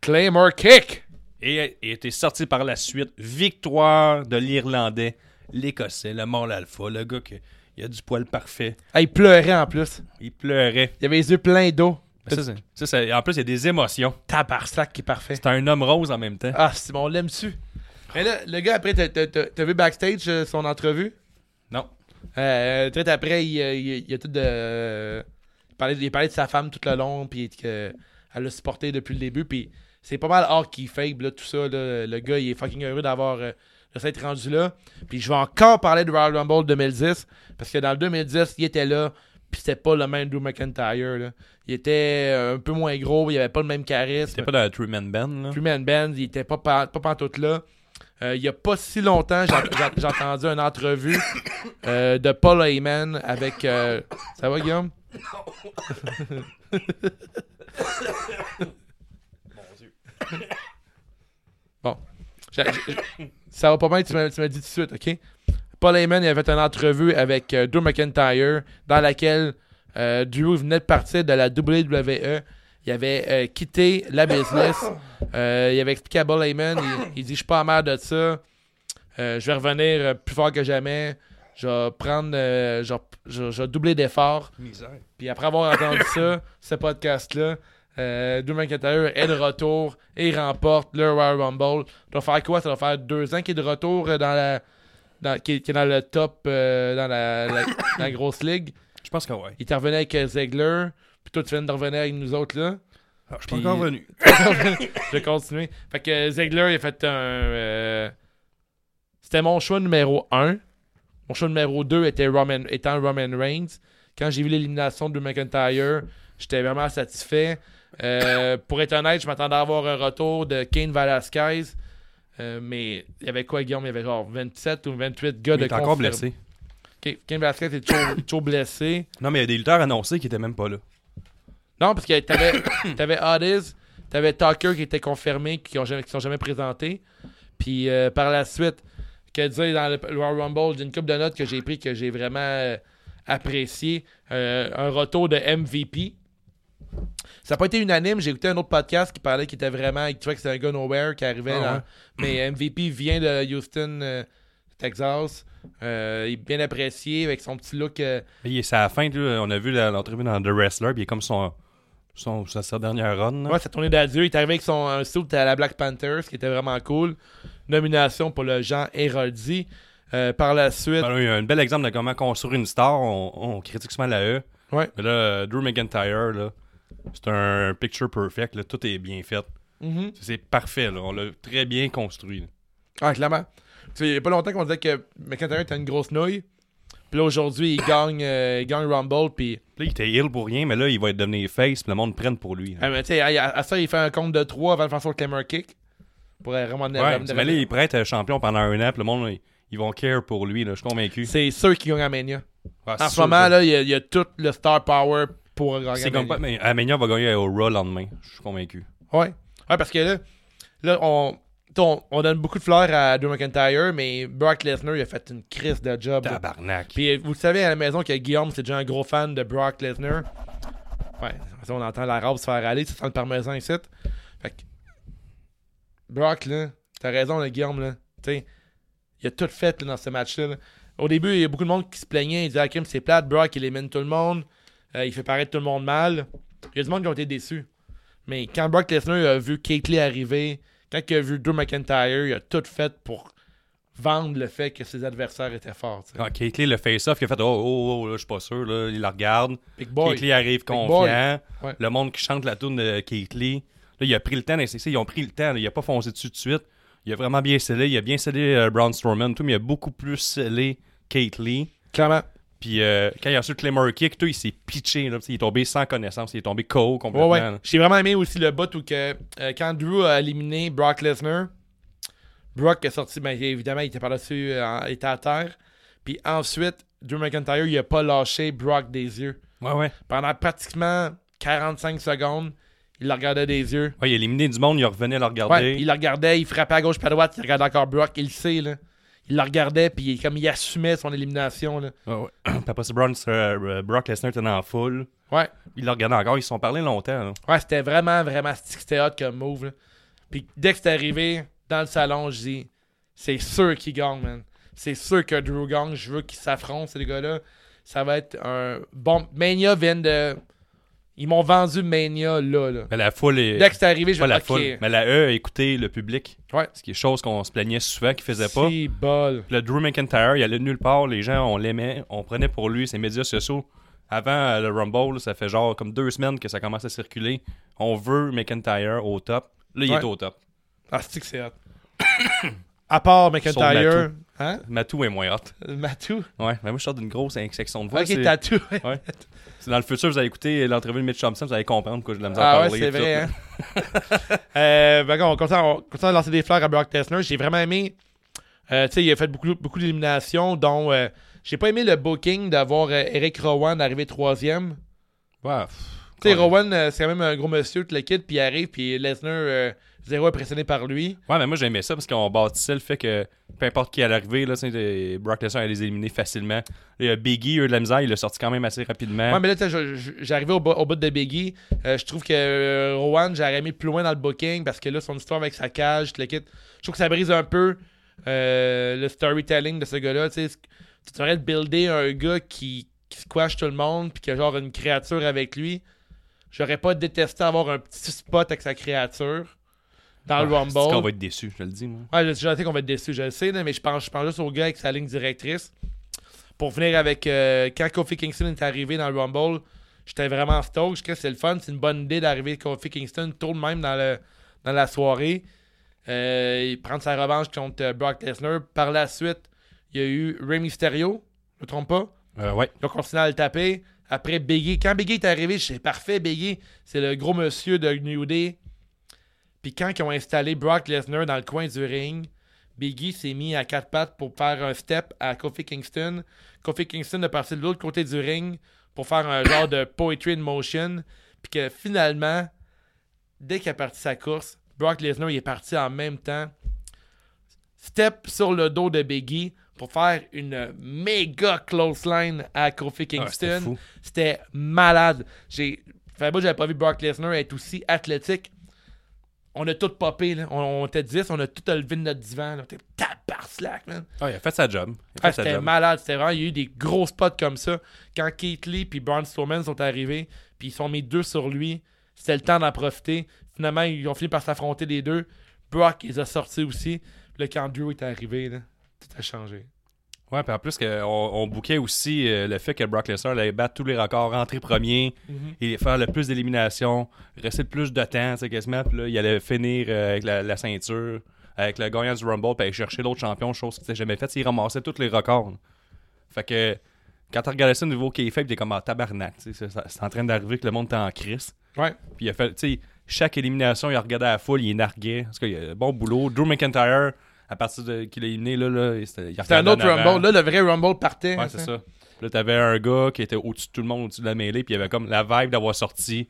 Speaker 1: Claymore kick!
Speaker 4: Et a et a été sorti par la suite. Victoire de l'Irlandais, l'Écossais, le mâle alpha, le gars qui il a du poil parfait.
Speaker 1: Hey, il pleurait en plus.
Speaker 4: Il pleurait.
Speaker 1: Il avait les yeux pleins d'eau.
Speaker 4: Mais ça, c'est- ça, c'est- en plus, il y a des émotions.
Speaker 1: Tabarnak qui est parfait.
Speaker 4: C'est un homme rose en même temps.
Speaker 1: Ah, c'est bon, on l'aime dessus. Mais là, le gars, après, t'as- t'as t'as- t'as vu backstage euh, son entrevue?
Speaker 4: Non.
Speaker 1: Euh, tout de suite après, il, euh, il- il a tout de. euh, il, parlait, il parlait de sa femme tout le long, puis qu'elle l'a supporté depuis le début, puis c'est pas mal hard qu'il fake, là, tout ça. là. le gars, il est fucking heureux d'avoir. euh, de s'être rendu là. Puis je vais encore parler de Royal Rumble 2010, parce que dans le 2010, il était là, puis c'était pas le même Drew McIntyre. là. Il était euh, un peu moins gros, il avait pas le même charisme.
Speaker 4: C'était pas dans la Three Man Band, là.
Speaker 1: Freeman Benz, il était pas, pa- pas pantoute là. Euh, il y a pas si longtemps, j'ai j'ai- j'ai entendu une entrevue euh, de Paul Heyman avec. euh, ça va, Guillaume? bon. J'ai- j'ai- Ça va pas mal, tu m'as tu m'as dit tout de suite, OK? Paul Heyman il avait fait une entrevue avec euh, Drew McIntyre dans laquelle euh, Drew venait de partir de la WWE. Il avait euh, quitté la business. Euh, il avait expliqué à Paul Heyman, il, il dit « Je suis pas amer de ça. Euh, je vais revenir euh, plus fort que jamais. Je vais prendre... euh, je, vais- je- je vais doubler d'efforts. » Puis après avoir entendu ça, ce podcast-là, euh, Drew McIntyre est de retour et remporte le Royal Rumble. Ça va faire quoi? Ça va faire deux ans qu'il est de retour euh, dans la... Dans, qui, est- qui est dans le top, euh, dans la, la- dans la grosse ligue.
Speaker 4: Je pense que ouais.
Speaker 1: Il est revenu avec euh, Ziegler. Puis toi, tu viens de revenir avec nous autres, là.
Speaker 4: Ah, Je suis
Speaker 1: pas encore
Speaker 4: revenu.
Speaker 1: Je vais continuer. Fait que Ziegler, il a fait un. euh, C'était mon choix numéro 1. Mon choix numéro 2 était Roman, étant Roman Reigns. Quand j'ai vu l'élimination de McIntyre, j'étais vraiment satisfait. Euh, pour être honnête, je m'attendais à avoir un retour de Kane Velasquez. Euh, mais il y avait quoi, Guillaume Il y avait genre 27 ou 28 gars
Speaker 4: Il
Speaker 1: de
Speaker 4: est encore
Speaker 1: confirmés.
Speaker 4: blessé.
Speaker 1: Kane- Kane Velasquez est toujours, toujours blessé.
Speaker 4: Non, mais il y a des lutteurs annoncés qui étaient même pas là.
Speaker 1: Non, parce que t'avais, t'avais Otis, t'avais Tucker qui était confirmé, qui ont jamais, qui sont jamais présentés. Puis euh, par la suite, que dire dans le le Royal Rumble, j'ai une coupe de notes que j'ai pris que j'ai vraiment euh, apprécié. Euh, un retour de MVP. Ça n'a pas été unanime. J'ai écouté un autre podcast qui parlait qu'il était vraiment. Tu vois que c'est un gars nowhere qui arrivait.
Speaker 4: Ah
Speaker 1: dans-
Speaker 4: ouais.
Speaker 1: Mais MVP vient de Houston, euh, Texas. Euh, il est bien apprécié avec son petit look. euh,
Speaker 4: Mais il est- c'est à la fin, là, on a vu la- l'entrevue dans The Wrestler, puis il est comme son, son, sa, sa dernière run. là.
Speaker 1: Ouais, sa tournée d'adieu. Il est arrivé avec son un suit à la Black Panther, ce qui était vraiment cool. Nomination pour le Jean Héroldi. Euh, par la suite,
Speaker 4: Ben là, il y a un bel exemple de comment construire une star. On, on critique souvent la E.
Speaker 1: Ouais.
Speaker 4: Mais là, euh, Drew McIntyre, là, c'est un picture perfect. là. Tout est bien fait.
Speaker 1: Mhm.
Speaker 4: C'est- C'est parfait. là. On l'a très bien construit. là.
Speaker 1: ah, clairement. Tu sais, il n'y a pas longtemps qu'on disait que McIntyre était une grosse nouille. Puis là, aujourd'hui, il gagne, euh, il gagne Rumble. Puis
Speaker 4: Là, il était heel pour rien, mais là, il va être devenu face, puis le monde prenne pour lui. là.
Speaker 1: Ah, mais tu sais, à, à ça, il fait un compte de 3 avant de faire son Claymore Kick. Pour euh, vraiment
Speaker 4: Ouais, mais là, il pourrait être champion pendant un an, puis le monde, ils, ils vont care pour lui. là. Je suis convaincu.
Speaker 1: C'est sûr qu'il gagne à Mania.
Speaker 4: Ah,
Speaker 1: En
Speaker 4: c'est
Speaker 1: ce
Speaker 4: sûr,
Speaker 1: moment,
Speaker 4: ça.
Speaker 1: là, il y a, il y a tout le star power pour gagner à
Speaker 4: C'est comme
Speaker 1: Mania.
Speaker 4: pas. Mais Amenia va gagner au Raw le lendemain. Je suis convaincu.
Speaker 1: Ouais. Ouais, parce que là, là on, t'sais, on, on donne beaucoup de fleurs à Drew McIntyre, mais Brock Lesnar, il a fait une crise de job. là.
Speaker 4: Tabarnak.
Speaker 1: Puis euh, vous le savez à la maison que Guillaume, c'est déjà un gros fan de Brock Lesnar. Ouais, ça, on entend l'arabe se faire aller, ça sent le parmesan ici. Fait que. Brock, là, t'as raison, là, Guillaume, là. T'sais, il a tout fait là, dans ce match-là. là. Au début, il y a beaucoup de monde qui se plaignait. Il disait, ah, crime, c'est plate, Brock, il élimine tout le monde. Euh, il fait paraître tout le monde mal. Il y a du monde qui ont été déçus. Mais quand Brock Lesnar a vu Kate Lee arriver, quand il a vu Drew McIntyre, il a tout fait pour vendre le fait que ses adversaires étaient forts. t'sais.
Speaker 4: Ah, Keith Lee, le face-off, il a fait Oh, oh, oh, là, je suis pas sûr. Là. Il la regarde.
Speaker 1: Big boy.
Speaker 4: Keith Lee arrive
Speaker 1: boy.
Speaker 4: confiant.
Speaker 1: Ouais.
Speaker 4: Le monde qui chante la tourne de Keith Lee. Là, il a pris le temps d'essayer. Ils ont pris le temps. là. Il a pas foncé dessus tout de suite. Il a vraiment bien scellé. Il a bien scellé euh, Braun Strowman, tout, mais il a beaucoup plus scellé Keith Lee.
Speaker 1: Clairement.
Speaker 4: Puis euh, quand il a reçu le Claymore Kick, tout, il s'est pitché. Là, Tu sais, il est tombé sans connaissance. Il est tombé KO
Speaker 1: Ouais,
Speaker 4: complètement.
Speaker 1: ouais.
Speaker 4: là.
Speaker 1: J'ai vraiment aimé aussi le bout où que, euh, quand Drew a éliminé Brock Lesnar, Brock a sorti, ben, évidemment, il était par-dessus, euh, en- il était à terre. Puis ensuite, Drew McIntyre, il a pas lâché Brock des yeux.
Speaker 4: Ouais, ouais.
Speaker 1: Pendant pratiquement 45 secondes, il le regardait des yeux.
Speaker 4: Ouais, il a éliminé du monde, il revenait le regarder.
Speaker 1: Ouais, puis il le regardait, il frappait à gauche, puis à droite, il regardait encore Brock, il le sait, là. Il le regardait, puis il- comme il assumait son élimination, là.
Speaker 4: Ouais, ouais. Puis après, ça, Braun- euh, Brock Lesnar était dans la foule.
Speaker 1: Ouais.
Speaker 4: Il le regardait encore, ils se sont parlé longtemps. là.
Speaker 1: Ouais, c'était vraiment, vraiment stick- c'était hot comme move. là. Puis dès que c'est arrivé dans le salon, je dis c'est sûr qu'il gagne, man. C'est sûr que Drew gagne. Je veux qu'ils s'affrontent, ces gars-là. Ça va être un bon. Mania vient de. Ils m'ont vendu Mania là. là.
Speaker 4: Mais la foule est.
Speaker 1: Dès que c'est arrivé, je
Speaker 4: pas
Speaker 1: vais
Speaker 4: la foule. Mais la E a écouté le public.
Speaker 1: Ouais.
Speaker 4: Ce qui est chose qu'on se plaignait souvent qu'il faisait pas.
Speaker 1: Si bol.
Speaker 4: Puis Le Drew McIntyre, il allait nulle part. Les gens, on l'aimait. On prenait pour lui ses médias sociaux. Avant euh, le Rumble, ça fait genre comme deux semaines que ça commence à circuler. On veut McIntyre au top. Là, il
Speaker 1: Ouais.
Speaker 4: est au top.
Speaker 1: Ah, c'est que c'est hot. à part McIntyre.
Speaker 4: Matou.
Speaker 1: Hein?
Speaker 4: Matou est moins hot.
Speaker 1: Matou.
Speaker 4: Ouais, mais moi, je sors d'une grosse section de voix.
Speaker 1: Ok,
Speaker 4: c'est-
Speaker 1: Tatou.
Speaker 4: Ouais. C'est Dans le futur, vous allez écouter l'entrevue de Mitch Thompson, vous allez comprendre pourquoi je l'aime
Speaker 1: Ah ouais,
Speaker 4: parler.
Speaker 1: c'est
Speaker 4: tout
Speaker 1: vrai.
Speaker 4: ça.
Speaker 1: Hein? euh, ben, on, continue, on continue à lancer des fleurs à Brock Lesnar. J'ai vraiment aimé. euh, tu sais, il a fait beaucoup, beaucoup d'éliminations, dont euh, j'ai pas aimé le booking d'avoir euh, Eric Rowan arrivé troisième.
Speaker 4: Ouais, pff,
Speaker 1: Tu sais,
Speaker 4: Ouais.
Speaker 1: Rowan, euh, c'est quand même un gros monsieur, tu le quittes, puis il arrive, puis Lesnar, euh, zéro impressionné par lui.
Speaker 4: ouais, mais moi j'aimais ça parce qu'on bâtissait le fait que peu importe qui allait arriver, là, tu sais, les- Brock Lesnar allait les éliminer facilement. Et, euh, Biggie, eux de la misère, il l'a sorti quand même assez rapidement.
Speaker 1: Ouais, mais là, tu sais, je- je- j'arrivais au, bo- au bout de Biggie. Euh, je trouve que euh, Rowan, j'aurais mis plus loin dans le booking parce que là, son histoire avec sa cage, tu le quittes. Je trouve que ça brise un peu euh, le storytelling de ce gars-là. Tu sais, c- tu devrais te builder un gars qui, qui squash tout le monde puis qui a genre une créature avec lui. J'aurais pas détesté avoir un petit spot avec sa créature dans le
Speaker 4: Ah, c'est qu'on
Speaker 1: Rumble.
Speaker 4: va être déçu, je le dis. Moi.
Speaker 1: Ouais, je, je sais qu'on va être déçu, je le sais, là, mais je pense, je pense juste au gars avec sa ligne directrice. Pour venir avec euh, quand Kofi Kingston est arrivé dans le Rumble, j'étais vraiment stoked. Je trouve que c'est le fun. C'est une bonne idée d'arriver Kofi Kingston tout de même dans, le, dans la soirée. Euh, il prend sa revanche contre euh, Brock Lesnar. Par la suite, il y a eu Rey Mysterio, je me trompe pas.
Speaker 4: Euh, ouais.
Speaker 1: Ils ont continué à le taper. Après, Biggie. Quand Biggie est arrivé, je sais parfait, Biggie, c'est le gros monsieur de New Day. Puis quand ils ont installé Brock Lesnar dans le coin du ring, Biggie s'est mis à quatre pattes pour faire un step à Kofi Kingston. Kofi Kingston est parti de l'autre côté du ring pour faire un genre de poetry in motion. Puis que finalement, dès qu'il a parti sa course, Brock Lesnar il est parti en même temps. Step sur le dos de Biggie pour faire une méga close line à Kofi
Speaker 4: Ah, c'était
Speaker 1: Kingston.
Speaker 4: fou.
Speaker 1: C'était malade. J'ai. Fait un bout que j'avais pas vu Brock Lesnar être aussi athlétique. On a tout popé, là. On, on était 10, on a tout levé de notre divan. là. On était par slack, man.
Speaker 4: Ah, il a fait sa job. Il a fait
Speaker 1: Ah,
Speaker 4: sa
Speaker 1: c'était
Speaker 4: job.
Speaker 1: malade, c'était vraiment. Il y a eu des gros spots comme ça. Quand Keith Lee puis Braun Strowman sont arrivés, puis ils sont mis deux sur lui, c'était le temps d'en profiter. Finalement, ils ont fini par s'affronter les deux. Brock, ils a sortis aussi. Puis Là, quand Drew est arrivé, là, tout a changé.
Speaker 4: Ouais, puis en plus, que on, on bouquait aussi euh, le fait que Brock Lesnar allait battre tous les records, rentrer premier, et faire le plus d'éliminations, rester le plus de temps, tu sais, quasiment. Puis là, il allait finir euh, avec la, la ceinture, avec le gagnant du Rumble, puis aller chercher l'autre champion, chose qu'il s'était jamais faite. Il ramassait tous les records. là. Fait que quand tu regardais ça au niveau qui est fait, t'es comme en tabarnak. tu sais, C'est ça- c'est en train d'arriver que le monde est en crise.
Speaker 1: Ouais.
Speaker 4: Puis il a fait, tu sais, chaque élimination, il a regardé la foule, il est nargué. Parce qu'il a un bon boulot. Drew McIntyre, à partir de qu'il est éliminé, là, là, il c'était- il
Speaker 1: C'était un
Speaker 4: regardait
Speaker 1: autre
Speaker 4: en avant.
Speaker 1: Rumble. Là, le vrai Rumble partait.
Speaker 4: Ouais, c'est ça. Là, t'avais un gars qui était au-dessus de tout le monde, au-dessus de la mêlée, puis il y avait comme la vibe d'avoir sorti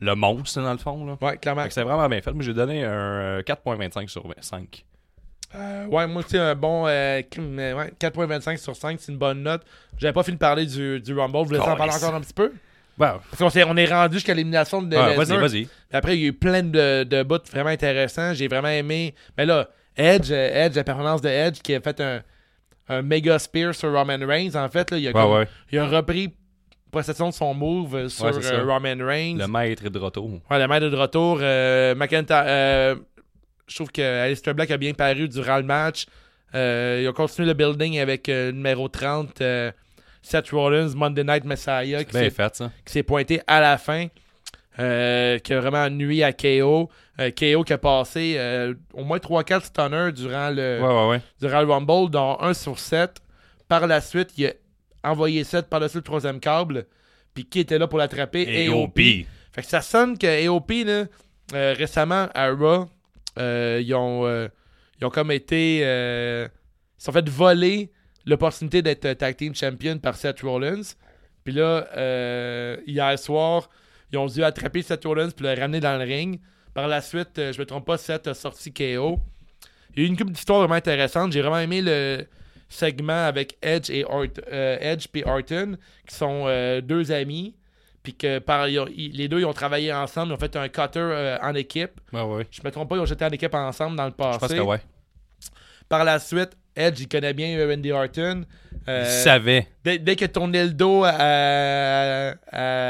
Speaker 4: le monstre, dans le fond. Là.
Speaker 1: Ouais, clairement.
Speaker 4: Fait que c'était vraiment bien fait. Moi, j'ai donné un euh, 4.25 sur 5.
Speaker 1: Euh, ouais, moi, tu sais, un bon euh, crime, euh, ouais, 4.25 sur 5, c'est une bonne note. J'avais pas fini de parler du, du Rumble. Je voulais en
Speaker 4: Calisse.
Speaker 1: parler encore un petit peu.
Speaker 4: Wow.
Speaker 1: Parce qu'on s'est- on est rendu jusqu'à l'élimination de
Speaker 4: Ah,
Speaker 1: Lesnar.
Speaker 4: vas-y, vas-y.
Speaker 1: Puis après, il y a eu plein de, de bouts vraiment intéressants. J'ai vraiment aimé. Mais là, Edge, euh, Edge, la performance de Edge qui a fait un, un méga spear sur Roman Reigns. En fait, là, il, a
Speaker 4: Ouais,
Speaker 1: comme-
Speaker 4: ouais.
Speaker 1: il a repris possession de son move euh, sur
Speaker 4: Ouais, c'est ça.
Speaker 1: euh, Roman Reigns.
Speaker 4: Le maître est de retour.
Speaker 1: Ouais, la main de retour. euh, McIntyre, euh, je trouve que Alistair Black a bien paru durant le match. Euh, ils ont continué le building avec euh, numéro 30, euh, Seth Rollins, Monday Night Messiah, qui
Speaker 4: Bien
Speaker 1: s'est
Speaker 4: fait, ça.
Speaker 1: qui s'est pointé à la fin, euh, qui a vraiment nuit à KO. Euh, KO qui a passé euh, au moins 3-4 stunners durant le,
Speaker 4: Ouais, ouais, ouais.
Speaker 1: durant le Rumble, dont 1 sur 7. Par la suite, il a envoyé 7 par-dessus le troisième câble. Puis qui était là pour l'attraper? AOP. Fait que ça sonne que AOP, là, euh, récemment à Raw, euh, ils, ont, euh, Ils ont comme été. euh, ils se sont fait voler l'opportunité d'être euh, tag team champion par Seth Rollins. Puis là, euh, hier soir, ils ont dû attraper Seth Rollins puis le ramener dans le ring. Par la suite, euh, je me trompe pas, Seth a sorti KO. Il y a eu une couple d'histoires vraiment intéressantes. J'ai vraiment aimé le segment avec Edge et Hort- euh, Edge puis Orton, qui sont euh, deux amis. Puis que par, ils ont- ils- les deux, ils ont travaillé ensemble. Ils ont fait un cutter euh, en équipe.
Speaker 4: Ouais, ouais.
Speaker 1: Je me trompe pas, ils ont jeté en équipe ensemble dans le passé.
Speaker 4: Je pense que ouais.
Speaker 1: Par la suite, Edge, il connaît bien Randy Orton. Euh,
Speaker 4: Il savait.
Speaker 1: dès, dès que tournait le dos à,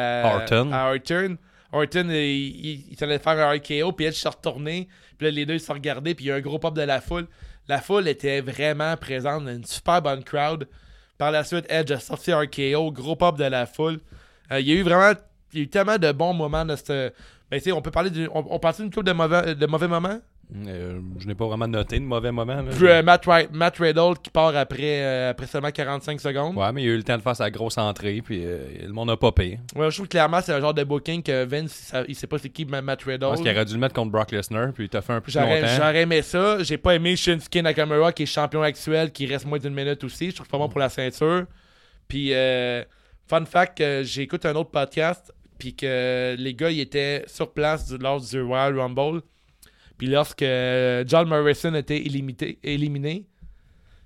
Speaker 1: à-
Speaker 4: Orton.
Speaker 1: à Orton, Orton, il, il, il s'en allait faire un RKO, puis Edge s'est retourné, puis là, les deux se sont regardés, puis il y a eu un gros pop de la foule. La foule était vraiment présente, une super bonne crowd. Par la suite, Edge a sorti un RKO, gros pop de la foule. Euh, il y a eu vraiment il y a eu tellement de bons moments de ce. Ben, tu sais, on peut parler d'une. On, on parle d'une couple de mauvais, de mauvais moments?
Speaker 4: Euh, je n'ai pas vraiment noté de mauvais moment. là.
Speaker 1: Puis, euh, Matt, Ri- Matt Riddle qui part après, euh, après seulement 45 secondes.
Speaker 4: Ouais, mais il a eu le temps de faire sa grosse entrée, puis euh, le monde a popé.
Speaker 1: Ouais, je trouve que clairement, c'est le genre de booking que Vince, ça- il sait pas c'est qui Ma- Matt
Speaker 4: Je pense qu'il
Speaker 1: Riddle.
Speaker 4: aurait dû le mettre contre Brock Lesnar, puis il t'a fait un peu plus
Speaker 1: Oh. J'aurais
Speaker 4: longtemps. Euh,
Speaker 1: j'aurais aimé ça. J'ai pas aimé Shinsuke Nakamura, qui est champion actuel, qui reste moins d'une minute aussi. Je trouve pas bon pour la ceinture. Puis, euh, fun fact, euh, j'écoute un autre podcast, puis que les gars, ils étaient sur place du- lors du Royal Rumble. Puis lorsque euh, John Morrison était élimité- éliminé,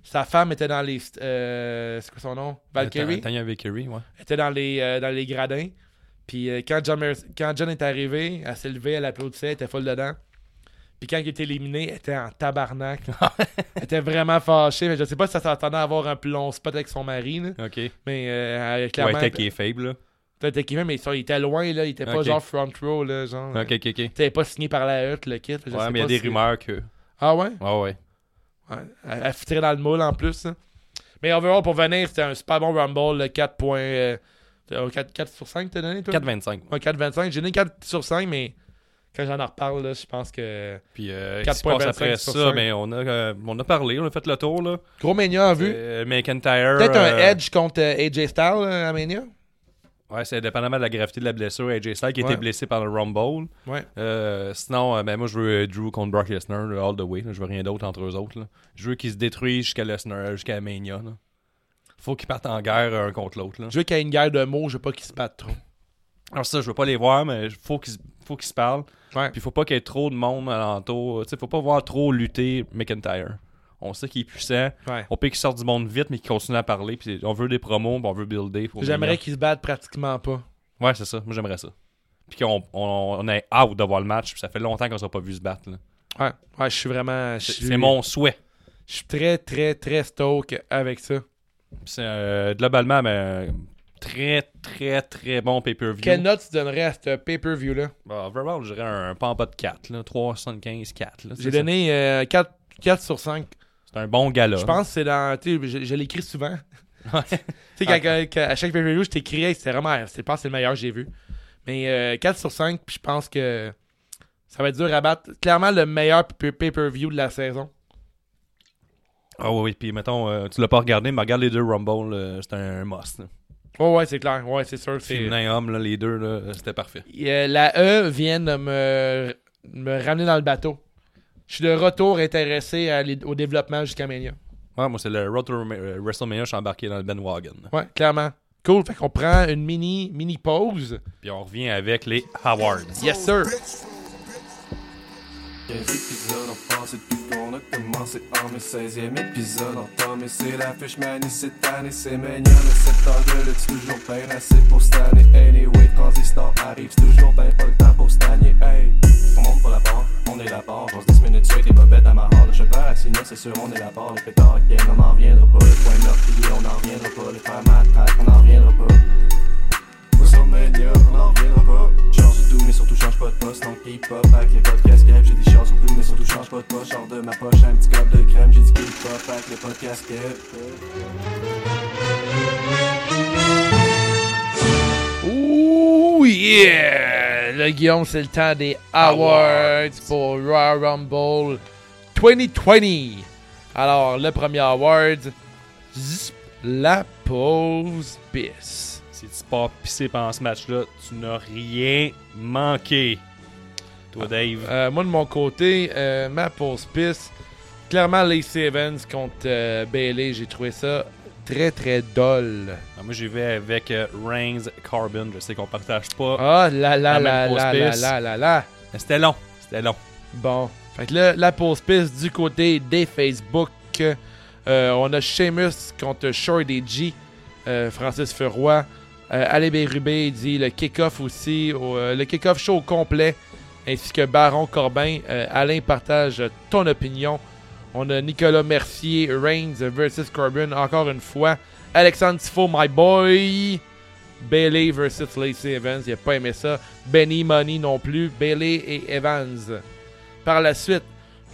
Speaker 1: sa femme était dans les... euh, c'est quoi son nom? Valkyrie?
Speaker 4: Tanya Valkyrie, ouais.
Speaker 1: était dans les, euh, dans les gradins. Puis euh, quand, John Mer- quand John est arrivé, elle s'est levée, elle applaudissait, elle était folle dedans. Puis quand il était éliminé, elle était en tabarnak.
Speaker 4: Ah
Speaker 1: elle était vraiment fâchée. Mais je sais pas si ça s'attendait à avoir un plus long spot avec son mari. là.
Speaker 4: OK.
Speaker 1: Mais euh, elle, clairement.
Speaker 4: Ouais, Tech est faible, là.
Speaker 1: elle était équipée, mais ça, il était loin, là. Il était pas
Speaker 4: Ok.
Speaker 1: genre front row, là. Genre.
Speaker 4: Ah, OK, OK, OK.
Speaker 1: T'avais pas signé par la hutte, le kit. Je sais
Speaker 4: Ouais, mais il
Speaker 1: pas
Speaker 4: y a des
Speaker 1: si-
Speaker 4: rumeurs que...
Speaker 1: Ah ouais?
Speaker 4: Ouais, ouais.
Speaker 1: Ouais, Elle, elle fitterait dans le moule en plus. hein. Mais overall, pour venir, c'était un super bon Rumble, le 4, points, euh, 4, 4 sur 5 t'as donné, toi?
Speaker 4: 4,25. ouais.
Speaker 1: Ouais, 4,25. J'ai donné 4 sur 5, mais quand j'en reparle, là, je pense que.
Speaker 4: Puis euh,
Speaker 1: 4,25
Speaker 4: qu'est-ce qui se passe après
Speaker 1: sur
Speaker 4: ça,
Speaker 1: cinq.
Speaker 4: ben, on, a, euh, on a parlé, on a fait le tour, là.
Speaker 1: Gros Mania en vue.
Speaker 4: Euh, McIntyre...
Speaker 1: Peut-être un
Speaker 4: euh,
Speaker 1: Edge contre euh, AJ Styles euh, à Mania.
Speaker 4: Ouais, c'est dépendamment de la gravité de la blessure. AJ Styles qui a
Speaker 1: Ouais.
Speaker 4: été blessé par le Rumble.
Speaker 1: Ouais.
Speaker 4: Euh, sinon, euh, ben, moi, je veux euh, Drew contre Brock Lesnar, là, all the way. là. Je veux rien d'autre entre eux autres. là. Je veux qu'ils se détruisent jusqu'à Lesnar, jusqu'à Mania. là. Faut qu'ils partent en guerre euh, un contre l'autre. là.
Speaker 1: Je veux qu'il y ait une guerre de mots, je veux pas qu'ils se battent trop.
Speaker 4: Alors ça, je veux pas les voir, mais faut qu'ils faut qu'ils se parlent.
Speaker 1: Ouais.
Speaker 4: Puis faut pas qu'il y ait trop de monde alentour. Tu sais, faut pas voir trop lutter McIntyre. On sait qu'il est puissant.
Speaker 1: Ouais.
Speaker 4: On peut qu'il sorte du monde vite, mais qu'il continue à parler. Puis on veut des promos, puis on veut builder. pour Mania.
Speaker 1: J'aimerais qu'ils se battent pratiquement pas.
Speaker 4: Ouais, c'est ça. Moi, j'aimerais ça. Puis qu'on on, on ait hâte de voir le match. Puis ça fait longtemps qu'on ne s'est pas vu se battre. là.
Speaker 1: Ouais, ouais, je suis vraiment. je
Speaker 4: C'est
Speaker 1: suis-
Speaker 4: c'est mon souhait.
Speaker 1: Je suis très, très, très stoke avec ça.
Speaker 4: Puis C'est euh, globalement mais, euh, très, très, très bon pay-per-view.
Speaker 1: Quelle note tu donnerais à ce pay-per-view-là
Speaker 4: Bah, overall, je dirais un, pas en bas de 4. là. 3,75, 4. là.
Speaker 1: J'ai
Speaker 4: C'est-
Speaker 1: donné euh, 4, 4 sur 5.
Speaker 4: C'est un bon gala.
Speaker 1: Je pense que c'est dans. Tu sais, je, je l'écris souvent.
Speaker 4: Ouais.
Speaker 1: Tu sais, quand, quand- quand- à chaque pay-per-view, je t'écriais, c'était vraiment. Je pense que c'est le meilleur que j'ai vu. Mais euh, 4 sur 5, puis je pense que ça va être dur à battre. Clairement, le meilleur pay- pay-per-view de la saison.
Speaker 4: Ah oui, oui. Puis mettons, euh, tu l'as pas regardé, mais regarde les deux Rumble. là, c'est un must. là.
Speaker 1: Ouais, ouais, c'est clair. Ouais, c'est sûr. c'est-
Speaker 4: Féminin et homme, là, les deux, là, c'était parfait.
Speaker 1: Euh, la E vient de me, me ramener dans le bateau. Je suis de retour intéressé à les- au développement jusqu'à Mania.
Speaker 4: Ouais, moi, c'est le Road to euh, WrestleMania. Je suis embarqué dans le Ben Wagon. là.
Speaker 1: Ouais, clairement. Cool. Fait qu'on prend une mini, mini pause.
Speaker 4: Puis on revient avec les Howards.
Speaker 1: Yes, sir.
Speaker 5: épisode en France depuis qu'on a commencé en mes 16e épisode en temps mais c'est la fiche manie cette année c'est mignon le septembre le c'est toujours bien assez pour cette année anyway transistor arrive c'est toujours bien pas le temps pour cette année hey on monte pas la barre on est la barre on se 10 minutes sur t'es pas bête à ma horde le cheval à signer c'est sûr on est la barre le pétard ok on n'en reviendra pas le point meurtrier on n'en reviendra pas le point matraque on n'en reviendra pas WrestleMania, on n'en reviendra pas. Change de tout, mais surtout change pas de poste. Donc hip-hop avec les podcasts crème, j'ai des chances surtout, mais surtout change pas de poste. Genre de ma poche, un petit gobe de crème, j'ai dit hip-hop avec les podcasts crème.
Speaker 1: Ouh yeah! Le Guillaume, c'est le temps des awards pour Royal Rumble 2020. Alors, le premier award, zip, la pause bis.
Speaker 4: Si tu pars pisser pendant ce match-là, tu n'as rien manqué. Toi, Dave.
Speaker 1: Euh, moi, de mon côté, euh, ma pause bis, Clairement, les Sevens contre euh, Bailey, j'ai trouvé ça très, très dole.
Speaker 4: Ah, moi, j'y vais avec euh, Reigns Carbon. Je sais qu'on partage pas.
Speaker 1: Ah là là
Speaker 4: La
Speaker 1: là
Speaker 4: même
Speaker 1: là
Speaker 4: grosse
Speaker 1: là
Speaker 4: piste.
Speaker 1: là là là.
Speaker 4: Mais c'était long. C'était long.
Speaker 1: Bon. Fait que là, la pause piste du côté des Facebook. Euh, on a Seamus contre Shorty G. Euh, Francis Ferroy. Euh, Ale Bérubé dit le kick-off aussi. au- euh, le kick-off show au complet. Ainsi que Baron Corbin. Euh, Alain partage ton opinion. On a Nicolas Mercier, Reigns versus Corbin encore une fois. Alexandre Tifo, my boy. Bailey versus Lacey Evans, il a pas aimé ça. Benny Money non plus. Bailey et Evans. Par la suite,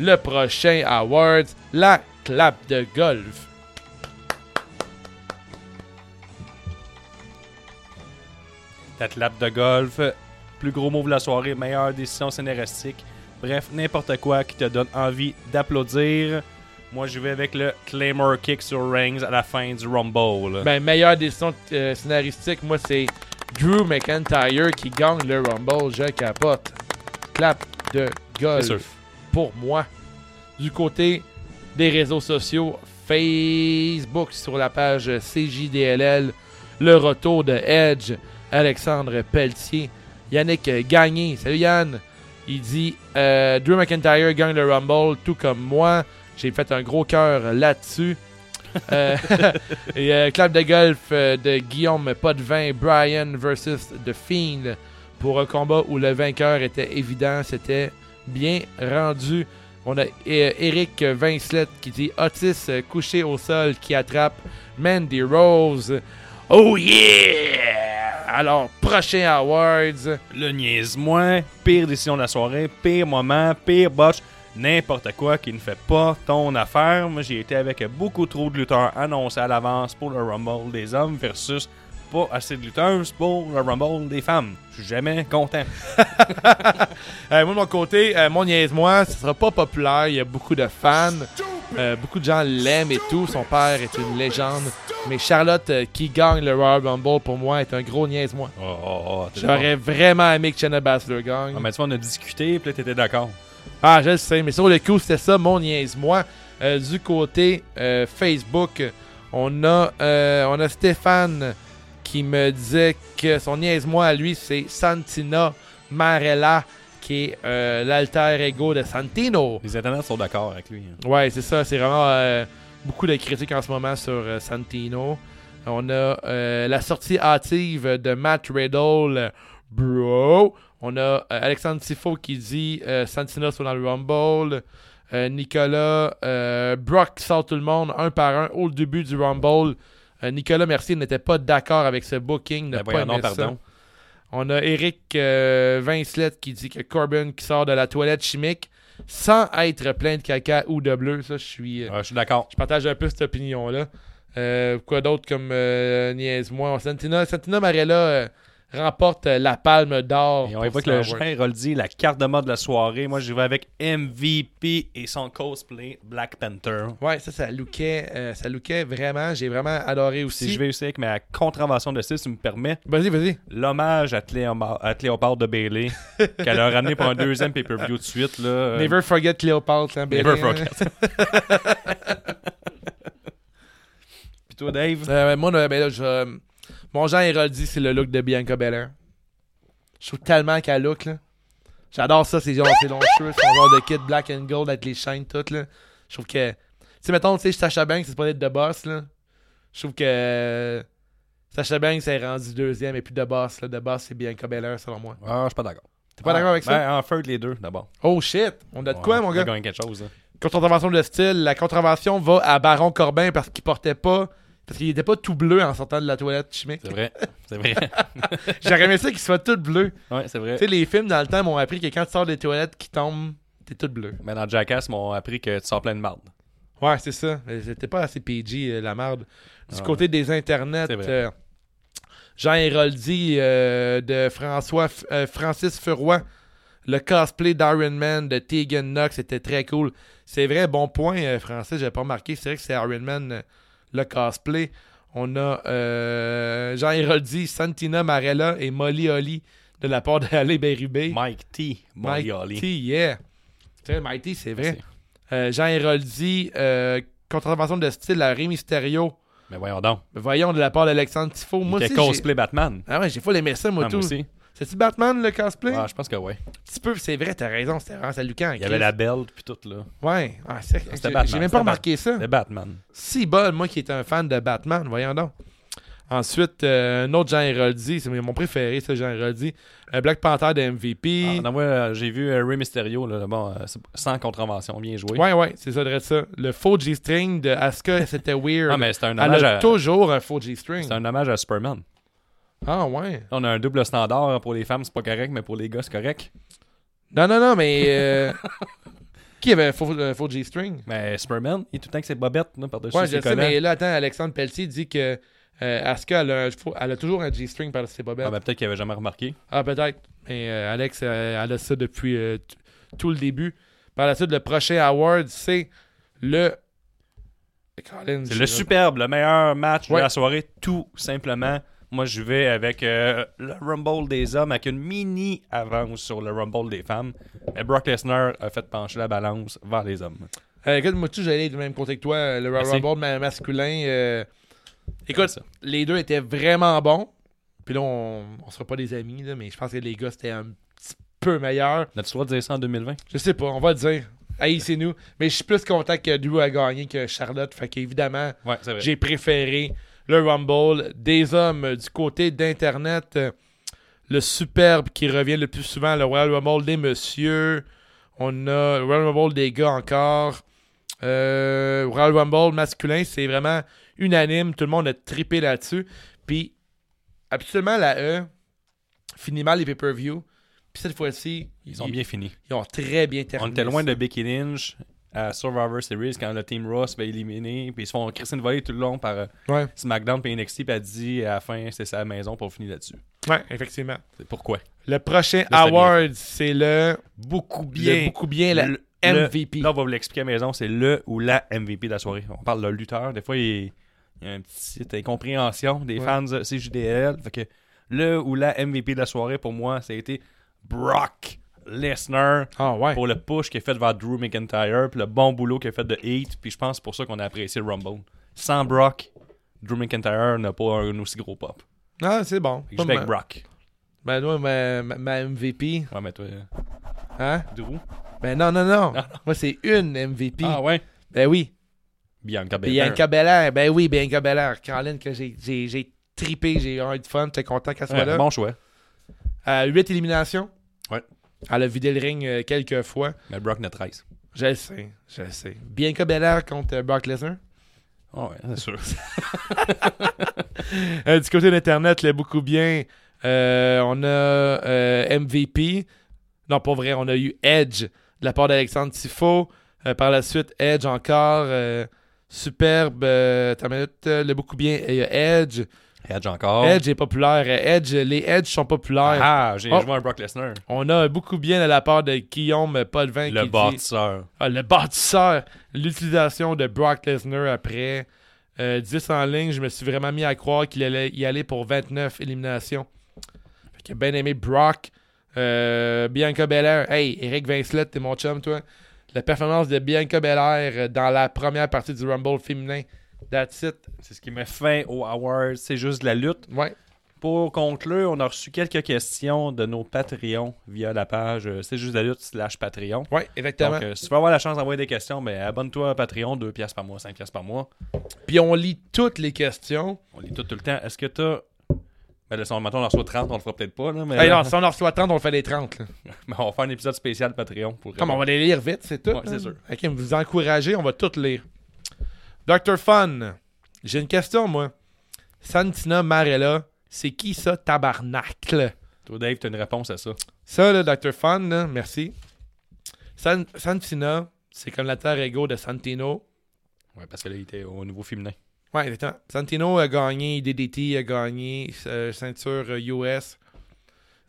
Speaker 1: le prochain Awards, la clap de golf.
Speaker 4: La clap de golf. Plus gros move de la soirée. Meilleure décision scénaristique. Bref, n'importe quoi qui te donne envie d'applaudir. Moi, j'y vais avec le Claymore Kick sur Reigns à la fin du Rumble.
Speaker 1: Ben, meilleure décision euh, scénaristique, moi, c'est Drew McIntyre qui gagne le Rumble. Je capote. Clap de
Speaker 4: C'est sûr.
Speaker 1: golf pour moi. Du côté des réseaux sociaux, Facebook sur la page CJDLL, le retour de Edge, Alexandre Pelletier, Yannick Gagné. Salut Yann! Il dit euh, Drew McIntyre gagne le Rumble, tout comme moi. J'ai fait un gros cœur là-dessus. Euh, et euh, clap de golf euh, de Guillaume Potvin, Brian versus The Fiend pour un combat où le vainqueur était évident, c'était bien rendu. On a euh, Eric Vincelette qui dit Otis euh, couché au sol qui attrape Mandy Rose. Oh yeah! Alors, prochain Awards.
Speaker 4: Le niaise-moi. Pire décision de la soirée. Pire moment. Pire botch. N'importe quoi qui ne fait pas ton affaire. Moi, j'ai été avec beaucoup trop de lutteurs annoncés à l'avance pour le Rumble des hommes versus pas assez de lutteuses pour le Rumble des femmes. Je suis jamais content.
Speaker 1: Euh, moi, de mon côté, euh, mon niaise-moi, ce sera pas populaire. Il y a beaucoup de fans. Euh, beaucoup de gens l'aiment et tout. Son père est une légende. Mais Charlotte, euh, qui gagne le Royal Rumble, pour moi, est un gros niaise-moi.
Speaker 4: Oh, oh, oh, t'es
Speaker 1: J'aurais vraiment aimé que Shayna Baszler
Speaker 4: d'accord. Ah,
Speaker 1: gagne.
Speaker 4: mais tu vois, on a discuté, puis là, t'étais d'accord.
Speaker 1: Ah, je le sais, mais sur le coup, c'était ça, mon niaise-moi. Euh, du côté euh, Facebook, on a, euh, on a Stéphane qui me disait que son niaise-moi à lui, c'est Santina Marella, qui est euh, l'alter ego de Santino.
Speaker 4: Les internautes sont d'accord avec lui. hein.
Speaker 1: Ouais, c'est ça. C'est vraiment euh, beaucoup de critiques en ce moment sur euh, Santino. On a euh, la sortie hâtive de Matt Riddle, euh, bro. On a euh, Alexandre Tifo qui dit euh, Santino sur dans le Rumble. Euh, Nicolas, euh, Brock sort tout le monde un par un au début du Rumble. Euh, Nicolas Mercier n'était pas d'accord avec ce booking. n'a
Speaker 4: Ben
Speaker 1: pas
Speaker 4: voyons
Speaker 1: aimé
Speaker 4: donc,
Speaker 1: ça.
Speaker 4: pardon.
Speaker 1: On a Eric euh, Vincelette qui dit que Corbin qui sort de la toilette chimique sans être plein de caca ou de bleu. Ça, je suis. euh,
Speaker 4: Ah, je suis d'accord.
Speaker 1: Je partage un peu cette opinion-là. Euh, quoi d'autre comme euh, niaise-moi Santina, Santina Marella euh, remporte euh, la palme d'or.
Speaker 4: Et on
Speaker 1: pour
Speaker 4: évoque
Speaker 1: Star
Speaker 4: le
Speaker 1: Wars.
Speaker 4: gère Roldi, la carte de mode de la soirée. Moi, j'y vais avec MVP et son cosplay Black Panther.
Speaker 1: Ouais, ça, ça lookait, euh, ça lookait vraiment. J'ai vraiment adoré aussi.
Speaker 4: Si je vais aussi avec ma contravention de style, si tu me permets,
Speaker 1: Vas-y, vas-y.
Speaker 4: l'hommage à, Cléoma- à Cléopâtre de Bailey, qu'elle a ramené pour un deuxième pay-per-view de suite. Là, Euh,
Speaker 1: Never forget Cléopâtre. hein,
Speaker 4: Never
Speaker 1: Bélin, hein.
Speaker 4: forget. Puis toi, Dave,
Speaker 1: Euh, moi, là, ben là, je- mon genre érudit, c'est le look de Bianca Belair. Je trouve tellement qu'elle look, là. J'adore ça, ses, genre, ses longs cheveux, son genre de kit black and gold avec les chaînes toutes, là. Je trouve que... Tu sais, mettons, tu sais, Sacha Banks, c'est pas être de boss, là. Je trouve que... Sacha Banks est rendu deuxième et puis de boss, là. De boss, c'est Bianca Belair, selon moi.
Speaker 4: ah, je suis pas d'accord.
Speaker 1: T'es pas d'accord avec ça?
Speaker 4: Ben, en fait, les deux, d'abord.
Speaker 1: Oh shit! On a de quoi,
Speaker 4: Ouais,
Speaker 1: mon
Speaker 4: on
Speaker 1: gars?
Speaker 4: a gagné quelque chose. hein.
Speaker 1: Contravention de style, la contravention va à Baron Corbin parce qu'il portait pas... Parce qu'il était pas tout bleu en sortant de la toilette chimique.
Speaker 4: C'est vrai. C'est vrai.
Speaker 1: J'aurais aimé ça qu'il soit tout bleu.
Speaker 4: ouais, c'est vrai.
Speaker 1: Tu sais, les films dans le temps m'ont appris que quand tu sors des toilettes qui tombent, t'es tout bleu.
Speaker 4: Mais dans Jackass, ils m'ont appris que tu sors plein de marde.
Speaker 1: Ouais, c'est ça. Mais C'était pas assez PG, euh, la merde. Du côté des internets,
Speaker 4: Ah C'est vrai.
Speaker 1: euh, Jean Héroldi euh, de François F- euh, Francis Furoy, le cosplay d'Iron Man de Tegan Knox était très cool. C'est vrai, bon point, euh, Francis, j'avais pas remarqué. C'est vrai que c'est Iron Man, euh, le cosplay. On a euh, Jean Héroldi, Santina Marella et Molly Holly de la part de Berube.
Speaker 4: Mike T.
Speaker 1: Mighty,
Speaker 4: Morioli.
Speaker 1: yeah. Tiens, Mighty, c'est vrai.
Speaker 4: Merci.
Speaker 1: Euh, Jean Héroldi, euh, contravention de style à Ré Mysterio.
Speaker 4: Mais voyons donc.
Speaker 1: Voyons de la part d'Alexandre Tifo. Moi
Speaker 4: T'es
Speaker 1: aussi. j'ai-
Speaker 4: cosplay Batman.
Speaker 1: Ah ouais, j'ai full aimé ça, moi,
Speaker 4: Ah,
Speaker 1: tout.
Speaker 4: moi aussi.
Speaker 1: C'est-tu Batman, le cosplay?
Speaker 4: Ah, je pense que ouais.
Speaker 1: Un petit peu, c'est vrai, t'as raison, c'était vraiment salucant.
Speaker 4: Il y avait la belle puis tout là.
Speaker 1: Ouais, ah, c'est-
Speaker 4: C'était
Speaker 1: j'ai-
Speaker 4: Batman,
Speaker 1: j'ai même
Speaker 4: c'était
Speaker 1: pas remarqué ça.
Speaker 4: C'était Batman.
Speaker 1: Si bol, moi qui est un fan de Batman, voyons donc. Ensuite, euh, un autre Jean Héroldi, c'est mon préféré, ça, Jean Héroldi. Euh, Black Panther de MVP.
Speaker 4: Ah, non, moi, euh, j'ai vu euh, Ray Mysterio là, bon, euh, c'est- sans contravention, bien joué.
Speaker 1: Ouais, ouais, c'est ça, de ça. Le faux G-string de Asuka, c'était weird.
Speaker 4: Ah, mais c'est un hommage
Speaker 1: Elle a
Speaker 4: à,
Speaker 1: toujours un faux G-string.
Speaker 4: c'est un hommage à Superman.
Speaker 1: Ah, ouais.
Speaker 4: On a un double standard pour les femmes, c'est pas correct, mais pour les gars, c'est correct.
Speaker 1: Non, non, non, mais. euh, qui avait un faux, un faux G-string
Speaker 4: Mais Superman, il est tout le temps que c'est bobette là, par-dessus
Speaker 1: Ouais,
Speaker 4: ses
Speaker 1: je sais,
Speaker 4: collants.
Speaker 1: mais là, attends, Alexandre Pelletier dit que euh, Asuka, elle a, un- faut- elle a toujours un G-string par ses bobettes.
Speaker 4: Ah, ben, peut-être qu'il avait jamais remarqué.
Speaker 1: Ah, peut-être. Mais euh, Alex, euh, elle a ça depuis euh, t- tout le début. Par la suite, le prochain award, c'est le. Colin,
Speaker 4: C'est
Speaker 1: je-
Speaker 4: le superbe, le meilleur match
Speaker 1: Ouais.
Speaker 4: de la soirée, tout simplement. Moi, je vais avec euh, le Rumble des hommes, avec une mini avance sur le Rumble des femmes. Mais Brock Lesnar a fait pencher la balance vers les hommes.
Speaker 1: Euh, écoute, moi, tout, j'allais du même côté que toi. euh, Le Royal
Speaker 4: Merci.
Speaker 1: Rumble ma- masculin. euh,
Speaker 4: Comme
Speaker 1: Écoute,
Speaker 4: ça.
Speaker 1: les deux étaient vraiment bons. Puis là, on, on sera pas des amis, là, mais je pense que les gars, c'était un petit peu meilleur.
Speaker 4: Notre droit de dire ça en 2020.
Speaker 1: Je sais pas, on va le dire. Hey, c'est nous. Mais je suis plus content que Drew a gagné que Charlotte. Fait qu'évidemment,
Speaker 4: Ouais, c'est vrai.
Speaker 1: J'ai préféré le Rumble des hommes euh, du côté d'Internet. euh, Le superbe qui revient le plus souvent, le Royal Rumble des messieurs. On a le Royal Rumble des gars encore. Euh, Royal Rumble masculin, c'est vraiment unanime. Tout le monde a trippé là-dessus. Puis, absolument, la E finit mal les pay-per-view. Puis cette fois-ci,
Speaker 4: Ils ont bien fini.
Speaker 1: ils ont très bien terminé.
Speaker 4: On était loin
Speaker 1: ça.
Speaker 4: de Becky Lynch à Survivor Series quand le Team Raw se fait éliminer. Puis ils se font Christine volée tout le long par euh,
Speaker 1: Ouais,
Speaker 4: SmackDown puis NXT. Puis elle dit à la fin, c'est sa maison pour finir là-dessus.
Speaker 1: ouais, effectivement.
Speaker 4: C'est pourquoi.
Speaker 1: Le prochain
Speaker 4: Là, c'était bien
Speaker 1: award, c'est le.
Speaker 4: Beaucoup
Speaker 1: le beaucoup bien, la
Speaker 4: Le- le-
Speaker 1: MVP.
Speaker 4: là, on va vous l'expliquer à la maison. C'est le ou la MVP de la soirée. On parle de lutteur. Des fois, il, il y a une petite incompréhension des
Speaker 1: Ouais.
Speaker 4: fans euh, de CJDL. Fait que le ou la MVP de la soirée, pour moi, ça a été Brock Lesnar.
Speaker 1: Ah ouais.
Speaker 4: pour le push qu'il a fait vers Drew McIntyre, puis le bon boulot qu'il a fait de Heat, puis je pense c'est pour ça qu'on a apprécié le Rumble. Sans Brock, Drew McIntyre n'a pas un aussi gros pop.
Speaker 1: Ah, c'est bon.
Speaker 4: Fait que
Speaker 1: Pas
Speaker 4: Je vais
Speaker 1: ma-
Speaker 4: avec Brock.
Speaker 1: Ben, moi, ma, ma- ma MVP,
Speaker 4: Ouais, mais toi, euh,
Speaker 1: hein?
Speaker 4: Drew.
Speaker 1: Ben, non, non, non.
Speaker 4: Ah, non.
Speaker 1: moi, c'est une MVP.
Speaker 4: Ah ouais.
Speaker 1: Ben oui.
Speaker 4: Bianca Belair.
Speaker 1: Bianca Belair. Ben oui, Bianca Belair. Caroline, que j'ai- j'ai j'ai trippé, j'ai eu un de fun. T'es content qu'elle soit
Speaker 4: Ouais,
Speaker 1: là.
Speaker 4: Bon choix.
Speaker 1: Euh, huit éliminations.
Speaker 4: Ouais.
Speaker 1: Elle a vidé le ring euh, quelques fois.
Speaker 4: Mais Brock n'a 13.
Speaker 1: Je le sais, je le sais. Bianca Belair contre euh, Brock Lesnar.
Speaker 4: Ah ouais, c'est sûr.
Speaker 1: Euh, du côté d'Internet, là, beaucoup bien. Euh, on a euh, MVP. Non, pas vrai, on a eu Edge de la part d'Alexandre Tifo. Euh, par la suite, Edge encore. euh, superbe. euh, t'as une minute, euh, le beaucoup bien. Il y a Edge.
Speaker 4: Edge encore.
Speaker 1: Edge est populaire. Euh, Edge, les Edge sont populaires.
Speaker 4: Oh. Ah, j'ai
Speaker 1: Oh.
Speaker 4: joué un Brock Lesnar.
Speaker 1: On a beaucoup bien de la part de Guillaume Paulvin
Speaker 4: Le
Speaker 1: qui dit
Speaker 4: bâtisseur.
Speaker 1: Ah, le bâtisseur. L'utilisation de Brock Lesnar après euh, 10 en ligne, je me suis vraiment mis à croire qu'il allait y aller pour 29 éliminations. Fait que bien aimé Brock. Euh, Bianca Belair. Hey, Eric Vincelette, t'es mon chum, toi. La performance de Bianca Belair euh, dans la première partie du Rumble féminin. That's it.
Speaker 4: C'est ce qui met fin au Awards. C'est juste de la lutte.
Speaker 1: Ouais.
Speaker 4: Pour conclure, on a reçu quelques questions de nos Patreons via la page euh, C'est juste la lutte slash Patreon.
Speaker 1: Ouais, exactement.
Speaker 4: Donc, euh, si tu veux avoir la chance d'envoyer des questions, ben, abonne-toi à Patreon, 2 piastres par mois, 5 piastres par mois.
Speaker 1: Puis on lit toutes les questions.
Speaker 4: On lit tout, tout le temps. Est-ce que t'as... Ben là, si on, mettons, on en reçoit 30, on le fera peut-être pas, là, mais, euh,
Speaker 1: Hey, non, si on en reçoit 30, on fait les 30. là.
Speaker 4: mais on va faire un épisode spécial Patreon. Pour euh,
Speaker 1: Comme on va les lire vite, c'est tout.
Speaker 4: Ouais, c'est
Speaker 1: hein.
Speaker 4: sûr.
Speaker 1: Ok, vous encouragez, on va tout lire. Dr. Fun, j'ai une question, moi. Santina Marella, c'est qui ça, tabarnacle?
Speaker 4: Toi, Dave, t'as une réponse à ça.
Speaker 1: Ça, là, Dr. Fun, là, merci. San- Santina, c'est comme la terre ego de Santino.
Speaker 4: Ouais, parce que là, il était au niveau féminin.
Speaker 1: Ouais, exactement. Santino a gagné DDT, a gagné euh, ceinture euh, US.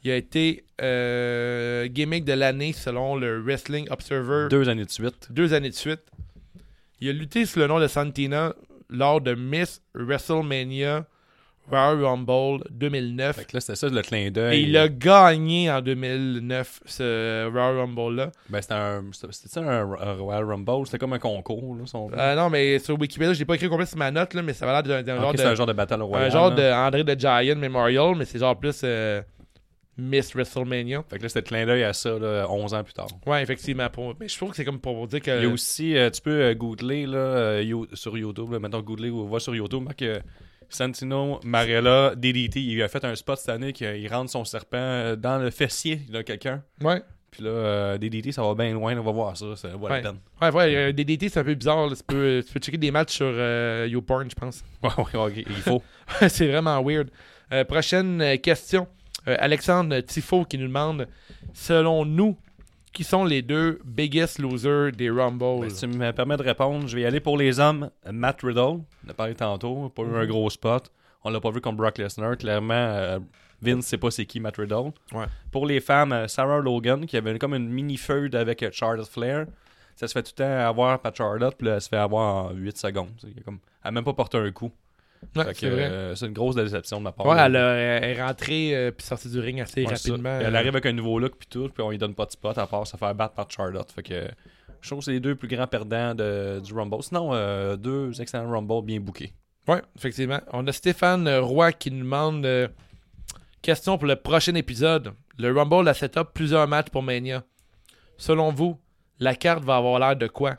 Speaker 1: Il a été euh, gimmick de l'année selon le Wrestling Observer.
Speaker 4: Deux années de suite.
Speaker 1: deux années de suite. Il a lutté sous le nom de Santina lors de Miss WrestleMania Royal Rumble 2009.
Speaker 4: Fait que là, c'était ça le clin d'œil.
Speaker 1: Et il a gagné en 2009 ce Royal Rumble-là.
Speaker 4: Ben, c'était un. C'était c'était un, un Royal Rumble, c'était comme un concours, là. Son...
Speaker 1: Euh, non, mais sur Wikipédia, je l'ai pas écrit complet sur ma note, là, mais ça va l'air d'un d'un genre
Speaker 4: Ok, c'est
Speaker 1: de.
Speaker 4: un genre de Battle Royale.
Speaker 1: un genre
Speaker 4: là.
Speaker 1: de André the Giant Memorial, mais c'est genre plus euh, Miss WrestleMania.
Speaker 4: Fait que là, c'était le clin d'œil à ça, là, 11 ans plus tard.
Speaker 1: Ouais, effectivement. pour- Mais je trouve que c'est comme pour dire
Speaker 4: Il y a
Speaker 1: que.
Speaker 4: aussi, euh, tu peux euh, googler là, euh, You- sur YouTube, là, mettons googler ou va sur YouTube, marque euh, Santino Marella DDT. Il a fait un spot cette année qu'il rentre son serpent euh, dans le fessier de quelqu'un.
Speaker 1: Ouais.
Speaker 4: Puis là, euh, DDT, ça va bien loin, on va voir ça, ça vaut la
Speaker 1: Ouais.
Speaker 4: peine.
Speaker 1: Ouais, ouais, euh, DDT, c'est un peu bizarre. là. Tu, peux, tu peux checker des matchs sur euh, YouPorn, je pense.
Speaker 4: Ouais, ouais, ok, il faut.
Speaker 1: c'est vraiment weird. Euh, prochaine euh, question. Euh, Alexandre Tifo qui nous demande Selon nous, qui sont les deux biggest losers des Rumbles
Speaker 4: Ben, si tu me permets de répondre, je vais y aller pour les hommes. Matt Riddle, on a parlé tantôt, pas eu un gros spot. On l'a pas vu comme Brock Lesnar. Clairement, euh, Vince sait pas c'est qui Matt Riddle.
Speaker 1: Ouais.
Speaker 4: Pour les femmes, euh, Sarah Logan, qui avait comme une mini feud avec euh, Charlotte Flair. Ça se fait tout le temps avoir par Charlotte, puis là, elle se fait avoir en 8 secondes. tu sais, il y a comme- Elle n'a même pas porté un coup.
Speaker 1: Ouais,
Speaker 4: Fait que,
Speaker 1: c'est vrai.
Speaker 4: euh, c'est une grosse déception de ma part.
Speaker 1: Ouais, elle, a- elle est rentrée euh, puis sortie du ring assez
Speaker 4: Ouais, c'est ça.
Speaker 1: rapidement.
Speaker 4: Elle
Speaker 1: Euh,
Speaker 4: arrive avec un nouveau look puis tout, puis on lui donne pas de spot à part se faire battre par Charlotte. Fait que je trouve que c'est les deux plus grands perdants de- du Rumble. Sinon, euh, deux excellents Rumble bien bookés.
Speaker 1: Ouais, effectivement. On a Stéphane euh, Roy qui nous demande euh, question pour le prochain épisode. Le Rumble a setup plusieurs matchs pour Mania. Selon vous, la carte va avoir l'air de quoi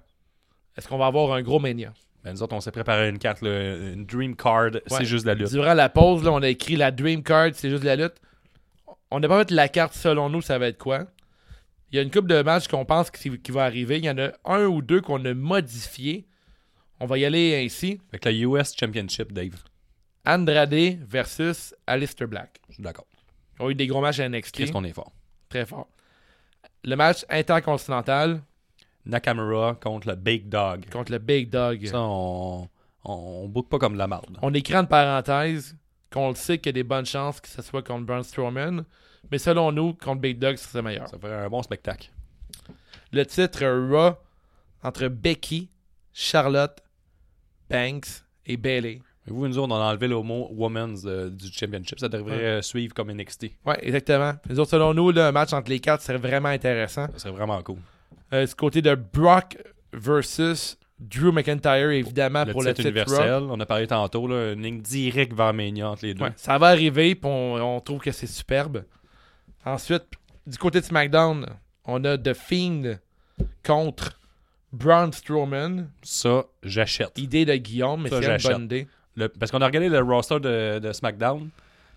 Speaker 1: Est-ce qu'on va avoir un gros Mania
Speaker 4: Ben, nous autres, on s'est préparé une carte, là, une Dream Card, c'est juste la lutte.
Speaker 1: Durant la pause, là, on a écrit la Dream Card, c'est juste la lutte. On n'a pas fait la carte selon nous, ça va être quoi Il y a une coupe de matchs qu'on pense qui, qui va arriver. Il y en a un ou deux qu'on a modifié. On va y aller ainsi.
Speaker 4: Fait que la US Championship, Dave.
Speaker 1: Andrade versus Alistair Black.
Speaker 4: Je suis d'accord.
Speaker 1: On a eu des gros matchs à NXT.
Speaker 4: Qu'est-ce qu'on est fort?
Speaker 1: Très fort. Le match intercontinental
Speaker 4: Nakamura contre le Big Dog.
Speaker 1: contre le Big Dog.
Speaker 4: Ça, on, on, on book pas comme de la marde.
Speaker 1: On écrit en parenthèse qu'on le sait qu'il y a des bonnes chances que ce soit contre Braun Strowman, mais selon nous, contre Big Dog, ce serait meilleur.
Speaker 4: Ça ferait un bon spectacle.
Speaker 1: Le titre Raw entre Becky, Charlotte, Banks et Bailey.
Speaker 4: Et Vous, nous autres, on a enlevé le mot Women's euh, du Championship. Ça devrait euh, suivre comme NXT.
Speaker 1: Ouais, exactement. Les autres, selon nous, là, un match entre les quatre serait vraiment intéressant.
Speaker 4: Ça serait vraiment cool.
Speaker 1: Euh, du côté de Brock versus Drew McIntyre, évidemment,
Speaker 4: le
Speaker 1: pour
Speaker 4: titre
Speaker 1: le titre Raw.
Speaker 4: universel. On a parlé tantôt, là, une ligne directe vers Mania entre les deux.
Speaker 1: Ouais, ça va arriver, puis on, on trouve que c'est superbe. Ensuite, du côté de SmackDown, on a The Fiend contre Braun Strowman.
Speaker 4: Ça, j'achète.
Speaker 1: Idée de Guillaume, mais
Speaker 4: Ça,
Speaker 1: c'est une
Speaker 4: j'achète.
Speaker 1: bonne idée.
Speaker 4: Le- Parce qu'on a regardé le roster de, de SmackDown,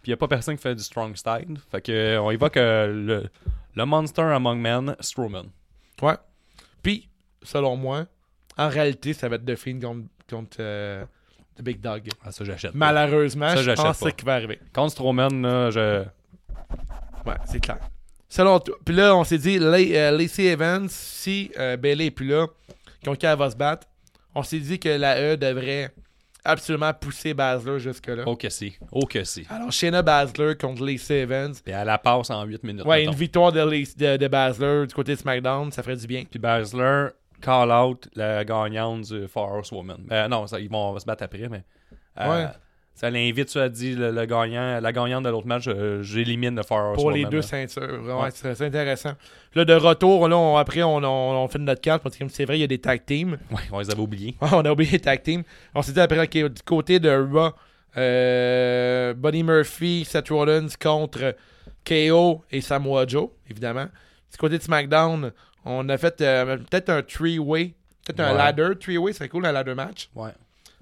Speaker 4: puis il n'y a pas personne qui fait du strong style. Fait que, euh, on évoque euh, le, le Monster Among Men, Strowman.
Speaker 1: Ouais. Puis, selon moi, en réalité, ça va être The Fiend contre, contre, euh, The Big Dog.
Speaker 4: Ah, ça, j'achète.
Speaker 1: Malheureusement,
Speaker 4: Ça,
Speaker 1: je
Speaker 4: j'achète
Speaker 1: pense que
Speaker 4: pas.
Speaker 1: c'est ce qui va arriver.
Speaker 4: Contre Strowman, là, je...
Speaker 1: Ouais, c'est clair. Selon toi. Puis là, on s'est dit, La- euh, Lacey Evans, si euh, Bailey est plus là, contre qui elle va se battre, on s'est dit que la E devrait absolument pousser Basler jusque-là.
Speaker 4: Oh que si. Oh que si.
Speaker 1: Alors, Shayna Basler contre Lacey Evans.
Speaker 4: Puis elle la passe en 8 minutes.
Speaker 1: Ouais,
Speaker 4: mettons.
Speaker 1: une victoire de, Lace- de, de Basler du côté de SmackDown, ça ferait du bien.
Speaker 4: Puis Basler, call out la gagnante du Far Woman. Euh, non, ça- ils vont se battre après, mais. euh,
Speaker 1: Ouais.
Speaker 4: Ça l'invite, ça dit le, le gagnant, la gagnante de l'autre match, euh, j'élimine le Far
Speaker 1: Pour les
Speaker 4: Woman,
Speaker 1: deux
Speaker 4: là.
Speaker 1: ceintures. Ouais,
Speaker 4: Ouais.
Speaker 1: c'est c'est intéressant. Puis Là, de retour, là, on- après, on, on, on fait notre carte parce que c'est vrai, il y a des tag teams.
Speaker 4: Ouais, on les avait oubliés.
Speaker 1: Ouais, on a oublié les tag team. On s'est dit après, ok, du côté de Raw, euh, Buddy Murphy, Seth Rollins contre KO et Samoa Joe, évidemment. Du côté de SmackDown, on a fait euh, peut-être un three-way, peut-être un
Speaker 4: Ouais.
Speaker 1: ladder. Three-way, c'est cool, un ladder match.
Speaker 4: Ouais.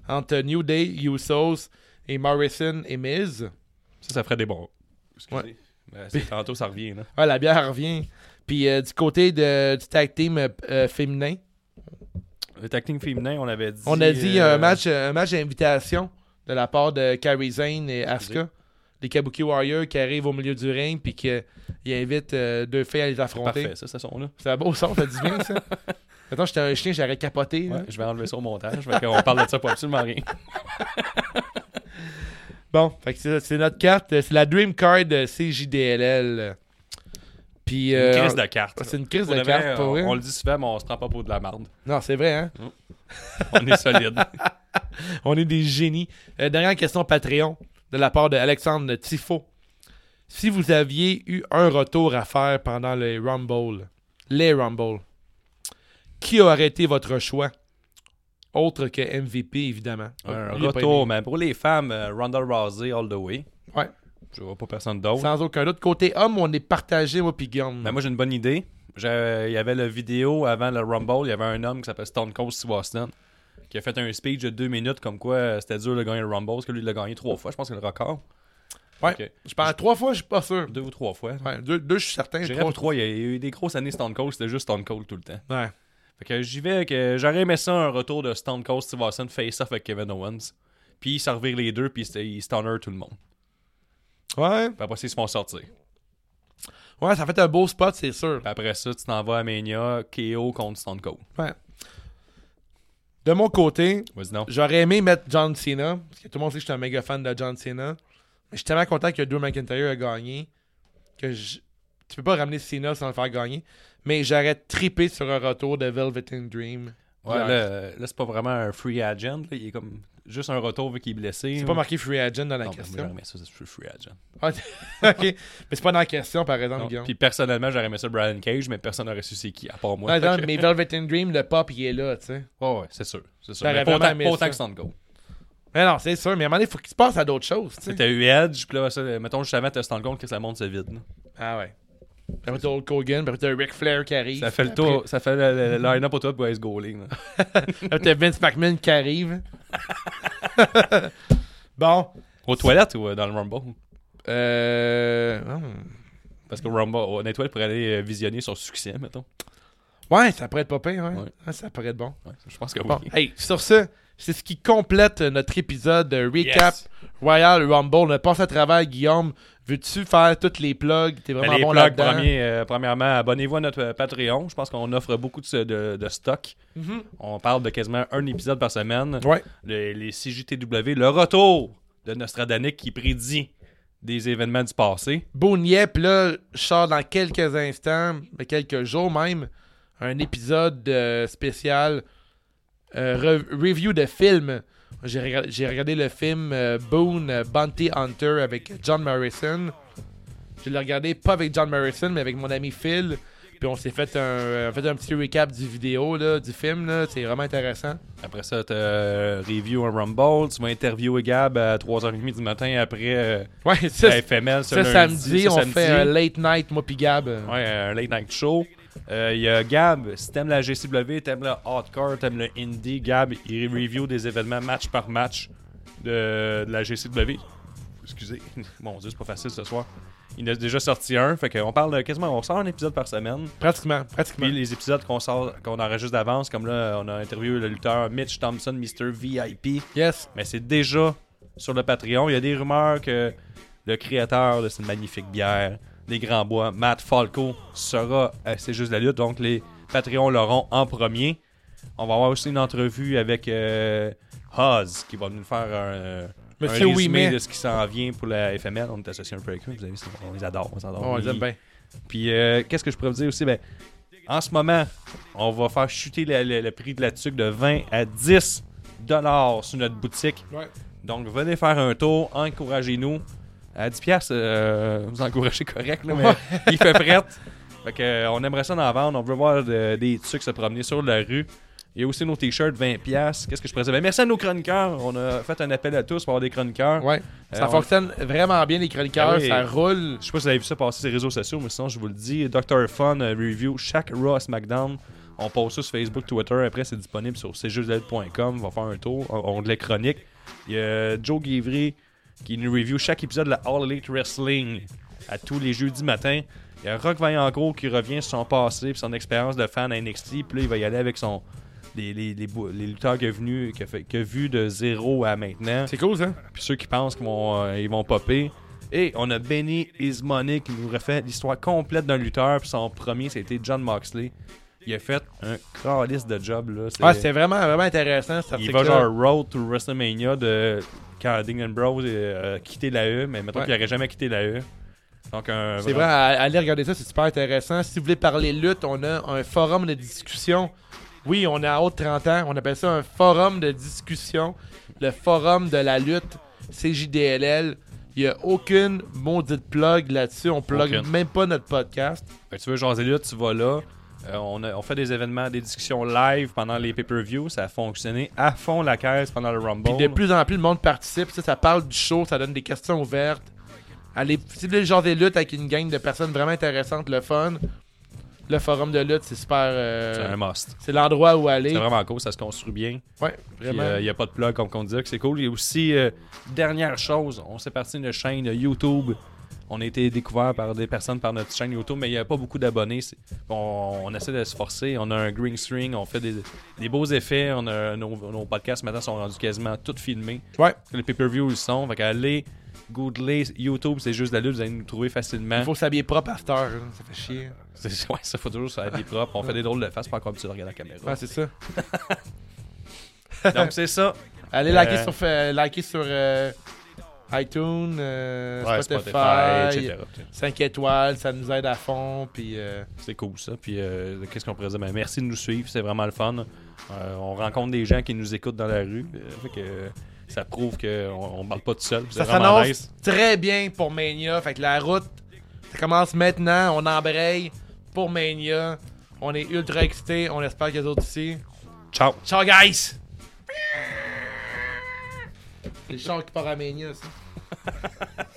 Speaker 1: Entre New Day, Usos et Morrison et Miz.
Speaker 4: Ça, ça ferait des bons. Excusez.
Speaker 1: Ouais.
Speaker 4: Ben, c'est- tantôt, ça revient. Là.
Speaker 1: Ouais, Ah, la bière revient. Puis euh, du côté de, du tag team euh, euh, féminin,
Speaker 4: Le tag team féminin, on avait dit.
Speaker 1: On a dit
Speaker 4: euh,
Speaker 1: un match, un match d'invitation de la part de Kairi Zane et Asuka. Les Kabuki Warriors qui arrivent au milieu du ring puis qui euh, ils invitent euh, deux filles à les affronter.
Speaker 4: Parfait, ça, ce son-là.
Speaker 1: C'est un beau son, ça dit bien ça. Attends, j'étais un chien, j'aurais capoté. là.
Speaker 4: Ouais, je vais enlever ça au montage. fait qu'on parle de ça pour absolument rien.
Speaker 1: Bon, fait que c'est, c'est notre carte, euh, c'est la Dream Card euh, CJDLL. Puis, euh,
Speaker 4: une crise de carte.
Speaker 1: c'est une crise
Speaker 4: Pour
Speaker 1: de
Speaker 4: de vrai,
Speaker 1: carte, pour
Speaker 4: on,
Speaker 1: vrai.
Speaker 4: on le dit souvent, mais on se prend pas pour de la merde.
Speaker 1: Non, c'est vrai, hein?
Speaker 4: On est solide.
Speaker 1: On est des génies. Euh, dernière question Patreon. de la part de Alexandre Tifo. Si vous aviez eu un retour à faire pendant les Rumble, les Rumble, qui aurait été votre choix? Autre que MVP, évidemment.
Speaker 4: Un
Speaker 1: Lui, il a pas
Speaker 4: retour,
Speaker 1: aimé.
Speaker 4: mais pour les femmes, euh, Ronda Rousey all the way.
Speaker 1: Ouais.
Speaker 4: Je vois pas personne d'autre.
Speaker 1: Sans aucun doute. Côté homme, on est partagé, moi, puis Guillaume.
Speaker 4: Mais Ben, moi, j'ai une bonne idée. J'ai- Il y avait la vidéo avant le Rumble. Il y avait un homme qui s'appelle Stone Cold Steve Austin qui a fait un speech de deux minutes comme quoi euh, c'était dur de gagner le Rumble parce que lui, il l'a gagné trois fois. Je pense que le record.
Speaker 1: Ouais.
Speaker 4: Ok.
Speaker 1: Je pense trois fois, je suis pas sûr.
Speaker 4: Deux ou trois fois.
Speaker 1: Ouais, deux, deux, je suis certain.
Speaker 4: J'irais
Speaker 1: Trois-
Speaker 4: pour trois. Il y a eu des grosses années Stone Cold. C'était juste Stone Cold tout le temps.
Speaker 1: Ouais.
Speaker 4: Fait que j'y vais. que J'aurais aimé ça un retour de Stone Cold Steve Austin face-off avec Kevin Owens. Puis ils servirent les deux, puis c'était- ils stunner tout le monde.
Speaker 1: Ouais.
Speaker 4: Puis après ça, ils se font sortir.
Speaker 1: Ouais, ça fait un beau spot, c'est sûr.
Speaker 4: Puis après ça, tu t'en vas à Mania, KO contre Stone Cold.
Speaker 1: Ouais. De mon côté,
Speaker 4: Vas-y, non.
Speaker 1: j'aurais aimé mettre John Cena. Parce que tout le monde sait que je suis un méga fan de John Cena. Mais je suis tellement content que Drew McIntyre a gagné. Que je... tu peux pas ramener Cena sans le faire gagner. Mais j'aurais trippé sur un retour de Velvet in Dream.
Speaker 4: Ouais,
Speaker 1: Genre,
Speaker 4: là, là, c'est pas vraiment un free agent. là. Il est comme juste un retour vu qu'il est blessé.
Speaker 1: C'est pas marqué Free Agent dans la
Speaker 4: Mm. Non, mais moi, j'aurais
Speaker 1: question.
Speaker 4: aimé ça, c'est free agent.
Speaker 1: Ah, ok. Mais c'est pas dans la question, par exemple,
Speaker 4: Non,
Speaker 1: Guillaume.
Speaker 4: Puis personnellement, j'aurais aimé ça Brian Cage, mais personne n'aurait su c'est qui, à part moi.
Speaker 1: Non,
Speaker 4: Fait
Speaker 1: exemple,
Speaker 4: que-
Speaker 1: mais Velvet in Dream, le pop, il est là, tu sais.
Speaker 4: Ouais, ouais, c'est sûr. C'est sûr.
Speaker 1: J'aurais
Speaker 4: Mais pas
Speaker 1: vraiment
Speaker 4: autant,
Speaker 1: aimé
Speaker 4: pas
Speaker 1: ça.
Speaker 4: autant que Stone Cold.
Speaker 1: Mais non, c'est sûr, mais à un moment donné, faut qu'il se passe à d'autres choses, tu sais.
Speaker 4: T'as eu Edge, puis là, ça, mettons juste avant, t'as Stone Cold, que ça monte, c'est vide. là.
Speaker 1: Ah ouais. Puis Après, t'as Hulk Hogan, puis après, t'as Ric Flair qui arrive.
Speaker 4: Ça fait le
Speaker 1: Après,
Speaker 4: tour, ça fait le, le- le line-up au top pour Ice Goaling. là.
Speaker 1: Après, t'as Vince McMahon qui arrive. bon.
Speaker 4: Aux toilettes ou euh, dans le Rumble
Speaker 1: Euh. hmm.
Speaker 4: Parce que Rumble, on est toilettes pour aller euh, visionner son succès, mettons.
Speaker 1: Ouais, ça pourrait être pas pire, ouais.
Speaker 4: Ouais.
Speaker 1: Ah, Ça pourrait être bon.
Speaker 4: Ouais, je pense que oui.
Speaker 1: Bon, hey, sur ce, c'est ce qui complète notre épisode de Recap Royal Rumble. On a passé à travers, Guillaume. Veux-tu faire toutes les plugs? T'es
Speaker 4: Mais
Speaker 1: vraiment
Speaker 4: Ben, les
Speaker 1: bon
Speaker 4: plugs,
Speaker 1: là-dedans.
Speaker 4: premier, euh, premièrement, abonnez-vous à notre euh, Patreon. Je pense qu'on offre beaucoup de, de- de stock.
Speaker 1: Mhm.
Speaker 4: On parle de quasiment un épisode par semaine.
Speaker 1: Ouais.
Speaker 4: Les, les CJTW, le retour de Nostradamus qui prédit des événements du passé.
Speaker 1: Bounier, puis là, je sors dans quelques instants, mais quelques jours même, un épisode euh, spécial euh, re- review de film. J'ai rega- j'ai regardé le film euh, Boone euh, Bounty Hunter avec John Morrison. Je l'ai regardé pas avec John Morrison, mais avec mon ami Phil. Puis on s'est fait un, euh, fait un petit recap du vidéo, là, du film. là. C'est vraiment intéressant.
Speaker 4: Après ça, tu review un Rumble. Tu vas interviewer Gab à 3h30 du matin après euh,
Speaker 1: Ouais, ça,
Speaker 4: la FML. ce
Speaker 1: ça,
Speaker 4: lundi,
Speaker 1: samedi,
Speaker 4: ce
Speaker 1: on
Speaker 4: samedi.
Speaker 1: fait un late night, moi pis Gab.
Speaker 4: Ouais, un late night show. Euh, Il y a Gab, si t'aimes la GCW, t'aimes le hardcore, t'aimes le indie, Gab, il review des événements match par match de, de la GCW. Excusez, mon dieu, c'est pas facile ce soir. Il en a déjà sorti un, fait qu'on parle quasiment, on sort un épisode par semaine.
Speaker 1: Pratiquement, pratiquement.
Speaker 4: Puis les épisodes qu'on sort, qu'on enregistre d'avance, comme là, on a interviewé le lutteur Mitch Thompson, Mr. VIP.
Speaker 1: Yes.
Speaker 4: Mais c'est déjà sur le Patreon. Il y a des rumeurs que le créateur de cette magnifique bière, les Grands Bois, Matt Falco, sera à C'est juste la lutte. Donc les Patreons l'auront en premier. On va avoir aussi une entrevue avec euh, Haz qui va nous faire un,
Speaker 1: Monsieur
Speaker 4: un résumé
Speaker 1: Ouimet.
Speaker 4: de ce qui s'en vient pour la FML. On est associé un peu avec eux. Vous avez vu, on les adore. On les adore.
Speaker 1: Oh, On les
Speaker 4: Ils-
Speaker 1: aime bien.
Speaker 4: puis euh, qu'est-ce que je pourrais vous dire aussi? Ben, en ce moment, on va faire chuter le, le- le prix de la tuque de 20 à 10 dollars sur notre boutique.
Speaker 1: Ouais.
Speaker 4: Donc venez faire un tour, encouragez-nous. À 10 piastres, euh, vous encouragez correct, là, mais il fait prête. Fait que, euh, on aimerait ça en vendre. On veut voir de- des tucs se promener sur la rue. Il y a aussi nos t-shirts 20 piastres. Qu'est-ce que je pourrais dire? Ben, merci à nos chroniqueurs. On a fait un appel à tous pour avoir des chroniqueurs.
Speaker 1: Ouais. Ça
Speaker 4: Euh, on-
Speaker 1: fonctionne vraiment bien, les chroniqueurs.
Speaker 4: Ah oui.
Speaker 1: Ça roule.
Speaker 4: Je sais pas si vous avez vu ça passer sur les réseaux sociaux, mais sinon, je vous le dis. Dr. Fun euh, review chaque Raw à SmackDown. On poste ça sur Facebook, Twitter. Après, c'est disponible sur cjusdelette.com. On va faire un tour. On, on les chronique. Il y a Joe Guivry qui nous review chaque épisode de la All Elite Wrestling à tous les jeudis matins. Il y a Rock Vaillancourt qui revient sur son passé et son expérience de fan à NXT. Puis là, il va y aller avec son. Les, les, les, bou- les lutteurs qu'il a, venu- qu'il a fait- qu'il a vu de zéro à maintenant.
Speaker 1: C'est cool, ça.
Speaker 4: Puis ceux qui pensent qu'ils vont, euh, ils vont popper. Et on a Benny Ismoney qui nous refait l'histoire complète d'un lutteur. Puis son premier, c'était John Moxley. Il a fait un calice de job. Là. C'est-
Speaker 1: Ouais, c'est vraiment, vraiment intéressant. cet
Speaker 4: il va
Speaker 1: article-là.
Speaker 4: genre Road to WrestleMania de quand Dean Bros a quitté la E, mais mettons
Speaker 1: Ouais.
Speaker 4: qu'il n'aurait jamais quitté la E. Donc, un,
Speaker 1: C'est vrai, à- allez regarder ça, c'est super intéressant. Si vous voulez parler lutte, on a un forum de discussion. Oui, on est à haut de 30 ans. On appelle ça un forum de discussion. Le forum de la lutte. CJDLL. Il n'y a aucune maudite plug là-dessus. On plug
Speaker 4: Aucune.
Speaker 1: même pas notre podcast.
Speaker 4: Fait que Ben, tu veux jaser là, tu vas là. Euh, on, a- on fait des événements, des discussions live pendant les pay-per-views. Ça a fonctionné à fond la caisse pendant le Rumble.
Speaker 1: Puis de plus en plus, le monde participe. Ça, ça parle du show, ça donne des questions ouvertes. Allez, si vous voulez jaser lutte avec une gang de personnes vraiment intéressantes, le fun. Le forum de lutte, c'est super. euh,
Speaker 4: C'est un must.
Speaker 1: c'est l'endroit où aller.
Speaker 4: C'est vraiment cool, ça se construit bien.
Speaker 1: Ouais,
Speaker 4: euh, Il
Speaker 1: vraiment.
Speaker 4: n'y a pas de plug comme on disait, que c'est cool. Et aussi, euh, dernière chose, on s'est parti d'une chaîne YouTube. On a été découvert par des personnes par notre chaîne YouTube, mais il n'y a pas beaucoup d'abonnés. C'est- On, on essaie de se forcer. On a un green screen, on fait des, des beaux effets. On a, nos, nos podcasts maintenant sont rendus quasiment tous filmés.
Speaker 1: Ouais.
Speaker 4: Les pay-per-views, ils sont. Fait qu'allez, googler YouTube, c'est juste de la lutte, vous allez nous trouver facilement.
Speaker 1: Il faut s'habiller propre after. hein, Ça fait chier.
Speaker 4: C'est- Ouais, ça faut toujours se habiller propre. On fait des drôles de face, pas encore habitué de regarder la
Speaker 1: Ouais,
Speaker 4: caméra.
Speaker 1: c'est ça.
Speaker 4: Donc c'est ça.
Speaker 1: Allez
Speaker 4: Euh,
Speaker 1: liker sur, fa- liker sur euh, iTunes, euh,
Speaker 4: Ouais,
Speaker 1: Spotify,
Speaker 4: etc.
Speaker 1: 5 étoiles, ça nous aide à fond. Puis, euh,
Speaker 4: C'est cool ça. Puis euh, qu'est-ce qu'on pourrait dire? Ben, merci de nous suivre, c'est vraiment le fun. Euh, on rencontre des gens qui nous écoutent dans la rue. Euh, fait que, euh, ça prouve qu'on ne parle pas tout seul. puis
Speaker 1: ça
Speaker 4: C'est vraiment
Speaker 1: s'annonce
Speaker 4: nice.
Speaker 1: très bien pour Mania. Fait que la route, ça commence maintenant. On embraye pour Mania. On est ultra excités. On espère que les autres ici.
Speaker 4: Ciao!
Speaker 1: Ciao, guys! C'est le char qui part à Mania, ça.